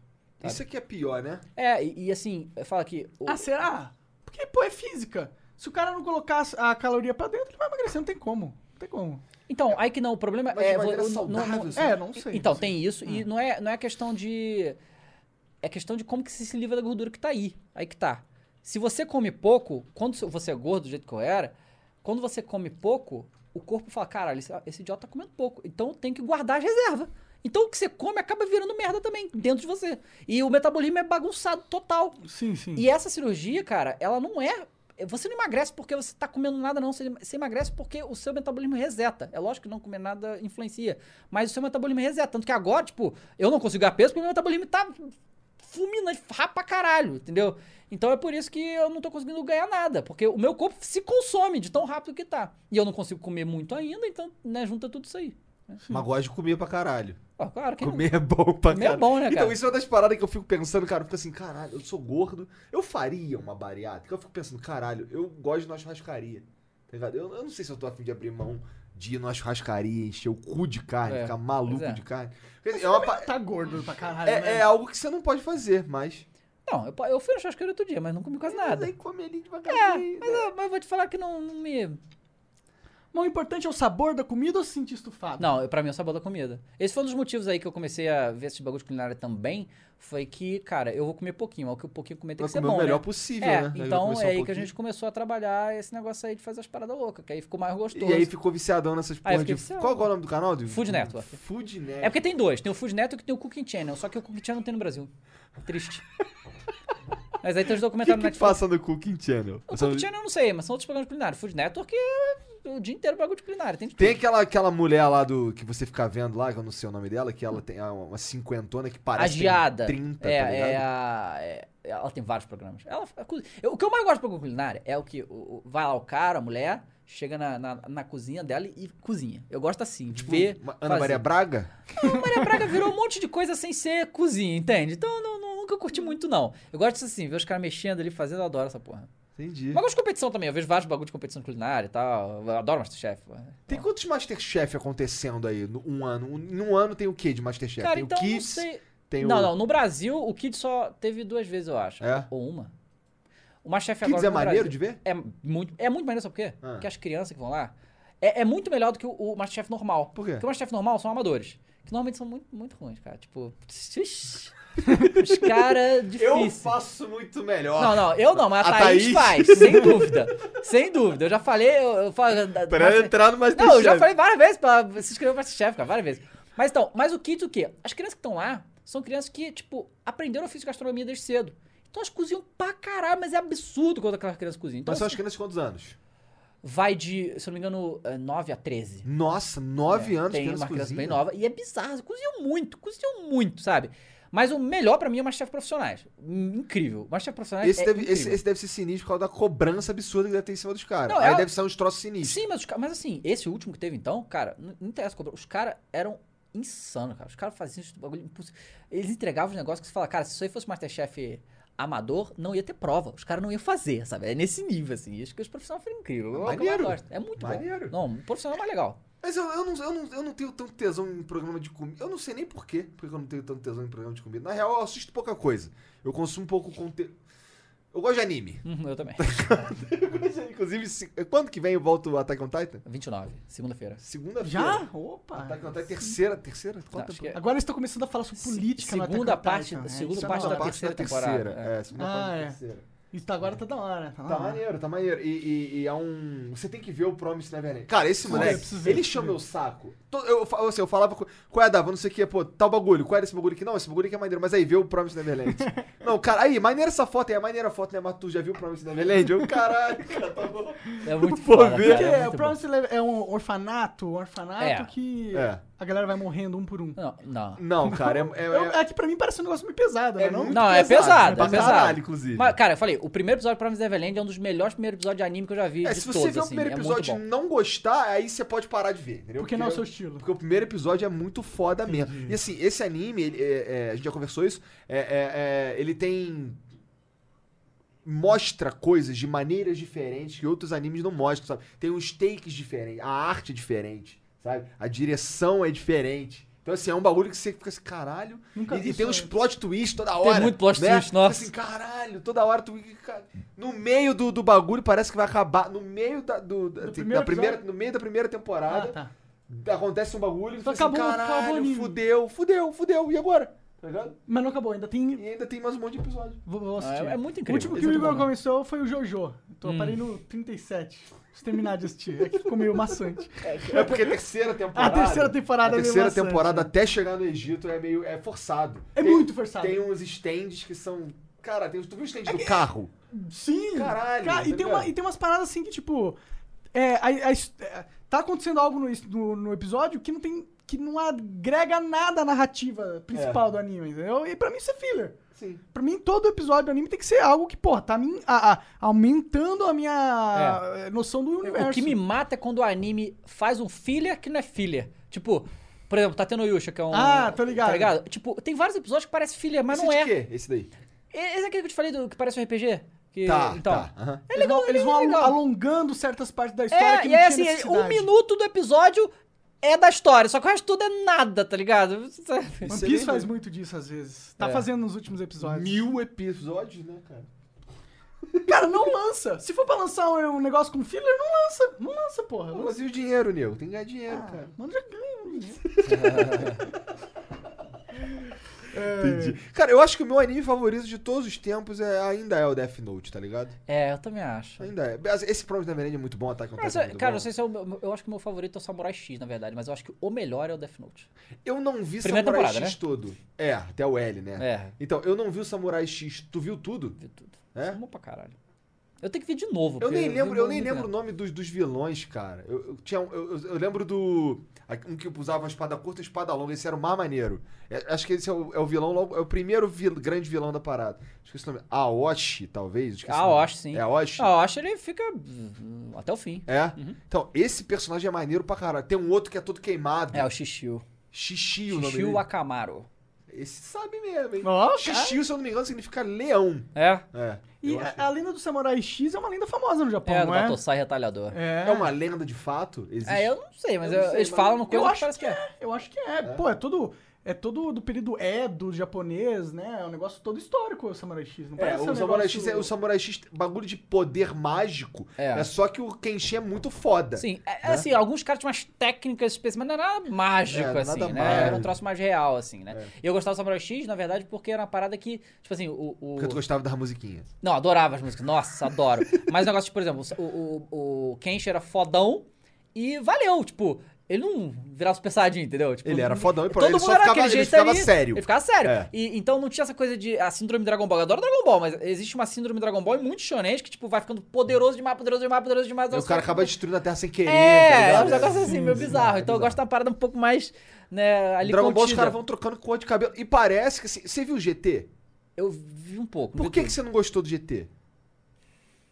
Isso aqui é pior, né? É, e, e assim, fala que o- Ah, será? Porque, pô, é física. Se o cara não colocar a caloria pra dentro, ele vai emagrecer, não tem como. Não tem como. Então, aí que não, o problema Mas é. de maneira vo- não- não- saudável, sabe? É, não sei. então, não sei. tem isso, e não é, não é questão de. É questão de como que você se livra da gordura que tá aí. Aí que tá. Se você come pouco, quando so- você é gordo do jeito que eu era, quando você come pouco, o corpo fala: caralho, esse, esse idiota tá comendo pouco. Então tem que guardar as reservas. Então o que você come acaba virando merda também, dentro de você. E o metabolismo é bagunçado total. Sim, sim. E essa cirurgia, cara, ela não é. Você não emagrece porque você tá comendo nada, não. Você você emagrece porque o seu metabolismo reseta. É lógico que não comer nada influencia. Mas o seu metabolismo reseta. Tanto que agora, tipo, eu não consigo ganhar peso porque meu metabolismo tá fulminante, rapa pra caralho, entendeu? Então é por isso que eu não tô conseguindo ganhar nada. Porque o meu corpo se consome de tão rápido que tá. E eu não consigo comer muito ainda, então, né, junta tudo isso aí. Mas gosto de comer pra caralho. Ó, claro, quem não- Comer é bom pra Comer é caralho. bom, né, Então, cara? isso é uma das paradas que eu fico pensando, cara. Eu fico assim, caralho, eu sou gordo. Eu faria uma bariátrica. Eu fico pensando, caralho, eu gosto de ir numa churrascaria. Tá ligado? Eu, eu não sei se eu tô afim de abrir mão de ir numa churrascaria, encher o cu de carne, É, ficar maluco pois é. de carne. Quer dizer, é, uma Ah, pa- Tá gordo pra caralho, é- né? é algo que você não pode fazer, mas. Não, eu, eu fui na churrasqueira outro dia, mas não comi quase nada. Nem come ali né? É, devagarzinho. mas eu, mas eu vou te falar que não- não me. Mas o importante é o sabor da comida ou se sentir Tá estufado? Não, eu- pra mim é o sabor da comida. Esse foi um dos motivos aí que eu comecei a ver esses bagulhos de culinária também. Foi que, cara, eu vou comer pouquinho, mas o que o pouquinho comer tem Vai que ser comer bom. o melhor né? possível, é, né? Vai Então começar é um aí que a pouquinho. gente começou a trabalhar esse negócio aí de fazer as paradas loucas, que aí ficou mais gostoso. E aí ficou viciadão nessas porra fiquei de. viciado. Qual, qual é o nome do canal? Do- Food Network. Food Network. É porque tem dois, tem o Food Network e tem o Cooking Channel, só que o Cooking Channel não tem no Brasil. Triste. mas aí tem os O que, documentários que na Netflix. passa no Cooking Channel? O Eu só- Cooking Channel eu não sei, mas são outros programas de culinária. Food Network é o dia inteiro bagulho de culinária, tem de Tem tudo. aquela, aquela mulher lá do que você fica vendo lá, que eu não sei o nome dela, que ela tem uma uma cinquentona que A parece que tem geada. 30, é, tá ligado? é a- é- ela tem vários programas. Ela, a cozi- eu- o que eu mais gosto de programa culinária é o que o- o- vai lá o cara, a mulher, chega na, na, na cozinha dela e cozinha. Eu gosto assim, de Tipo, ver. uma Ana Maria fazer. Braga? Maria Braga virou um monte de coisa sem ser cozinha, entende? Então eu não- não- nunca curti muito, não. Eu gosto disso assim, ver os caras mexendo ali, fazendo, eu adoro essa porra. Entendi. Mas eu gosto de competição também, eu vejo vários bagulho de competição culinária e tal. Eu adoro Masterchef. Então, porra. Tem quantos Masterchef acontecendo aí no um ano? Um- Em um ano tem o que de Masterchef? Cara, tem então o eu não Kids, sei. tem não, o... não. No Brasil, o Kid só teve duas vezes, eu acho. É? Ou uma. Uma chefe Kids agora. é no maneiro Brasil- de ver? É muito, é muito maneiro, sabe por quê? Ah. Porque as crianças que vão lá. É, é muito melhor do que o, o Masterchef normal. Por quê? Porque o Masterchef normal são amadores. Que normalmente são muito, muito ruins, cara. Tipo. Os caras Eu difíceis. faço muito melhor. Não, não, eu não, mas a, A Thaís, Thaís? faz, sem dúvida. Sem dúvida. Eu já falei, eu, eu falo. da- Pra Master- entrar no mais é não, eu já falei várias vezes pra se inscrever pra esse chefe, cara, várias vezes. Mas então, mas o Kids o quê? As crianças que estão lá são crianças que, tipo, aprenderam o ofício de gastronomia desde cedo. Então elas cozinham pra caralho, mas é absurdo quando aquelas crianças cozinham. Então, Mas são as assim, crianças de quantos anos? vai de, se eu não me engano, eh, 9 a 13. Nossa, nove anos É, Tem criança uma criança cozinha. bem nova. E é bizarro. Cozinham muito, cozinham muito, sabe? Mas o melhor pra mim é o Masterchef Profissionais. Hum, Incrível. Masterchef Profissionais Esse, é deve, incrível. esse, esse deve ser sinistro por causa da cobrança absurda que deve ter em cima dos caras. Não, Aí é- deve ser uns troços sinistros. Sim, mas, os ca- mas assim, esse último que teve então, cara, não não interessa. cobrar. Os caras eram insanos, cara. Os caras faziam esse bagulho impossível. Eles entregavam os negócios que você fala, cara, se isso aí fosse Masterchef amador, não ia ter prova. Os caras não iam fazer, sabe? É nesse nível, assim. Acho que os profissionais foram incríveis. Eu- eu Maneiro. gosto. É muito Maneiro. bom. Não, o profissional é mais legal. Mas eu, eu, não, eu, não, eu não tenho tanto tesão em programa de comida. Eu não sei nem por quê, porque eu não tenho tanto tesão em programa de comida. Na real, eu assisto pouca coisa. Eu consumo pouco conteúdo. Eu gosto de anime. Uhum, eu também. é, Inclusive, se- quando que vem eu volto o Attack on Titan? 29, segunda-feira. Segunda-feira. Já? Opa! Tá, Attack on Titan, é terceira, terceira? Qual Ah, Não, temporada? acho que é- Agora eles estão começando a falar sobre política na Segunda Attack on parte- Titan, né? segunda Isso é parte da Segunda hora. terceira temporada, É, segunda Ah, parte da é. terceira. Isso agora tá da hora. Tá, da Tá hora. maneiro, tá maneiro. E, e- e é um. Você tem que ver o Promise Neverland. Cara, esse Preciso ver, moleque, preciso ver, ele preciso chama ver. o saco. To- Eu, fa- assim, eu falava, com- qual é, Dava? Não sei o que, pô, tal bagulho. Qual era esse bagulho aqui? Não, esse bagulho aqui é maneiro. Mas aí, vê o Promise Neverland. não, cara, aí, maneira essa foto aí, é maneira a foto, né? Mas tu já viu o Promise Neverland? Eu, caralho, cara, tá bom. É muito Vou foda, ver. cara, Porque é o muito bom. Promised Land é um orfanato, um orfanato É. que É. a galera vai morrendo um por um. Não, não. Não, cara, é. é- Eu- é- É, que pra mim parece um negócio meio pesado, É né? Não? muito Não, é pesado, pesado, pra é pesado. caralho, inclusive. Mas, cara, eu falei, o primeiro episódio de Promised Neverland é um dos melhores primeiros episódios de anime que eu já vi é, de se você todos, ver o assim. primeiro é muito episódio bom. e não gostar, aí você pode parar de ver, entendeu? Porque não é o eu- seu estilo. Porque o primeiro episódio é muito foda mesmo. E assim, esse anime, ele- é- é, a gente já conversou isso, é- é- é, ele tem. Mostra coisas de maneiras diferentes que outros animes não mostram, sabe? Tem uns takes diferentes, a arte é diferente, sabe? A direção é diferente. Então, assim, é um bagulho que você fica assim, caralho. Nunca e, vi e tem isso uns antes. plot twist toda hora. muito plot né? twist, nossa. Assim, caralho, toda hora tu. cara, No meio do, do bagulho parece que vai acabar. No meio da, do- da- assim, da Do primeiro primeira, episódio? no meio da primeira temporada Ah, tá. acontece um bagulho e tu Então fala assim, acabou, acabou o caralho, anime." fudeu, fudeu, fudeu, e agora? Tá ligado? Mas não acabou, ainda tem. E ainda tem mais um monte de episódio. Vou, vou Ah, assistir. é- é muito O incrível. último que Esse o é muito Igor bom. começou foi o JoJo. Então eu parei no 37. Preciso terminar de assistir. É que ficou meio maçante. É porque a terceira temporada. A terceira temporada a é meio terceira maçante, temporada né? até chegar no Egito é meio é forçado. É muito forçado. É Tem uns stands que são, cara, tem, tu viu o stand do carro? Sim! Caralho, Cara, tá e, tem uma, ligado? e tem umas paradas assim que, tipo. É, a- a his- é, tá acontecendo algo no, his- no, no episódio que não tem. que não agrega nada à narrativa principal do anime, entendeu? E pra mim isso é filler. É. Sim. Pra mim, todo episódio do anime tem que ser algo que, pô, tá me- a- a- aumentando a minha É. eh, noção do universo. O que me mata é quando o anime faz um filler que não é filler. Tipo, por exemplo, Tateno Yusha, que é um. Ah, tô ligado. Tá ligado? Tipo, tem vários episódios que parece filler, mas Esse não de é. quê? Esse daí. Esse é aquele que eu te falei do, que parece um RPG? Que, Tá, então, tá. aham. É Eles legal, vão, eles vão legal. alo- alongando certas partes da história É, que e é não tinha assim, um necessidade. minuto do episódio é da história, só que o resto tudo é nada, tá ligado? One Excelente. Piece faz muito disso às vezes. Tá É. fazendo nos últimos episódios. é Mil episódios, né, cara? Cara, não lança. Se for pra lançar um, um negócio com filler, não lança. Não lança, porra. Pô, Lança. Mas e o dinheiro, Nego? Tem que ganhar dinheiro, cara. Mano, já ganha. Entendi. Cara, eu acho que o meu anime favorito de todos os tempos é, ainda é o Death Note, tá ligado? É, eu também acho. Ainda é. Esse Promise Neverland é muito bom, Attack on Cara, Titan se- é muito cara, bom. não sei se é o meu- eu acho que o meu favorito é o Samurai X, na verdade, mas eu acho que o melhor é o Death Note. Eu não vi Primeira Samurai X temporada, né? todo. É, até o L, né? É, Então, eu não vi o Samurai X. Tu viu tudo? vi tudo. É? Amou pra caralho. Eu tenho que ver de novo. Eu porque nem vi lembro, eu muito nem lembro o tempo. nome dos, dos vilões, cara. Eu, eu tinha, um- eu, eu- eu lembro do. Um que usava uma espada curta e espada longa. Esse era o mais maneiro. É- acho que esse é o, é o vilão logo. É o primeiro vil- grande vilão da parada. Esqueci o nome. Aoshi, talvez. esqueci o nome. Aoshi, Uhum. sim. É Aoshi? Ah, eu acho que ele fica hum, até o fim. É? Então, esse personagem é maneiro pra caralho. Tem um outro que é todo queimado. É, o Shishio. Xixi, o nome Shishio dele. Wakamaru. Esse sabe mesmo, hein? Ó, cara. Xixi, se eu não me engano, significa leão. É? É. E eu acho. a, a lenda do Samurai X é uma lenda famosa no Japão, É, do não é? Batosai Retalhador. É, É uma lenda de fato? Existe? eu não sei, mas Eu não eu- sei, eles mas falam uma Eu coisa que acho parece que é. Eu acho que é. Pô, é todo. É todo do período Edo japonês, né? É um negócio todo histórico o Samurai X. Não É, parece um o Samurai negócio- X é o Samurai X, bagulho de poder mágico. É. É, Né? só que o Kenshin é muito foda. Sim, é, é assim, alguns caras tinham umas técnicas específicas, mas não era nada mágico, É, nada É. assim, né? mágico. Era um troço mais real, assim, né? E eu gostava do Samurai X, na verdade, porque era uma parada que, tipo assim, o... o- Porque tu gostava das musiquinhas. Não, adorava as músicas, nossa, adoro. mas o negócio, de, por exemplo, o, o, o Kenshi era fodão e valeu, tipo... Ele não virava Super Saiyajin, entendeu? Tipo, Ele era fodão e pronto, todo ele mundo só era ficava- aquele ele jeito ficava ali, sério. Ele ficava sério. É. E, então não tinha essa coisa de a síndrome Dragon Ball. Eu adoro Dragon Ball, mas existe uma síndrome Dragon Ball em muitos shonens que, tipo, vai ficando poderoso demais, poderoso demais, poderoso demais. E o cara acaba destruindo a Terra sem querer. tá É, ligado? é um negócio assim, meio bizarro. Então eu gosto da parada um pouco mais, né, ali Dragon Ball, os contida. caras vão trocando cor de cabelo. E parece que. assim, Você viu o GT? Eu vi um pouco. Por que, que você não gostou do GT?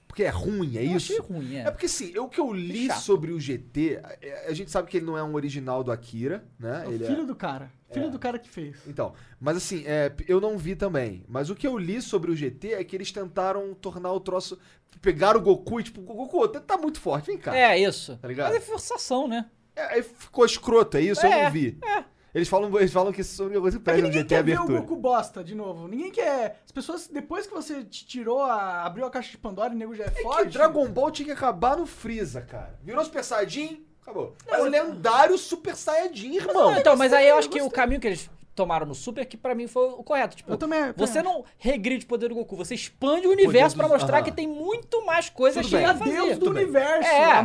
Porque é ruim, é é isso? isso? Achei ruim, é. É porque assim, eu- o que eu li Chato. sobre o GT, a- a gente sabe que ele não é um original do Akira, né? É o Ele é- filho do cara. Filho do cara que fez. Então, mas assim, é, p- eu não vi também. Mas o que eu li sobre o GT é que eles tentaram tornar o troço. Pegaram o Goku e, tipo, Goku, tu tá muito forte, vem cá. É isso. Tá ligado? Mas é forçação, né? É, aí ficou escroto, é isso? eu É, não vi. Eles falam, eles falam que isso é uma coisa que É que perde no ninguém GT é quer ver abertura. o Goku bosta de novo. Ninguém quer. As pessoas, depois que você te tirou, a- abriu a caixa de Pandora e o nego já é, É forte. que Dragon Ball tinha que acabar no Freeza, cara. Virou Super Saiyajin, acabou. é o eu- lendário Super Saiyajin, irmão. Não, então, mas aí eu acho que gostei. o caminho que eles tomaram no Super, é que pra mim foi o correto. Tipo, Eu também- é você também não regride o poder do Goku, você expande o universo É. dos- pra mostrar aham. que tem muito mais coisas Tudo que bem. ele vai Meu fazer. Deus do Tudo bem. É. universo, É. a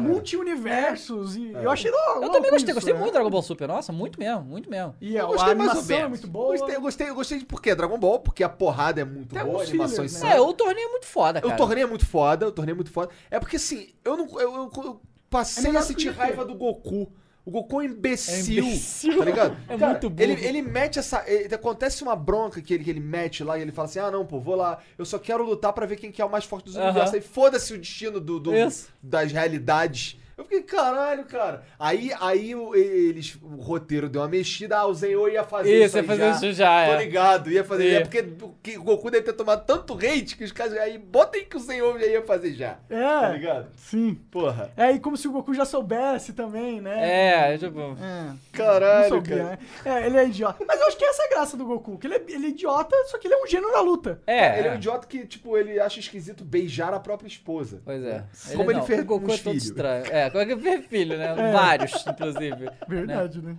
multi-universos. E eu achei lou- louco. Eu também gostei, isso, gostei né? muito do Dragon Ball Super. Nossa, muito mesmo, muito mesmo. E a, Eu a animação é muito boa. Eu gostei, eu gostei, eu gostei de por quê? Dragon Ball, porque a porrada é muito Tem boa, a alguns animação é fillers, né? insana. É, o torneio é muito foda, cara. Eu tornei um muito foda, eu tornei muito foda. É porque assim, eu não. Eu, eu- eu É passei melhor a do que sentir o GT. raiva do Goku. O Goku é um imbecil. É imbecil. Tá ligado? É muito burro. ele, ele mete essa. ele- acontece uma bronca que ele, que ele mete lá e ele fala assim: ah, não, pô, vou lá. Eu só quero lutar pra ver quem que é o mais forte dos Aham. universos. Aí foda-se o destino do, do- Isso. das realidades. Eu fiquei, caralho, cara. Aí, aí o- eles, o roteiro deu uma mexida, ah, o Zenho ia fazer Isso, isso. ia aí fazer isso já, Tô é. ligado, ia fazer. Sim. É porque o que- o Goku deve ter tomado tanto hate que os caras aí botem que o senhor já ia fazer já. É. Tá ligado? Sim. Porra. É, e como se o Goku já soubesse também, né? É, tipo... É. Caralho, Não sabia, cara. né? É, ele é idiota. Mas eu acho que essa é a graça do Goku, que ele é, ele é idiota, só que ele é um gênio na luta. É, Ele é um idiota que, tipo, ele acha esquisito beijar a própria esposa. Pois é. Como ele não, fez o Goku com é os todo filhos. estranho. É, como é que fez filho, né? Vários, inclusive. né? Verdade, né?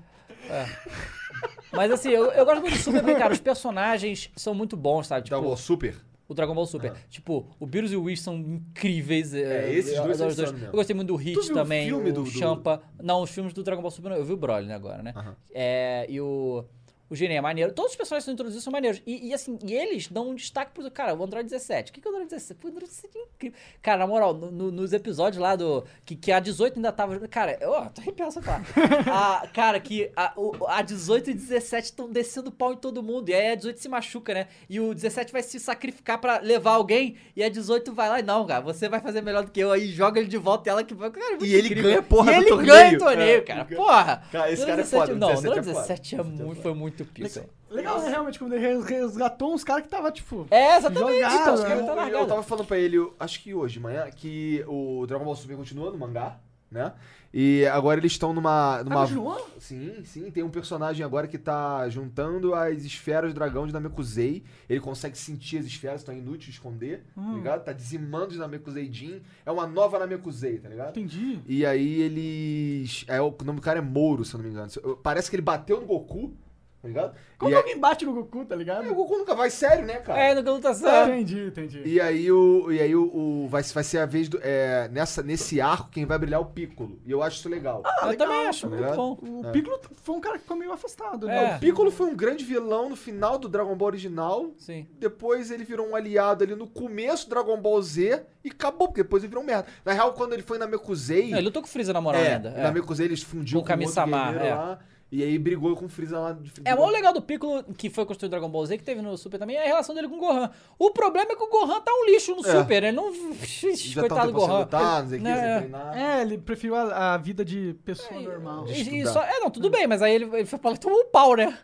Mas assim, eu, eu gosto muito do Super, porque, cara, os personagens são muito bons, sabe? Tipo, Dragon Ball Super. o Dragon Ball Super. Tipo, o Beerus e o Whis são incríveis. Ah. eh, É, esses eu dois eles adoro os dois. são mesmo. Eu gostei muito do Hit viu o também, filme o do- do- Champa. Não, os filmes do Dragon Ball Super não. Eu vi o Broly né, agora, né? É, e o... O Gene é maneiro. Todos os personagens que são introduzidos são maneiros. E, e, assim, e eles dão um destaque pro... Cara, o Android 17. O que que é o Android 17? Pô, o Android 17 é incrível. Cara, na moral, no- no- nos episódios lá do... Que, que a 18 ainda tava... Cara, eu ó, tô arrepiado essa parte. A, cara, que a, o- a 18 e 17 estão descendo pau em todo mundo. E aí a 18 se machuca, né? E o 17 vai se sacrificar pra levar alguém. E a 18 vai lá e... Não, cara, você vai fazer melhor do que eu. Aí joga ele de volta e ela que vai... Cara, é muito E ele incrível. ganha a porra E do ele torneio. ganha o torneio, É, cara. ele ganha. Porra. Cara, esse cara é 17 foda, Não, 17 é Android foda. 17 é muito, foi muito pica. Legal, né, realmente, quando ele res- resgatou uns caras que tava, tipo... É, exatamente. Jogado, então, os né? caras Eu- estão eu, largados. tava falando pra ele, eu- acho que hoje, de manhã, que o Dragon Ball Super continua no mangá, né? E agora eles estão numa. numa... Tá Ah, continuou? Sim, sim, tem um personagem agora que tá juntando as esferas do dragão de Namekusei. Ele consegue sentir as esferas, tá inútil esconder, tá ligado? Tá dizimando de Namekusei Jin. É uma nova Namekusei, tá ligado? Entendi. E aí eles. É, o nome do cara é Moro, se eu não me engano. Eu- Parece que ele bateu no Goku, tá ligado? Como e que aí... alguém bate no Goku, tá ligado? O Goku nunca vai sério, né, cara? É, no Galutação. Entendi, entendi. E aí o. E aí o, o- vai, vai ser a vez do. é, nessa, nesse arco, quem vai brilhar é o Piccolo. E eu acho isso legal. Eu legal, também acho tá muito ligado? bom. O Piccolo foi um cara que ficou meio afastado, É. né? O Piccolo foi um grande vilão no final do Dragon Ball original. Sim. Depois ele virou um aliado ali no começo do Dragon Ball Z e acabou, porque depois ele virou um merda. Na real, quando ele foi na Mekusei. Não, ele lutou com o Freeza na moral é, ainda. Na É. Mekusei eles fundiu Com o com, o outro Kami-sama, guerreiro é. lá. E aí brigou com o Freeza lá. de- É, mas o legal do Piccolo, que foi construído Dragon Ball Z, que teve no Super também, é a relação dele com o Gohan. O problema é que o Gohan tá um lixo no É. Super. Ele não. Já tá um Coitado do tempo sem Gohan. lutar, não sei o que, Né, sem é. treinar. É, ele preferiu a, a vida de pessoa normal. E- e estudar. só- é, não, tudo bem, mas aí ele, ele foi pra lá e tomou um pau, né?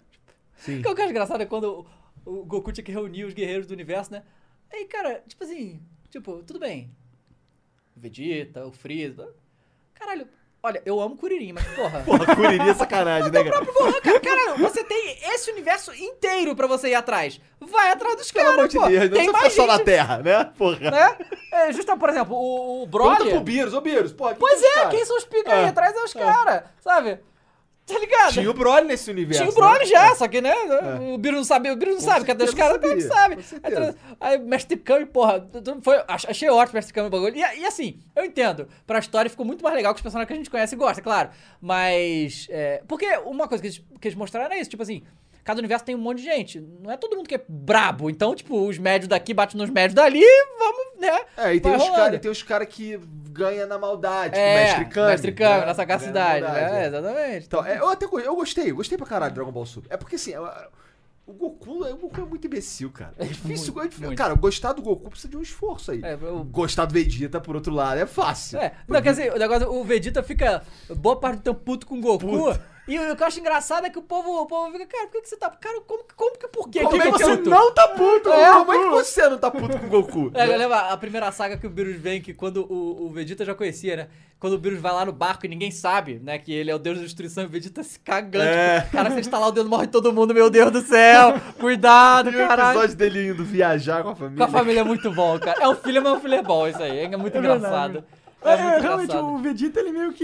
Sim. O que eu acho engraçado é quando o, o Goku tinha que reunir os guerreiros do universo, né? Aí, cara, tipo assim, tipo, tudo bem. O Vegeta, o Freeza. Caralho, Olha, eu amo Curirim, mas porra. Porra, Curiria é sacanagem, né, cara? próprio Gohan, cara, caralho, você tem esse universo inteiro pra você ir atrás. Vai atrás dos caras, Pelo amor de pô. Deus, não tem precisa mais ficar só gente, na Terra, né? Porra. né? É, justa, por exemplo, o, o Pergunta pro Broly. Beerus, ô Beerus, porra. quem Pois são os é, caras? quem são os pica aí atrás é os caras, sabe? Tá ligado? Tinha o Broly nesse universo. Tinha o Broly né? já, só que, né? O Biro não sabe, o Biro não sabe, cadê os certeza caras? Como é que sabia, sabe? com Aí, certeza. tra- aí Mestre Kami, porra, tu- tu- foi, ach- achei ótimo o Mestre Kami o bagulho. E, a- e assim, eu entendo, pra história ficou muito mais legal que os personagens que a gente conhece e gosta, claro. Mas. é, porque uma coisa que eles, que eles mostraram era isso, tipo assim. Cada universo tem um monte de gente. Não é todo mundo que é brabo. Então, tipo, os médios daqui batem nos médios dali, vamos, né? É, e tem, vai os rolando. cara, e tem os caras que ganha na maldade, tipo É, Mestre Kami. Mestre Kami, né? na Ganha sagacidade, na maldade, né? é. Exatamente. Então, é, eu até go- eu gostei, eu gostei pra caralho de Dragon Ball Super. É porque assim, eu- o Goku, é- o Goku é muito imbecil, cara. É difícil. é difícil. muito. Cara, gostar do Goku precisa de um esforço aí. É, eu- Gostar do Vegeta, por outro lado, é fácil. É, não, quer dizer, o negócio, o Vegeta fica boa parte do tempo puto com o Goku. E o que eu acho engraçado é que o povo, o povo fica, cara, por que, que você tá. Cara, como, que- como que por quê? Como que é que eu você puto? não tá puto? É. Como é que você não tá puto com o Goku? É, eu lembro a primeira saga que o Beerus vem, que quando o, o Vegeta já conhecia, né? Quando o Beerus vai lá no barco e ninguém sabe, né? Que ele é o deus da destruição e o Vegeta se cagando. É. Tipo, cara, se estalar o dedo, morre todo mundo, meu Deus do céu! Cuidado, E o caralho! episódio dele indo viajar com a família. Com a família é muito bom, cara. É um filho, mas é um filho é bom isso aí. É muito É verdade. engraçado. É, É, muito realmente, engraçado. o Vegeta, ele meio que.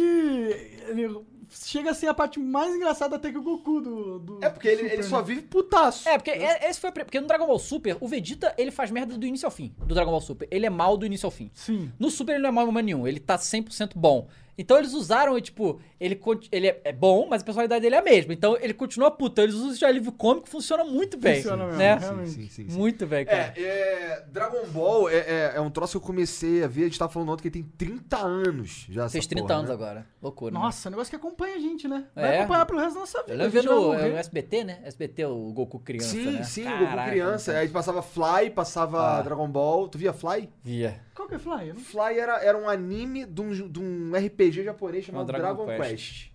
Ele chega a ser a parte mais engraçada até que o Goku do. do É porque ele, Super, ele né? só vive putaço. É, porque é- esse foi a pri- porque no Dragon Ball Super, o Vegeta, ele faz merda do início ao fim, do Dragon Ball Super. Ele é mal do início ao fim. Sim. No Super ele não é mal em momento nenhum, ele tá 100% bom. Então eles usaram e tipo, ele, conti- ele é, é bom, mas a personalidade dele é a mesma. Então ele continua puto. Então, Eles usam isso de alívio cômico, funciona muito bem. Funciona mesmo, né? realmente. Sim, sim, sim. Muito bem, cara. É, é, Dragon Ball é, é- é um troço que eu comecei a ver, a gente tava falando ontem que ele tem 30 anos já. Fez essa 30 porra, anos né? agora. Loucura. né? Nossa, um negócio que acompanha a gente, né? Vai É. acompanhar pelo resto da nossa vida. Eu a lembro gente vendo vai no, morrer. no SBT, né? SBT, o Goku criança, Sim, né? sim, o Goku Caraca, criança. É Aí passava Fly, passava Ah. Dragon Ball. Tu via Fly? Via. Qual que é Fly? Eu não- Fly era, era um anime de um, ju- de um RPG japonês chamado Dragon, Dragon Quest.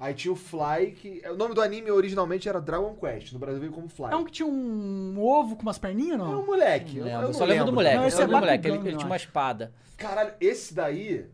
Aí tinha o Fly, que. é, O nome do anime originalmente era Dragon Quest. No Brasil veio como Fly. É um que tinha um ovo com umas perninhas, É um não? moleque. eu- eu Lembro, não só lembro do moleque. Não, eu esse lembro é do moleque. Ele, Bakugan, ele eu tinha uma acho. espada. Caralho, esse daí.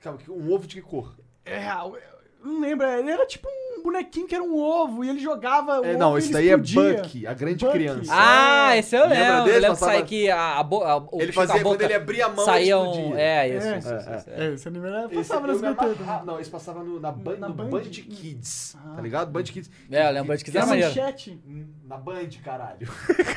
Calma, que- um ovo de que cor? É, eu não lembro. Ele era tipo um bonequinho que era um ovo e ele jogava. o É, um ovo não, e esse ele daí explodia. é Bucky, a grande Bucky. criança. Ah, esse eu Lembra lembro. dele? eu lembro que Passava- saía que a, a, bo- a, o- Ele tipo, a fazia, boca quando ele abria a mão, saía ele um... explodia. É, isso, É. isso, isso, isso, É, esse anime era Esse passava nas filme SBT. era ma- ah, Não, esse passava no, na, ban, Na no Band? Ah. Band Kids, tá ligado? Band Kids. É, eu lembro, Band Kids Era era maneiro. manchete. Na Band, caralho.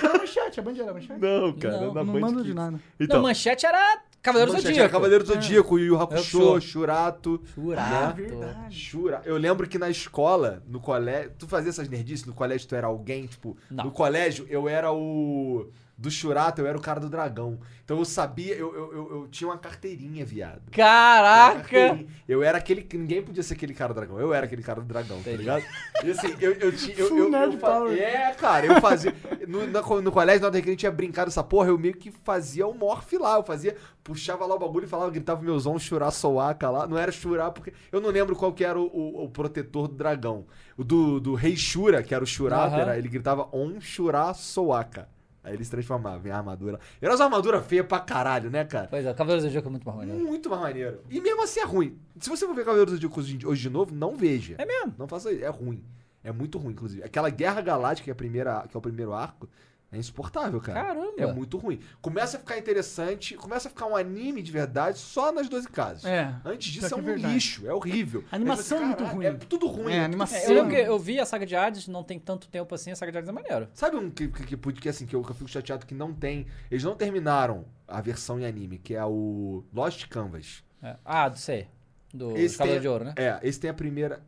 Era manchete, a bandeira era manchete. Não, cara, Não, na não Band mando de Kids. nada. Então, Não, Manchete era Cavaleiro do Manchete Zodíaco. era Cavaleiro do Zodíaco, Yu Yu Hakusho, Hakusho. Shurato. Ah, Né? Jurado. Shura. Eu lembro que na escola, no colégio. Tu fazia essas nerdices? No colégio tu era alguém? Tipo, Não. no colégio eu era o. Do Shurato, eu era o cara do dragão. Então eu sabia, eu, eu, eu, eu tinha uma carteirinha, viado. Caraca! Eu era aquele. que Ninguém podia ser aquele cara do dragão. Eu era aquele cara do dragão, tá ligado? E assim, eu, eu tinha. Eu, Full eu, eu, nerd fa- power. É, cara, eu fazia. No, na co- no colégio, na hora que a gente tinha brincado essa porra, eu meio que fazia o morph lá. Eu fazia. Puxava lá o bagulho e falava, gritava meus on, churar soaca lá. Não era churar, porque. Eu não lembro qual que era o, o- o protetor do dragão. O do, do rei Shura, que era o Shurata, Aham. era- ele gritava on, churar soaca. Aí ele se transformava em armadura. Era uma armadura feia pra caralho, né, cara? Pois é, Cavaleiro do Zodíaco é muito mais maneiro. Muito mais maneiro. E mesmo assim é ruim. Se você for ver Cavaleiros do Zodíaco hoje de- hoje de novo, não veja. É mesmo? Não faça isso. É ruim. É muito ruim, inclusive. Aquela Guerra Galáctica, que é, a primeira, que é o primeiro arco, é insuportável, cara. Caramba. É muito ruim. Começa a ficar interessante, começa a ficar um anime de verdade só nas 12 casas. É. Antes Pior disso que é é um verdade. lixo, é horrível. A animação Aí você, é muito "Caralho, ruim." É tudo ruim. É, a tudo animação. É, eu lembro que eu vi a saga de Hades, não tem tanto tempo assim, a saga de Hades é maneira. Sabe um que, que, que, que, assim, que, eu, que eu fico chateado que não tem. Eles não terminaram a versão em anime, que é o Lost Canvas. É. Ah, do sei. Do Esse Cavaleiro tem- de Ouro, né? É, esse tem a primeira.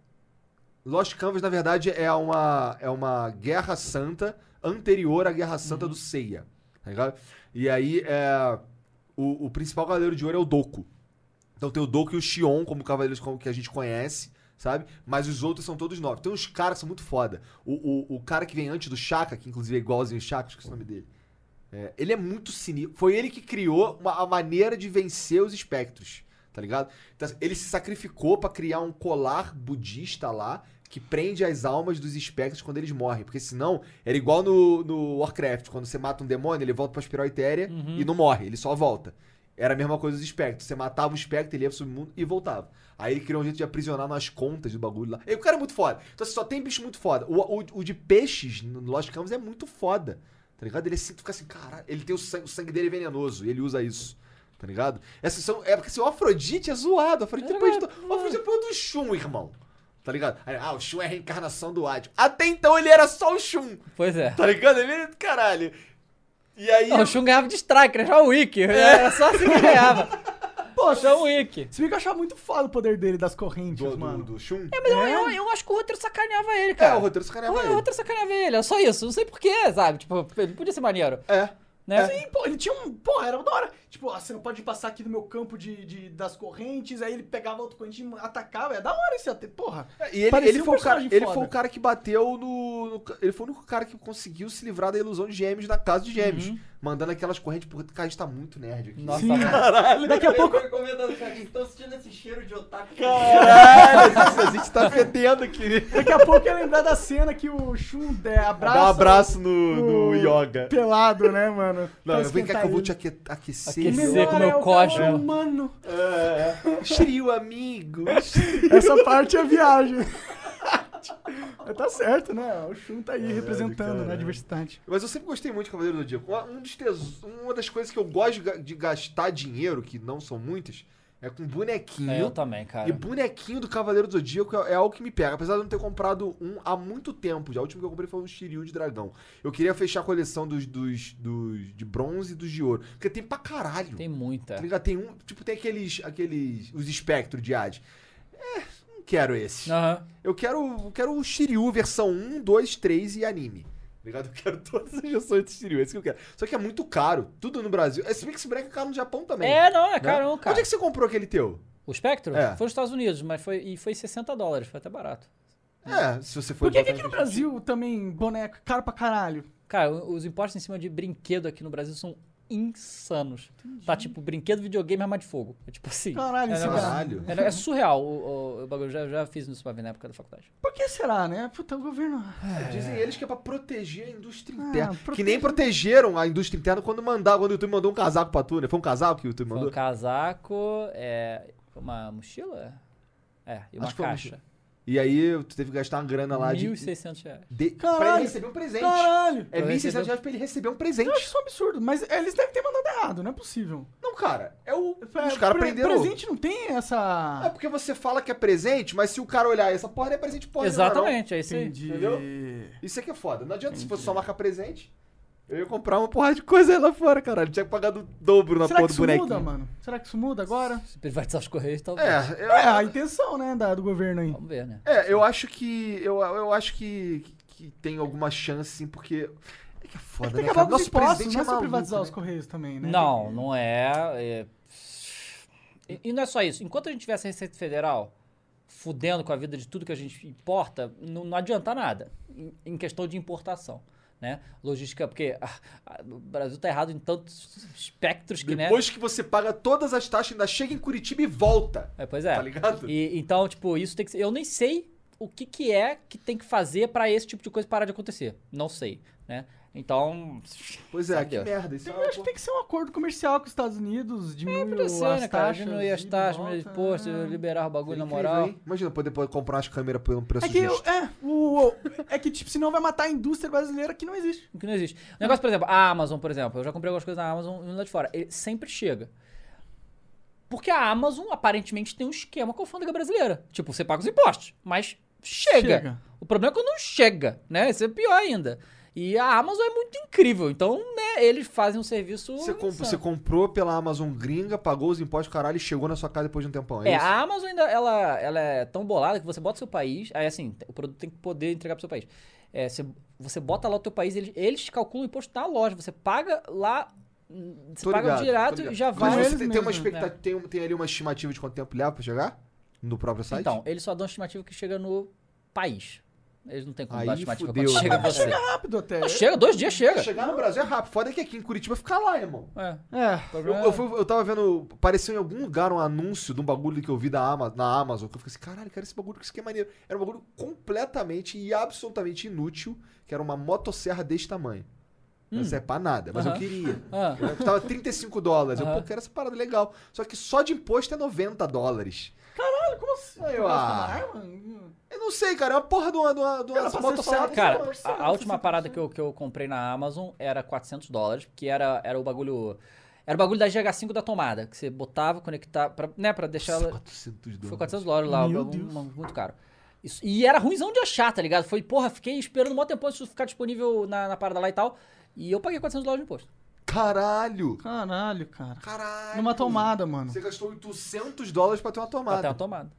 Lost Canvas, na verdade, é uma, é uma guerra santa anterior à Guerra Santa Uhum. do Seiya. Tá ligado? E aí, é, o, o principal cavaleiro de ouro é o Doku. Então tem o Doku e o Shion como cavaleiros como que a gente conhece, sabe? Mas os outros são todos novos. Tem uns caras que são muito foda. O, o, o cara que vem antes do Shaka, que inclusive é igualzinho o Shaka, esqueci o nome dele. É, ele é muito sinistro. Foi ele que criou uma- a maneira de vencer os espectros, tá ligado? Então, assim, ele se sacrificou pra criar um colar budista lá que prende as almas dos espectros quando eles morrem. Porque senão, era igual no, no Warcraft, quando você mata um demônio, ele volta pra espiral etérea e não morre, ele só volta. É- Era a mesma coisa dos espectros. Você matava o espectro, ele ia pro submundo e voltava. Aí ele criou um jeito de aprisionar nas contas do bagulho lá. E o cara é muito foda. Então assim, só tem bicho muito foda. O, o, o de peixes no Lost Canvas é muito foda. Tá ligado? Ele é assim, tu fica assim, caralho. Ele tem o sangue, o sangue dele é venenoso e ele usa isso. Tá ligado? Essa são, é porque assim, o Afrodite é zoado. O Afrodite é depois do, o Afrodite é depois do Shun, irmão. Tá ligado? Aí, Ah, o Shun é a reencarnação do Hades. Até então ele era só o Shun. Pois é. Tá ligado? Ele é caralho. E aí. Não, o Shun ganhava de strike, era só o É. Wiki. Era só assim que ganhava. Poxa, é o Wiki. Se bem que eu achava muito foda o poder dele das correntes, do, do, mano. do Shun? É, mas eu- Eu, eu acho que o roteiro sacaneava ele, cara. É, o roteiro sacaneava O ele. roteiro sacaneava ele, é só isso. Não sei porquê, sabe? Tipo, ele podia ser maneiro, É. né? Sim, pô, ele tinha um. Porra, era da hora. Tipo, ah, você não pode passar aqui no meu campo de, de- das correntes. Aí ele pegava outra corrente e atacava. É da hora esse até. Porra. E ele, Parecia ele um foi o cara, personagem ele foda. foi o cara que bateu no, no- Ele foi o único cara que conseguiu se livrar da ilusão de gêmeos na casa de gêmeos. Mandando aquelas correntes, porque cara, a gente tá muito nerd aqui. Nossa, mano. Daqui a pouco. Eu recomendo no chat, estão sentindo esse cheiro de otaku. Caralho, a gente tá fedendo aqui. Daqui a pouco eu ia lembrar da cena que o Shun é, abraça. Dá um abraço no, no o- yoga. Pelado, né, mano? Não, vem Pra cá esquentar que eu vou ele. te aque- aquecer. Aquecer. meu com meu é o cosmo. calor humano. Trio, amigo. Essa parte é viagem. Mas tá certo, né? O Shun tá aí representando, né? A diversidade. Mas eu sempre gostei muito de Cavaleiro do Zodíaco. Uma- Um dos tes- Uma das coisas que eu gosto de ga- de gastar dinheiro, que não são muitas, é com bonequinho. É, eu também, cara. E bonequinho do Cavaleiro do Zodíaco é, é algo que me pega. Apesar de eu não ter comprado um há muito tempo. Já o último que eu comprei foi um Shiryu de dragão. Eu queria fechar a coleção dos, dos, dos de bronze e dos de ouro. Porque tem pra caralho. Tem é. Tá muita. ligado? Tem um. Tipo, tem aqueles. aqueles os espectros de Hades. É, não quero esses. Aham. Eu quero, eu quero o Shiryu versão 1, 2, 3 e anime. Tá Ligado? Eu quero todas as versões do Shiryu, é isso que eu quero. Só que é muito caro, tudo no Brasil. Esse Mix Break é caro no Japão também. É, não, é né? carão, cara. Onde é que você comprou aquele teu? O Spectrum É. foi nos Estados Unidos, mas foi, e foi 60 dólares, foi até barato. É, se você for. Por que, que botar aqui em perspectiva. no Brasil também boneco é caro pra caralho? Cara, o- os impostos em cima de brinquedo aqui no Brasil são insanos. Tá tipo, brinquedo, videogame, arma de fogo. É tipo assim. Ah. Caralho, é, isso é negócio- Caralho. é- é surreal o, o- o bagulho. Já, já fiz isso uma vez na época da faculdade. Por que será, né? Puta, o governo. Dizem eles que é pra proteger a indústria Ah, interna. Que protege- nem protegeram a indústria interna quando mandaram, quando o YouTube mandou um casaco pra tu, né? Foi um casaco que o YouTube Foi mandou? um casaco, é, uma mochila? É, e uma Acho que foi uma caixa. E aí tu teve que gastar uma grana lá de. 1.600 reais. de pra ele Caralho. receber um presente. Caralho! É Pra 1.600 receber- reais pra ele receber um Eu acho presente. isso um absurdo, mas eles devem ter mandado errado, não é possível. Não, cara. É o. Os caras É, pre- prenderam. presente não tem É essa. porque você fala que é presente, mas se o cara olhar essa porra não é presente, porra. nenhuma, Exatamente, é isso aí. Entendeu? não. Isso aqui é foda. Não adianta se fosse só marcar presente. Eu ia comprar uma porrada de coisa aí lá fora, caralho. Tinha que pagar do dobro na Será porra do que isso bonequinho. muda, mano? Será que isso muda agora? Se privatizar os correios, talvez. É, eu, É a intenção, né, da- do governo aí. Vamos ver, né? é, eu acho que. Eu, eu acho que, que tem alguma chance, sim, porque. É que é foda, Tem que né? Cara? acabar com os Nosso impostos, presidente não é é só maluco, privatizar né? os correios também, né? Não, não é. é- E, e não é só isso. Enquanto a gente tiver essa Receita Federal fudendo com a vida de tudo que a gente importa, não, não adianta nada em, em questão de importação. Né? Logística, porque ah, ah, o Brasil tá errado em tantos espectros né? que, né? Depois que você paga todas as taxas, ainda chega em Curitiba e volta. né? É, pois é. Tá ligado? E, então, tipo, isso tem que ser. Eu nem sei o que, que é que tem que fazer pra esse tipo de coisa parar de acontecer. Não sei, né? Então. Pois é, sabe que Deus. merda. Isso é Eu uma acho que porra. tem que ser um acordo comercial com os Estados É, Unidos, diminuir Podia ser, as né, cara? taxas. Diminuir as ida e taxas, volta, diminuir os impostos, né? liberar o bagulho na Incrível, moral. hein? Imagina poder poder comprar as câmeras por um preço É que eu, justo. é, o, o- é que tipo, senão vai matar a indústria brasileira que não existe. O que não existe. O negócio, por exemplo, a Amazon, por exemplo. Eu já comprei algumas coisas na Amazon e lá de fora. Ele sempre chega. Porque a Amazon aparentemente tem um esquema com a alfândega brasileira. Tipo, você paga os impostos, mas chega. Chega. O problema é quando não chega, né? Isso é pior ainda. E a Amazon é muito incrível. Então, né, eles fazem um serviço. Você, comp- insano. você comprou pela Amazon gringa, pagou os impostos, caralho, e chegou na sua casa depois de um tempão. É, É, isso? a Amazon ainda ela, ela é tão bolada que você bota o seu país, aí assim, o produto tem que poder entregar pro seu país. É, você, você bota lá o teu país, eles, eles calculam o imposto na loja, você paga lá, hum, você Tô ligado, paga tô direto ligado. e já Mas vai. eles você tem, tem mesmo, uma né? expectativa, tem, um- tem ali uma estimativa de quanto tempo leva pra chegar? No próprio site? Então, eles só dão estimativa que chega no país. Eles não têm como Aí dar estimativa fudeu, quando chega em né? você. Rápido até. Não, chega, dois dias chega. chegar no Brasil é rápido. Foda é que aqui em Curitiba fica lá, irmão. É, o É. Eu, problema eu, fui, eu tava vendo, apareceu em algum lugar um anúncio de um bagulho que eu vi da Ama- na Amazon, que eu fiquei assim, caralho, cara, esse bagulho, que isso aqui é maneiro. Era um bagulho completamente e absolutamente inútil, que era uma motosserra desse tamanho. Não serve pra nada, mas eu Hum. Aham. queria. Ah. Eu Custava 35 dólares. Eu, Aham. pô, quero essa parada legal. Só que só de imposto é 90 dólares. Caralho, como assim? Aí, Eu ó. gosto de uma arma? Eu não sei, cara. É uma porra de uma, de uma, de uma Cara, pra ser motosserra. só- Cara, Por cento, a, a última 60%. parada que eu, que eu comprei na Amazon era 400 dólares, que era, era o bagulho. Era o bagulho da GH5 da tomada, que você botava, conectava, pra, né, pra deixar ela. 400 Foi dólares. 400 dólares lá, Meu um- Deus. um- muito caro. Isso- e era ruimzão de achar, tá ligado? Foi, porra, fiquei esperando um maior tempo isso ficar disponível na, na parada lá e tal. E eu paguei 400 dólares de imposto. Caralho! Caralho, cara. Caralho! Numa tomada, mano. Você gastou 800 dólares pra ter uma tomada. Até uma tomada.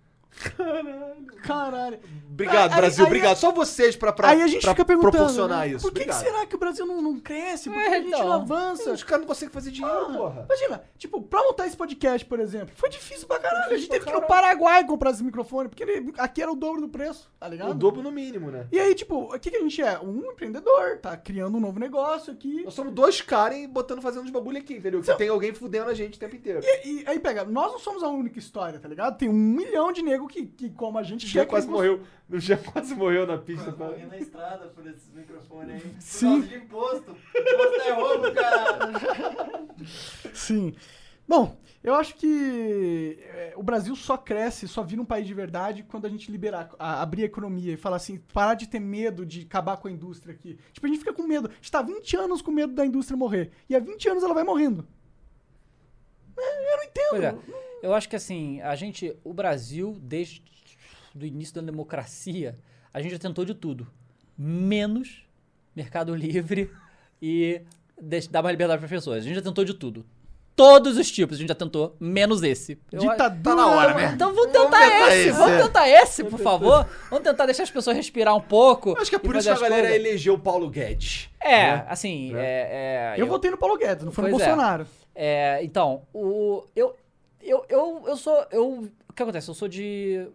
Caralho. Obrigado, Aí- Brasil. aí- obrigado. Só vocês pra, pra, Aí a gente pra fica perguntando. proporcionar né? isso. Por que, que obrigado. será que o Brasil não, não cresce? Por que, É, que a gente não então. avança? Os caras não conseguem fazer dinheiro, porra. Imagina, tipo, pra montar esse podcast, por exemplo, foi difícil pra caralho. A gente Foi teve que ir no caralho. Paraguai comprar esse microfone, porque ele- aqui era o dobro do preço, tá O ligado? dobro no mínimo, né? E aí, tipo, o que, que a gente é? Um empreendedor, tá criando um novo negócio aqui. Nós somos dois caras e botando, fazendo uns bagulho aqui, entendeu? Que tem alguém fudendo a gente o tempo inteiro. E, e aí pega, nós não somos a única história, tá ligado? Tem um milhão de nego que, que como a gente O Jean quer quase que- morreu. O Jean quase morreu na pista. Eu Pra... morri na estrada por esses microfones aí. Por Sim. causa de imposto. Imposto é roubo, cara. Sim. Bom, eu acho que é, o Brasil só cresce, só vira um país de verdade quando a gente liberar, a- abrir a economia e falar assim, parar de ter medo de acabar com a indústria aqui. Tipo, a gente fica com medo. A gente tá há 20 anos com medo da indústria morrer. E há 20 anos ela vai morrendo. É, Eu não entendo. Pois é. Eu acho que assim, a gente, o Brasil, desde o início da democracia, a gente já tentou de tudo. Menos mercado livre e des- dar mais liberdade para pessoas. A gente já tentou de tudo. Todos os tipos, a gente já tentou, menos esse. Eu a- Ditadura. Tá na hora, né? Então vamos tentar, esse, vamos tentar esse, por favor. Vamos tentar deixar as pessoas respirar um pouco. Eu Acho que é e por isso fazer que a as galera coisas. elegeu o Paulo Guedes. É, né? assim, Né? é- é, Eu votei no Paulo Guedes, não foi no Pois é. Bolsonaro. É, então, o, eu, eu, eu, eu sou. Eu, o que acontece? Eu sou de.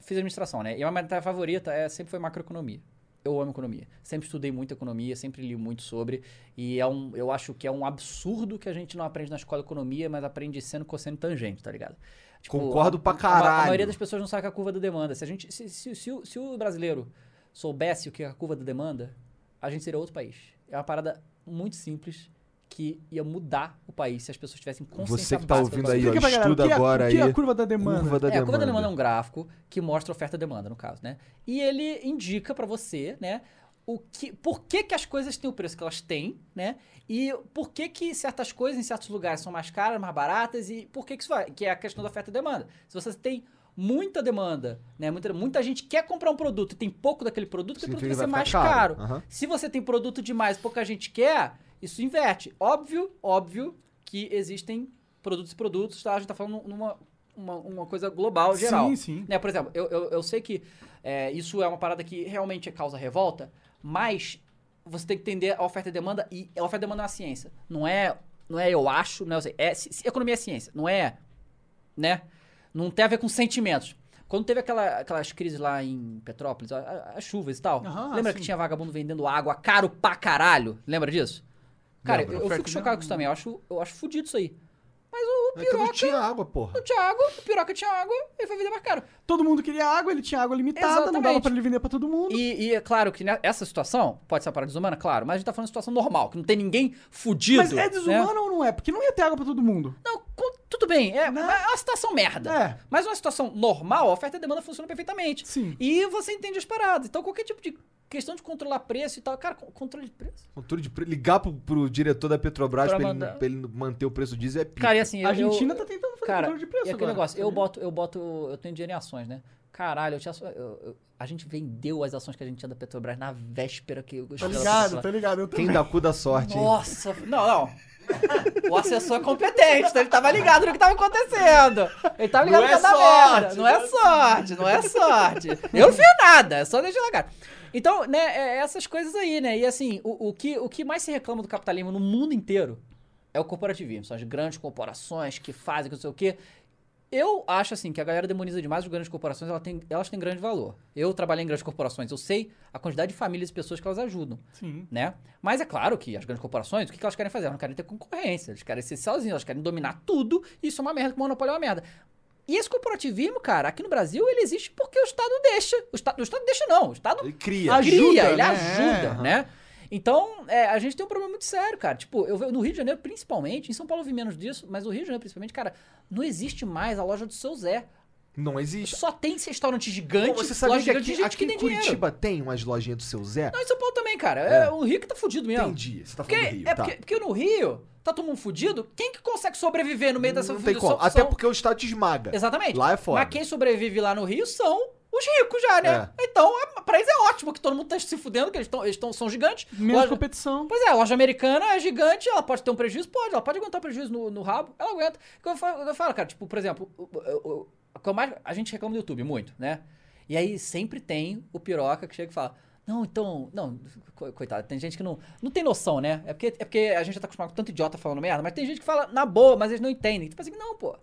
Fiz administração, né? E a minha matéria favorita é, sempre foi macroeconomia. Eu amo economia. Sempre estudei muito economia, sempre li muito sobre. E é um, eu acho que é um absurdo que a gente não aprende na escola economia, mas aprende seno, cosseno e tangente, tá ligado? Tipo, Concordo a- pra a- A, caralho. maioria das pessoas não sabe a curva da demanda. Se, a gente, se, se, se o- se o brasileiro soubesse o que é a curva da demanda, a gente seria outro país. É uma parada muito simples que ia mudar o país se as pessoas tivessem consciência Você que tá básica do ouvindo Brasil. aí, ó, Explica pra galera, o estuda que é, agora o que é aí. a curva da demanda? Curva da É, a curva da demanda. demanda é um gráfico que mostra oferta e demanda, no caso, né? E ele indica pra você, né, o que, por que, que as coisas têm o preço que elas têm, né? E por que, que certas coisas em certos lugares são mais caras, mais baratas e por que, que isso vai? Que é a questão da oferta e demanda. Se você tem muita demanda, né, muita, muita gente quer comprar um produto e tem pouco daquele produto, aquele produto Significa vai que ser vai mais ficar caro. caro. Aham. Se você tem produto demais e pouca gente quer, isso inverte. Óbvio, óbvio que existem produtos e produtos, tá? A gente tá falando numa uma, uma coisa global, geral. Sim, sim. Né, por exemplo, eu, eu, eu sei que é, isso é uma parada que realmente causa revolta, mas você tem que entender a oferta e demanda, e a oferta e demanda é uma ciência. Não é, não é eu acho, não é, eu sei. É, ci- ci- economia é ciência, não é, né? Não tem a ver com sentimentos. Quando teve aquela, aquelas crises lá em Petrópolis, a- a- as chuvas e tal, Aham, lembra sim. que tinha vagabundo vendendo água caro pra caralho? Lembra disso? Cara, Lembro. eu, eu Oferta fico e chocado demanda. com isso também. Eu acho, eu acho fudido isso aí. É que não tinha água, porra. Não tinha água, o piroca tinha água, ele foi vender mais caro. Todo mundo queria água, ele tinha água limitada, não dava Exatamente. pra ele vender pra todo mundo. E, e é claro que ne- essa situação pode ser uma parada desumana, claro, mas a gente tá falando de situação normal, que não tem ninguém fudido. Mas é né? desumano ou não é? Porque não ia ter água pra todo mundo. Não, com- tudo bem, é, Né? é uma situação merda. É. Mas uma situação normal, a oferta e a demanda funcionam perfeitamente. Sim. E você entende as paradas. Então qualquer tipo de questão de controlar preço e tal, cara, con- controle de preço. Controle de pre... Ligar pro, pro diretor da Petrobras Pra pra, ele, mandar. pra ele manter o preço do diesel é pica. Cara, e assim, eu- A Argentina eu, tá tentando fazer Cara, controle de preço e aquele agora. negócio, eu Sabia? boto, eu boto, eu tenho dinheiro em ações, né? Caralho, eu tinha, aço- eu- eu- a gente vendeu as ações que a gente tinha da Petrobras na véspera que eu Tô Tá ligado, tô ligado. Eu Quem também. dá cu da sorte, hein? Nossa, não, não. O assessor é competente, então ele tava ligado no que tava acontecendo. Ele tava ligado Não no é que tava sorte, merda. Não é sorte, não é sorte. Eu não fiz nada, é só deixar na cara. Então, né, é essas coisas aí, né? E assim, o, o que, o que mais se reclama do capitalismo no mundo inteiro é o corporativismo. São as grandes corporações que fazem que não sei o quê. Eu acho assim que a galera demoniza demais as grandes corporações, ela tem- elas têm grande valor. Eu trabalhei em grandes corporações, eu sei a quantidade de famílias e pessoas que elas ajudam Sim. né? Mas é claro que as grandes corporações, o que que elas querem fazer? Elas não querem ter concorrência, elas querem ser sozinhas, elas querem dominar tudo, e isso é uma merda, que o monopólio é uma merda. E esse corporativismo, cara, aqui no Brasil, ele existe porque o Estado deixa. O, Esta- o Estado deixa não, o Estado Ele cria. Ajuda, cria, ele é né? ajuda, né? Então, é, a gente tem um problema muito sério, cara. Tipo, eu ve- no Rio de Janeiro, principalmente, em São Paulo eu vi menos disso, mas no Rio de Janeiro, principalmente, cara, não existe mais a loja do seu Zé. Não existe. Só tem esse restaurante gigante, Pô, você sabia loja que gigante de aqui, gente aqui que em tem dinheiro. Curitiba tem umas lojinhas do seu Zé? Não, em São Paulo também, cara. É. É, o Rio que tá fudido mesmo. Entendi. Você tá Porque, falando do Rio, é tá. porque, porque no Rio, tá todo mundo fudido. Quem que consegue sobreviver no meio dessa não tem fudição- como. Até são- porque o Estado te esmaga. Exatamente. Lá é foda. Mas quem sobrevive lá no Rio são os ricos já, né? Então, é, pra eles é ótimo que todo mundo tá se fudendo, que eles, tão, eles tão, são gigantes. Menos Loja- competição. Pois é, a loja americana é gigante, ela pode ter um prejuízo? Pode, ela pode aguentar um prejuízo no, no rabo, ela aguenta. O que Eu falo, eu falo, cara, tipo, por exemplo, o- o- o- o que eu mais- a gente reclama do YouTube muito, né? E aí sempre tem o piroca que chega e fala. Não, então. Não, co- coitado, tem gente que não. Não tem noção, né? É porque, é porque a gente já tá acostumado com tanto idiota falando merda, mas tem gente que fala na boa, mas eles não entendem. Tipo assim, não, pô.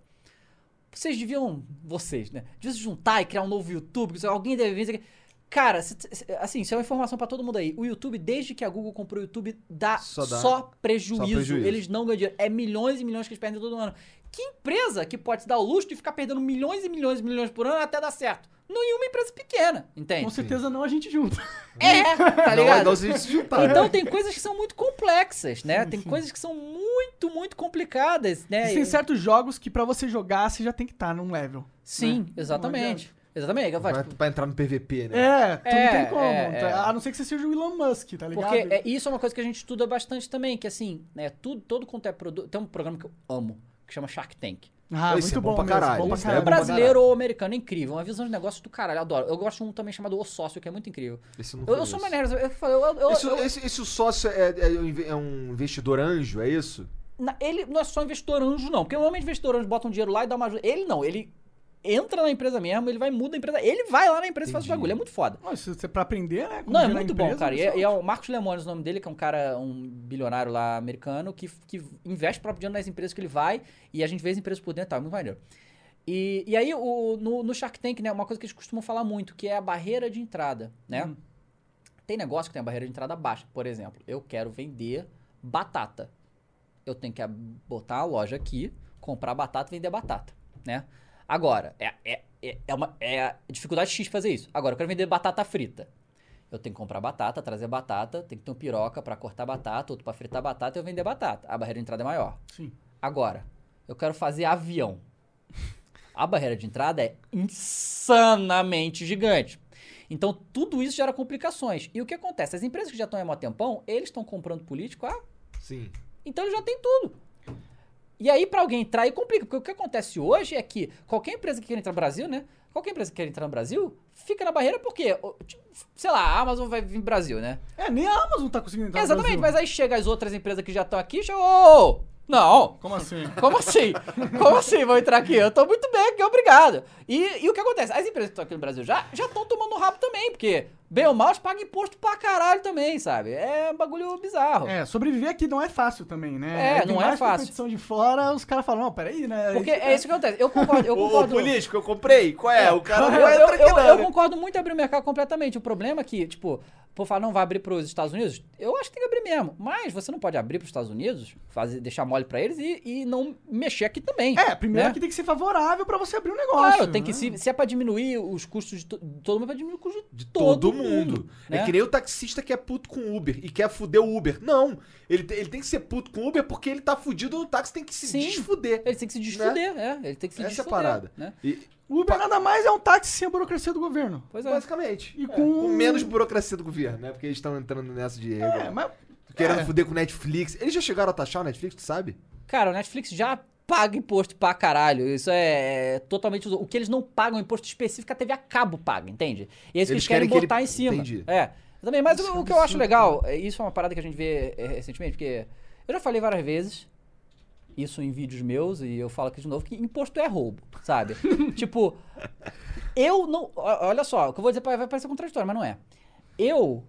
Vocês deviam. Vocês, né? Deviam se juntar e criar um novo YouTube. que Alguém deve vir. isso aqui. Cara, se- se- assim, isso é uma informação pra todo mundo aí. O YouTube, desde que a Google comprou o YouTube, dá só, Só dá- prejuízo. só prejuízo. Eles não ganham dinheiro. É milhões e milhões que eles perdem todo ano. Que empresa que pode se dar o luxo de ficar perdendo milhões e milhões e milhões por ano até dar certo? Nenhuma empresa pequena, entende? Com certeza não a gente junta. É, tá Não, ligado? não se né? juntar. Então tem coisas que são muito complexas, né? Tem coisas que são muito, muito complicadas, né? Existem E- certos jogos que pra você jogar, você já tem que estar num level. Sim, né? exatamente. Exatamente. Eu falo, Pra, tipo, é pra entrar no PVP, né? É, tu É, não tem como. é, tá? é. A não ser que você seja o Elon Musk, tá ligado? Porque é, isso é uma coisa que a gente estuda bastante também, que assim, né, tudo, todo quanto é produto. Tem um programa que eu amo, que chama Shark Tank. Ah, Esse muito é bom bom, pra mesmo, caralho, Bom pra esse é caralho. bom pra Brasileiro ou americano, é incrível. Uma visão de negócio do caralho, eu adoro. Eu gosto de um também chamado O Sócio, que é muito incrível. Esse eu não Eu, eu sou conheço. maneiro, eu falei, eu- eu- Esse, eu- esse- esse sócio é, é um inve- é um investidor anjo, é isso? na- ele não é só investidor anjo, não. Porque normalmente investidor anjo bota um dinheiro lá e dá uma ajuda. Ele não, ele entra na empresa mesmo, ele vai muda a empresa. Ele vai lá na empresa e faz o Entendi. bagulho. É muito foda. Não, isso é pra aprender, né? Como Não, é gerar muito bom, empresa, cara. E isso é, e é o Marcos Lemones, o nome dele, que é um cara, um bilionário lá americano, que, que investe o próprio dinheiro nas empresas que ele vai e a gente vê as empresas por dentro, tá? Muito maneiro. E, e aí, o, no, no Shark Tank, né, uma coisa que eles costumam falar muito, que é a barreira de entrada, né? Tem negócio que tem a barreira de entrada baixa. Por exemplo, eu quero vender batata. Eu tenho que ab- botar a loja aqui, comprar batata e vender batata, né? Agora, é, é, é, é uma é a dificuldade X fazer isso. Agora, eu quero vender batata frita. Eu tenho que comprar batata, trazer batata, tem que ter um piroca pra cortar batata, outro pra fritar batata e eu vender batata. A barreira de entrada é maior. Sim. Agora, eu quero fazer avião. A barreira de entrada é insanamente gigante. Então, tudo isso gera complicações. E o que acontece? As empresas que já estão aí há mó tempão, eles estão comprando político há Sim. então ele já tem tudo. E aí, pra alguém entrar, aí complica. Porque o que acontece hoje é que qualquer empresa que quer entrar no Brasil, né? Qualquer empresa que quer entrar no Brasil, fica na barreira porque, o- tipo, sei lá, a Amazon vai vir no Brasil, né? É, nem a Amazon tá conseguindo entrar no Exatamente, Brasil. mas aí chega as outras empresas que já estão aqui e chega, ô, ô, ô, não, Como assim? como assim? Como assim vou entrar aqui? Eu tô muito bem aqui, obrigado. E, e o que acontece? As empresas que estão aqui no Brasil já já estão tomando rabo também, porque bem ou mal, eles pagam imposto pra caralho também, sabe? É um bagulho bizarro. É, sobreviver aqui não é fácil também, É, né? Aí tem não é mais fácil. competição de fora, os caras falam, não, peraí, né? Porque é isso que acontece. Eu concordo, Ô, eu ô, concordo. político, eu comprei. Qual é? O cara Eu, não eu- entra aqui eu- eu não. né? concordo muito em abrir o mercado completamente. O problema é que, tipo, por falar não vai abrir pros Estados Unidos, eu acho que tem que abrir mesmo. Mas você não pode abrir pros Estados Unidos, fazer, deixar mole pra eles e, e não mexer aqui também. É, primeiro né? que tem que ser favorável pra você abrir um negócio. Claro, tem que né? se, se é pra diminuir os custos de, to- de todo mundo, é pra diminuir o custo de, De todo, todo, mundo. né? É que nem o taxista que é puto com o Uber e quer fuder o Uber. Não. Ele, te- ele tem que ser puto com o Uber porque ele tá fudido no táxi, tem que se Sim. desfuder. Ele tem que se desfuder, é. Ele tem que se Né? Essa é a desfuder. parada. né? E- Uber nada mais é um táxi sem a burocracia do governo. Pois é. basicamente. E É, com- menos burocracia do governo, né? Porque eles estão entrando nessa de. É, mas... Querendo é. fuder com o Netflix. Eles já chegaram a taxar o Netflix, tu sabe? Cara, o Netflix já paga imposto pra caralho. Isso é totalmente. O que eles não pagam imposto específico, a TV a cabo paga, entende? E é isso que eles, Eles querem querem, que ele- botar em cima. Entendi. É. Também, mas o, o que eu acho legal, é, isso é uma parada que a gente vê é, recentemente, porque eu já falei várias vezes. Isso em vídeos meus, e eu falo aqui de novo, que imposto é roubo, sabe? tipo, eu não. ó- Olha só, o que eu vou dizer pa- vai parecer contraditório, mas não é. Eu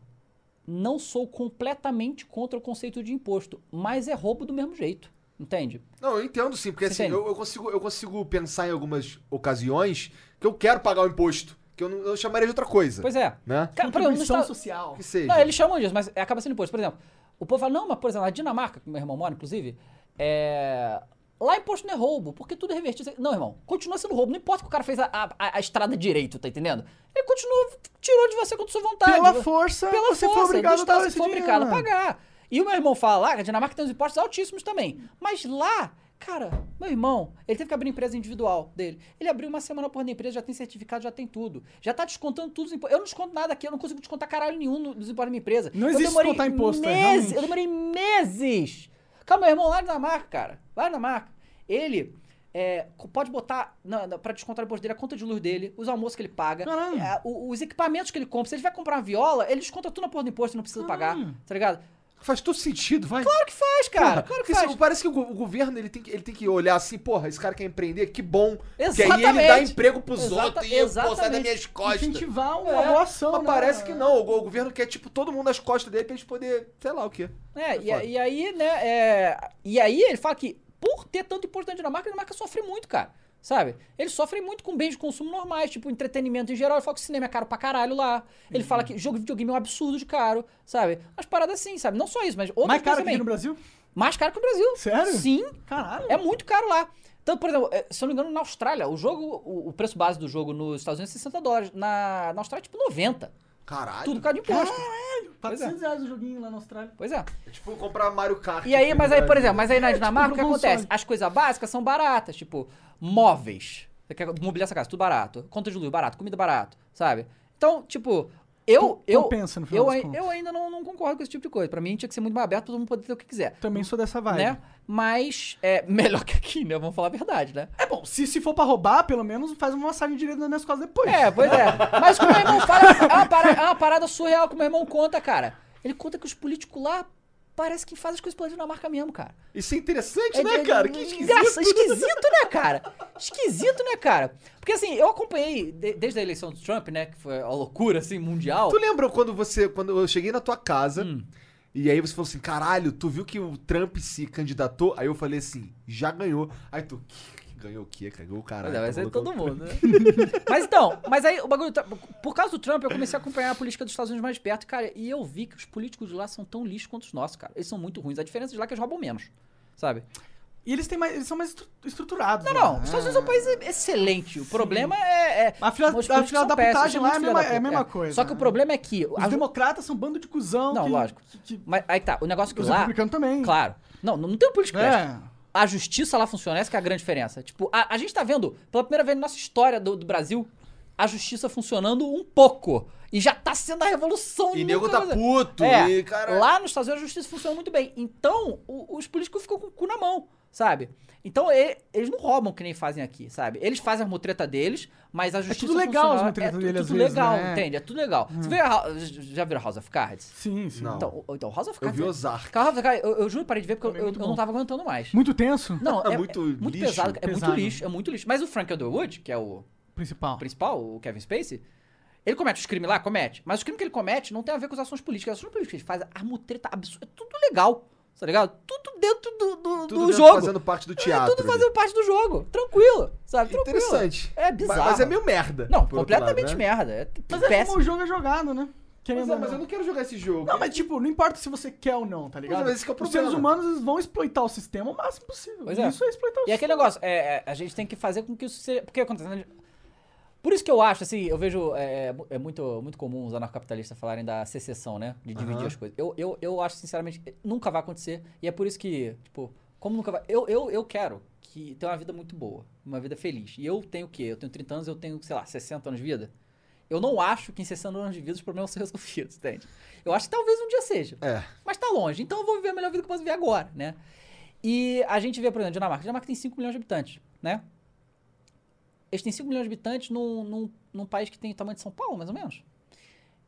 não sou completamente contra o conceito de imposto, mas é roubo do mesmo jeito, entende? Não, eu entendo sim, porque assim, Você entende? eu, eu consigo, eu consigo pensar em algumas ocasiões que eu quero pagar o imposto. Que eu, não, eu chamaria de outra coisa. Pois é. Né? Cara, tá- por exemplo, nos Contribuição Estados- social. Que seja. Não, eles chamam disso, mas acaba sendo imposto. Por exemplo, o povo fala, não, mas por exemplo, na Dinamarca, que meu irmão mora, inclusive, é... Lá imposto não é roubo, porque tudo é revertido. Não, irmão, continua sendo roubo. Não importa que o cara fez a, a, a estrada direito, tá entendendo? Ele continua, tirou de você contra sua vontade. Pela força, né? pela você força foi obrigado do a dar Estado, esse você foi dinheiro. obrigado a pagar. E o meu irmão fala lá que a Dinamarca tem uns impostos altíssimos também. Mas lá, cara, meu irmão, ele teve que abrir empresa individual dele. Ele abriu uma semana por dentro da empresa, já tem certificado, já tem tudo. Já tá descontando tudo os impostos. Eu não desconto nada aqui, eu não consigo descontar caralho nenhum no- dos impostos da minha empresa. Não Eu existe demorei descontar imposto, é, meses, realmente. Eu demorei meses. Cara, meu irmão lá na Dinamarca, cara, lá na Dinamarca, ele... é, co- pode botar na, na, pra descontar o imposto dele, a conta de luz dele, os almoços que ele paga, Caralho. é, o- os equipamentos que ele compra. Se ele vai comprar uma viola, ele desconta tudo na porra do imposto e não precisa pagar, tá ligado? Faz todo sentido, vai. Claro que faz, Porra, cara. claro que porque é faz. se- parece que o, go- o governo ele tem, que, ele tem que olhar assim, porra, esse cara quer empreender, que bom. Que aí ele dá Exatamente. emprego pros Exata- outros e eu, pô, sai exatamente. das minhas costas. Incentivar uma É. boa ação, Mas né? parece que não. O, go- o governo quer, tipo, todo mundo nas costas dele pra eles poderem, sei lá o quê. É, e, foda. e aí, né? é, e aí ele fala que por ter tanto imposto na Dinamarca, a Dinamarca sofre muito, cara. Sabe? Eles sofrem muito com bens de consumo normais, tipo entretenimento em geral. Ele fala que o cinema é caro pra caralho lá. Ele Uhum. fala que jogo de videogame é um absurdo de caro, sabe? As paradas assim, sabe? Não só isso, mas outras Mais coisas caro que também. aqui no Brasil? Mais caro que o Brasil. Sério? Sim. Caralho. É muito caro lá. Então, por exemplo, eh, se eu não me engano, na Austrália, o jogo, o o preço base do jogo nos Estados Unidos é 60 dólares. Na, na Austrália é tipo 90. Caralho. Tudo por causa de imposto. 400 é. reais o joguinho lá na Austrália. Pois é. É tipo comprar Mario Kart. E aí, aqui mas no aí, por Brasil. exemplo, mas aí na Dinamarca o que Tipo, acontece? console. As coisas básicas são baratas, tipo móveis. Você quer mobiliar essa casa, tudo barato. Conta de luz, barato. Comida, barato. Sabe? Então, tipo, eu. Com- eu compensa no final eu, das ai- contas. eu ainda não, não concordo com esse tipo de coisa. Pra mim tinha que ser muito mais aberto, todo mundo poder ter o que quiser. Também sou dessa vibe. Né? Mas é melhor que aqui, né? Vamos falar a verdade, né? É bom, se, se for pra roubar, pelo menos faz uma massagem direita nas minhas costas depois. É, pois é. Mas como o meu irmão fala, é uma parada, é uma parada surreal que o meu irmão conta, cara. Ele conta que os políticos lá parece que fazem as coisas pela Dinamarca mesmo, cara. Isso é interessante, É, né, é, cara? é, Que esquisito. engraça- esquisito, né, cara? Esquisito, né, cara? Porque assim, eu acompanhei de- desde a eleição do Trump, né? Que foi a loucura, assim, mundial. Tu lembra quando você. Quando eu cheguei na tua casa. Hum. E aí você falou assim, caralho, tu viu que o Trump se candidatou? Aí eu falei assim, já ganhou. Aí tu, "Que- que ganhou o quê, cara? Ganhou o caralho. Olha, vai tá ser maluco?" todo mundo, né? mas então, mas aí o bagulho. do Trump- Por causa do Trump, eu comecei a acompanhar a política dos Estados Unidos mais de perto, cara. E eu vi que os políticos de lá são tão lixos quanto os nossos, cara. Eles são muito ruins. A diferença de lá é que eles roubam menos, sabe? E eles, têm mais, eles são mais estru- estruturados. Não, né? não. Os Estados Unidos é um país excelente. O problema é. é A fila- os políticos a fila são da péssimos, putagem são lá muito é filha a mesma- da é a puta, mesma coisa, Só que o né? problema é que. Os a- democratas são um bando de cuzão. Não, que- lógico. que- que- Mas aí tá. O negócio é que os lá. republicanos também. Claro. Não, não tem um político honesto. É. A justiça lá funciona, essa que é a grande diferença. Tipo, a, a gente tá vendo, pela primeira vez na nossa história do, do Brasil, a justiça funcionando um pouco. E já tá sendo a revolução E nunca nego tá mais- puto. É, E, cara. lá nos Estados Unidos a justiça funciona muito bem. Então, o- os políticos ficam com o cu na mão, sabe? Então, e- eles não roubam que nem fazem aqui, sabe? Eles fazem as mutretas deles, mas a justiça É tudo legal funciona- as mutretas é tu- dele, às tudo vezes, legal, né? Hum. entende? É tudo legal. Você vê a- já viram House of Cards? Sim, sim. Não. Então, o- então, House of eu Cards vi Ozark. Cara, cara, eu, eu juro, parei de ver porque eu, Também é eu- muito eu não bom. tava aguentando mais. Muito tenso, Não, é, É é muito muito, lixo. pesado, é Pesado. muito lixo, é muito lixo. Mas o Frank Underwood, que é o principal. principal, o Kevin Spacey, ele comete os crimes lá, comete. Mas os crimes que ele comete não tem a ver com as ações políticas. As ações políticas ele faz a mutreta absurda, é tudo legal, tá ligado? Tudo dentro do, do, Tudo do dentro- jogo. fazendo parte do é, teatro. tudo ali. fazendo parte do jogo, tranquilo, sabe? Tranquilo. Interessante. É bizarro. Mas, mas é meio merda. Não, por outro lado, completamente né? merda. É Mas é como péssimo. o jogo é jogado, né? Querendo Mas, ou é, mas eu não. não quero jogar esse jogo. Não, mas tipo, não importa se você quer ou não, tá ligado? mas esse que é o Os problema. seres humanos eles vão exploitar o sistema o máximo possível. Pois é. Isso é exploitar o E é aquele sistema. negócio, é, é, a gente tem que fazer com que isso seja. Porque acontece. né, Por isso que eu acho, assim, eu vejo. É, é mu- é muito, muito comum os anarcocapitalistas falarem da secessão, né? De dividir Aham. as coisas. Eu, eu, eu acho, sinceramente, nunca vai acontecer. E é por isso que, tipo, como nunca vai. Eu, eu, eu quero que ter uma vida muito boa, uma vida feliz. E eu tenho o quê? Eu tenho 30 anos, eu tenho, sei lá, 60 anos de vida. Eu não acho que em 60 anos de vida os problemas são resolvidos, entende? Eu acho que talvez um dia seja. É. Mas tá longe. Então eu vou viver a melhor vida que eu posso viver agora, né? E a gente vê, por exemplo, Dinamarca. Dinamarca tem 5 milhões de habitantes, né? Eles têm 5 milhões de habitantes num, num, num país que tem o tamanho de São Paulo, mais ou menos.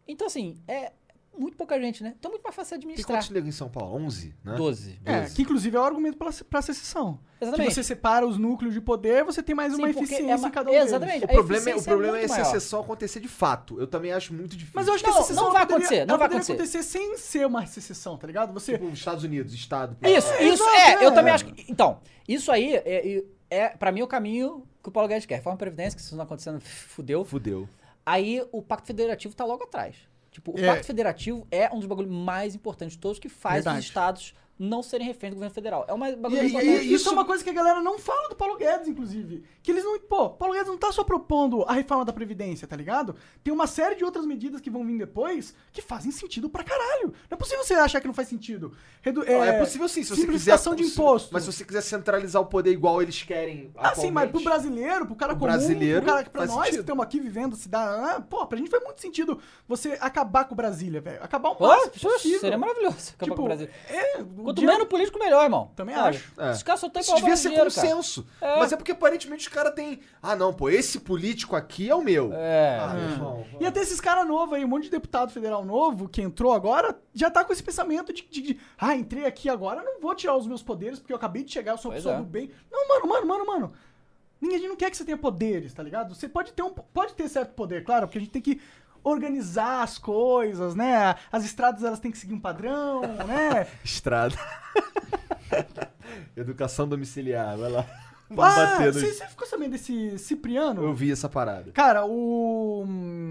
Então, assim, é muito pouca gente, né? Então é muito mais fácil de Tem administrar. quantos nego em São Paulo? 11, né? 12. É, que inclusive é o argumento pela, pra secessão. Exatamente. Se você separa os núcleos de poder, você tem mais Sim, uma porque é eficiência ma- em cada um deles. Exatamente. O A problema, é, o eficiência problema é, muito essa maior. exceção acontecer de fato. Eu também acho muito difícil. Mas eu acho que Não, a secessão não vai ela poderia- acontecer, não ela vai poderia acontecer. sem ser uma secessão, tá ligado? Você Tipo, os Estados Unidos, Estado. Isso, É, isso, exato, é, é. eu também acho que. Então, isso aí é, é, é pra mim, o caminho que o Paulo Guedes quer. Reforma e Previdência, que se isso não acontecendo, fudeu. Fudeu. Aí o Pacto Federativo tá logo atrás. Tipo, o É. Pacto Federativo é um dos bagulhos mais importantes de todos que faz Verdade. os estados não serem reféns do governo federal. É uma E, bagulho e- muito e honesto. isso, é uma coisa que a galera não fala do Paulo Guedes, inclusive. Que eles não. Pô, Paulo Guedes não tá só propondo a reforma da Previdência, tá ligado? Tem uma série de outras medidas que vão vir depois que fazem sentido pra caralho. Não é possível você achar que não faz sentido. Redu Não, é possível sim, se você quiser. simplificação de imposto. Mas se você quiser centralizar o poder igual eles querem. Ah, sim, mas pro atualmente, brasileiro, pro cara Pro comum, brasileiro, pro cara que pra faz nós que sentido. estamos aqui vivendo cidade, né? pô, pra gente faz muito sentido você acabar com Brasília, velho. Acabar o Pô, máximo possível. possível. seria maravilhoso acabar Tipo, com o Brasil. É, um Quanto dia- menos político, melhor, irmão. Também Olha, acho. É. Esses caras só tem Isso devia ser dinheiro, cara. consenso. Mas é porque aparentemente os caras têm. Ah, não, pô, esse político aqui é o meu. É. Ah, meu irmão, E até esses caras novos aí, um monte de deputado federal novo que entrou agora, já tá com esse pensamento de, de- de, ah, entrei aqui agora, não vou tirar os meus poderes porque eu acabei de chegar, eu sou uma Pois pessoa é. do bem. Não, mano, mano, mano, mano. Ninguém a gente não quer que você tenha poderes, tá ligado? Você pode ter um pode ter certo poder, claro, porque a gente tem que organizar as coisas, né? As estradas elas têm que seguir um padrão, né? Estrada. Educação domiciliar, vai lá. Vamos Ah, bater nos- você você ficou sabendo desse Cipriano? Eu vi essa parada. Cara, o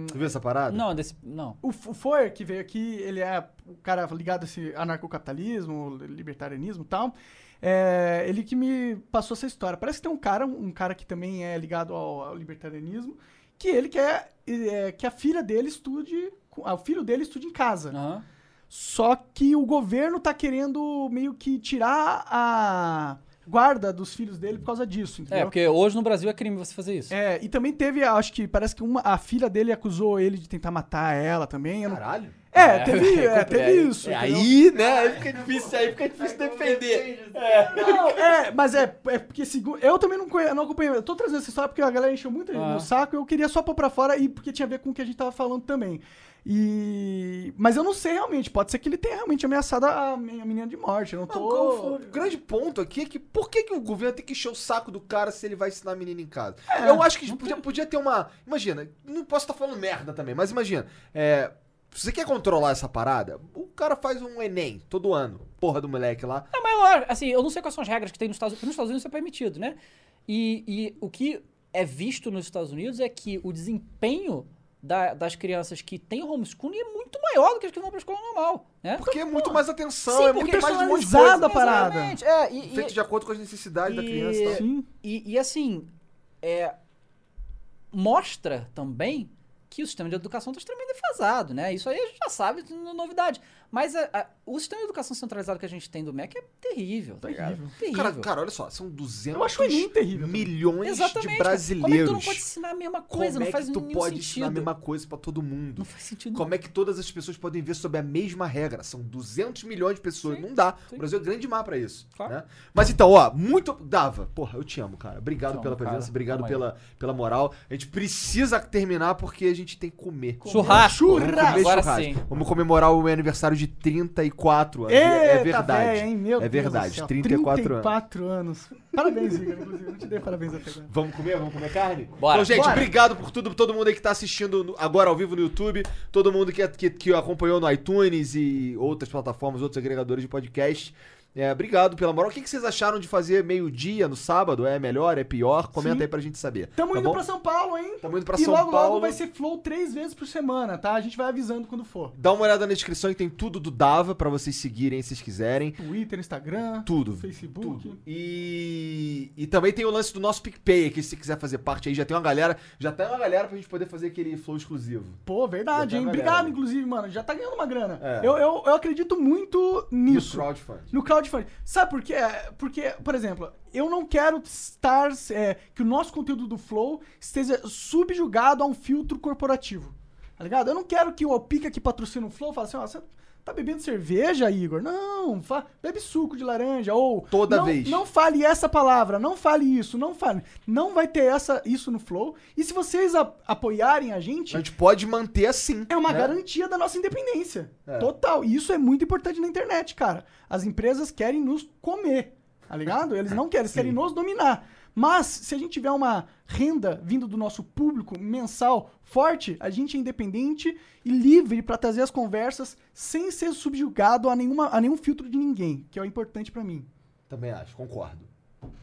Tu viu essa parada? Não, desse. Não. O F- o Foer, que veio aqui, ele é o cara ligado a esse anarcocapitalismo, libertarianismo e tal. É, ele que me passou essa história. Parece que tem um cara, um cara que também é ligado ao, ao libertarianismo, que ele quer é, que a filha dele estude, com- ah, o filho dele estude em casa. Aham. É, Só que o governo tá querendo meio que tirar a guarda dos filhos dele por causa disso, entendeu? É, porque hoje no Brasil é crime você fazer isso. É, e também teve, acho que parece que uma, a filha dele acusou ele de tentar matar ela também. eu não- Caralho. É, teve, é, é, teve é, isso. É entendeu? aí, né? Aí fica difícil, aí fica difícil defender. Não, é, mas é, é porque segundo. Eu também não, conhe- não acompanhei. Eu tô trazendo essa história porque a galera encheu muito Ah. meu saco. Eu queria só pôr pra fora e porque tinha a ver com o que a gente tava falando também. E. Mas eu não sei realmente. Pode ser que ele tenha realmente ameaçado a, men- a menina de morte. Eu não Não, Ah, qual foi tô. O grande ponto aqui é que por que, que o governo tem que encher o saco do cara se ele vai ensinar a menina em casa? É, Eu acho que podia, podia ter uma. Imagina, não posso estar falando merda também, mas imagina. É, se você quer controlar essa parada? O cara faz um Enem todo ano, porra do moleque lá. Não, mas lógico, assim, eu não sei quais são as regras que tem nos Estados Unidos. Nos Estados Unidos isso é permitido, né? E, e o que é visto nos Estados Unidos é que o desempenho da- das crianças que têm homeschooling é muito maior do que as que vão pra escola normal, né? Porque é muito mais atenção, Sim, é porque muito mais um monte de coisa. personalizado. Pesada a parada. Exatamente, É, e, e- Feito de acordo com as necessidades da e- é criança e tal. Sim. E, e, assim, é, mostra também que o sistema de educação está extremamente defasado, né? Isso aí a gente já sabe, isso não é novidade. Mas a- a- o sistema de educação centralizado que a gente tem do MEC é terrível, tá ligado? Terrível. Cara, cara, olha só, são 200 Eu acho o Enem terrível também. milhões de Exatamente. cara. Como é que tu não brasileiros. pode ensinar a mesma coisa? Como não é faz que tu nenhum pode sentido. ensinar a mesma coisa pra todo mundo? Não faz sentido. Como é que todas as pessoas podem ver sob a mesma regra? São 200 milhões de pessoas. não dá. sim. O Brasil é grande mar pra isso. Claro. né? Mas então, ó, muito. Dava. Porra, eu te amo, cara. Obrigado Te pela amo, cara. presença, obrigado Tamo aí. pela, pela moral. A gente precisa terminar porque a gente tem que comer. Churrasco. Vamos comer Churrasco. Agora churrasco. sim. Vamos comemorar o meu aniversário de 34 anos. é Eita, verdade. véia, tá hein? Meu é Deus do verdade, céu. 34, anos. 34 anos. Parabéns, Igor, inclusive. Eu não te dei parabéns até agora. Vamos comer? Vamos comer carne? Bora. Então, gente, Bora. obrigado por tudo, todo mundo aí que tá assistindo no- agora ao vivo no YouTube, todo mundo que, que, que acompanhou no iTunes e outras plataformas, outros agregadores de podcast. É, obrigado pela moral. O que, que vocês acharam de fazer meio-dia no sábado? É melhor? É pior? Comenta Sim. aí pra gente saber. Tamo tá indo bom? pra São Paulo, hein? Tamo indo pra e São logo, Paulo. logo vai ser flow três vezes por semana, tá? A gente vai avisando quando for. Dá uma olhada na descrição que tem tudo do Dava pra vocês seguirem se vocês quiserem. Twitter, Instagram, Tudo. Facebook. Tudo. E, e também tem o lance do nosso PicPay, que se quiser fazer parte aí, já tem uma galera, já tem uma galera pra gente poder fazer aquele flow exclusivo. Pô, verdade, Já tá hein? na Obrigado, galera. inclusive, mano. Já tá ganhando uma grana. É. Eu, eu, eu acredito muito nisso. No crowdfunding. No crowdfunding. Sabe por quê? Porque, por exemplo, eu não quero estar. é, que o nosso conteúdo do Flow esteja subjugado a um filtro corporativo. Tá ligado? Eu não quero que o Alpica que patrocina o Flow fale assim, ó, você tá bebendo cerveja, Igor? Não, fa- bebe suco de laranja. Ou. Toda não, vez. Não fale essa palavra, não fale isso, não fale. Não vai ter essa, isso no Flow. E se vocês a- apoiarem a gente. A gente pode manter assim. É uma né? garantia da nossa independência. É. Total. E isso é muito importante na internet, cara. As empresas querem nos comer, tá ligado? Eles não querem, eles querem nos dominar. Mas se a gente tiver uma renda vindo do nosso público mensal forte, a gente é independente e livre pra trazer as conversas sem ser subjugado a, nenhuma, a nenhum filtro de ninguém, que é o importante pra mim. Também acho, concordo.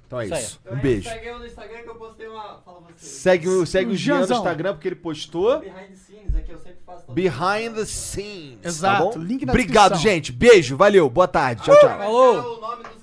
Então é Isso aí. isso. Um beijo. Segue eu no Instagram que eu postei uma. Fala você. Segue, o- segue Um o Jean no Jeanzão. Instagram, porque ele postou Behind the scenes, é que eu sempre faço. todo- Behind the Scenes. Tá Exato, bom? link na Obrigado, descrição. gente. Beijo, valeu, boa tarde. Tchau, tchau. Vai ser Falou. o nome dos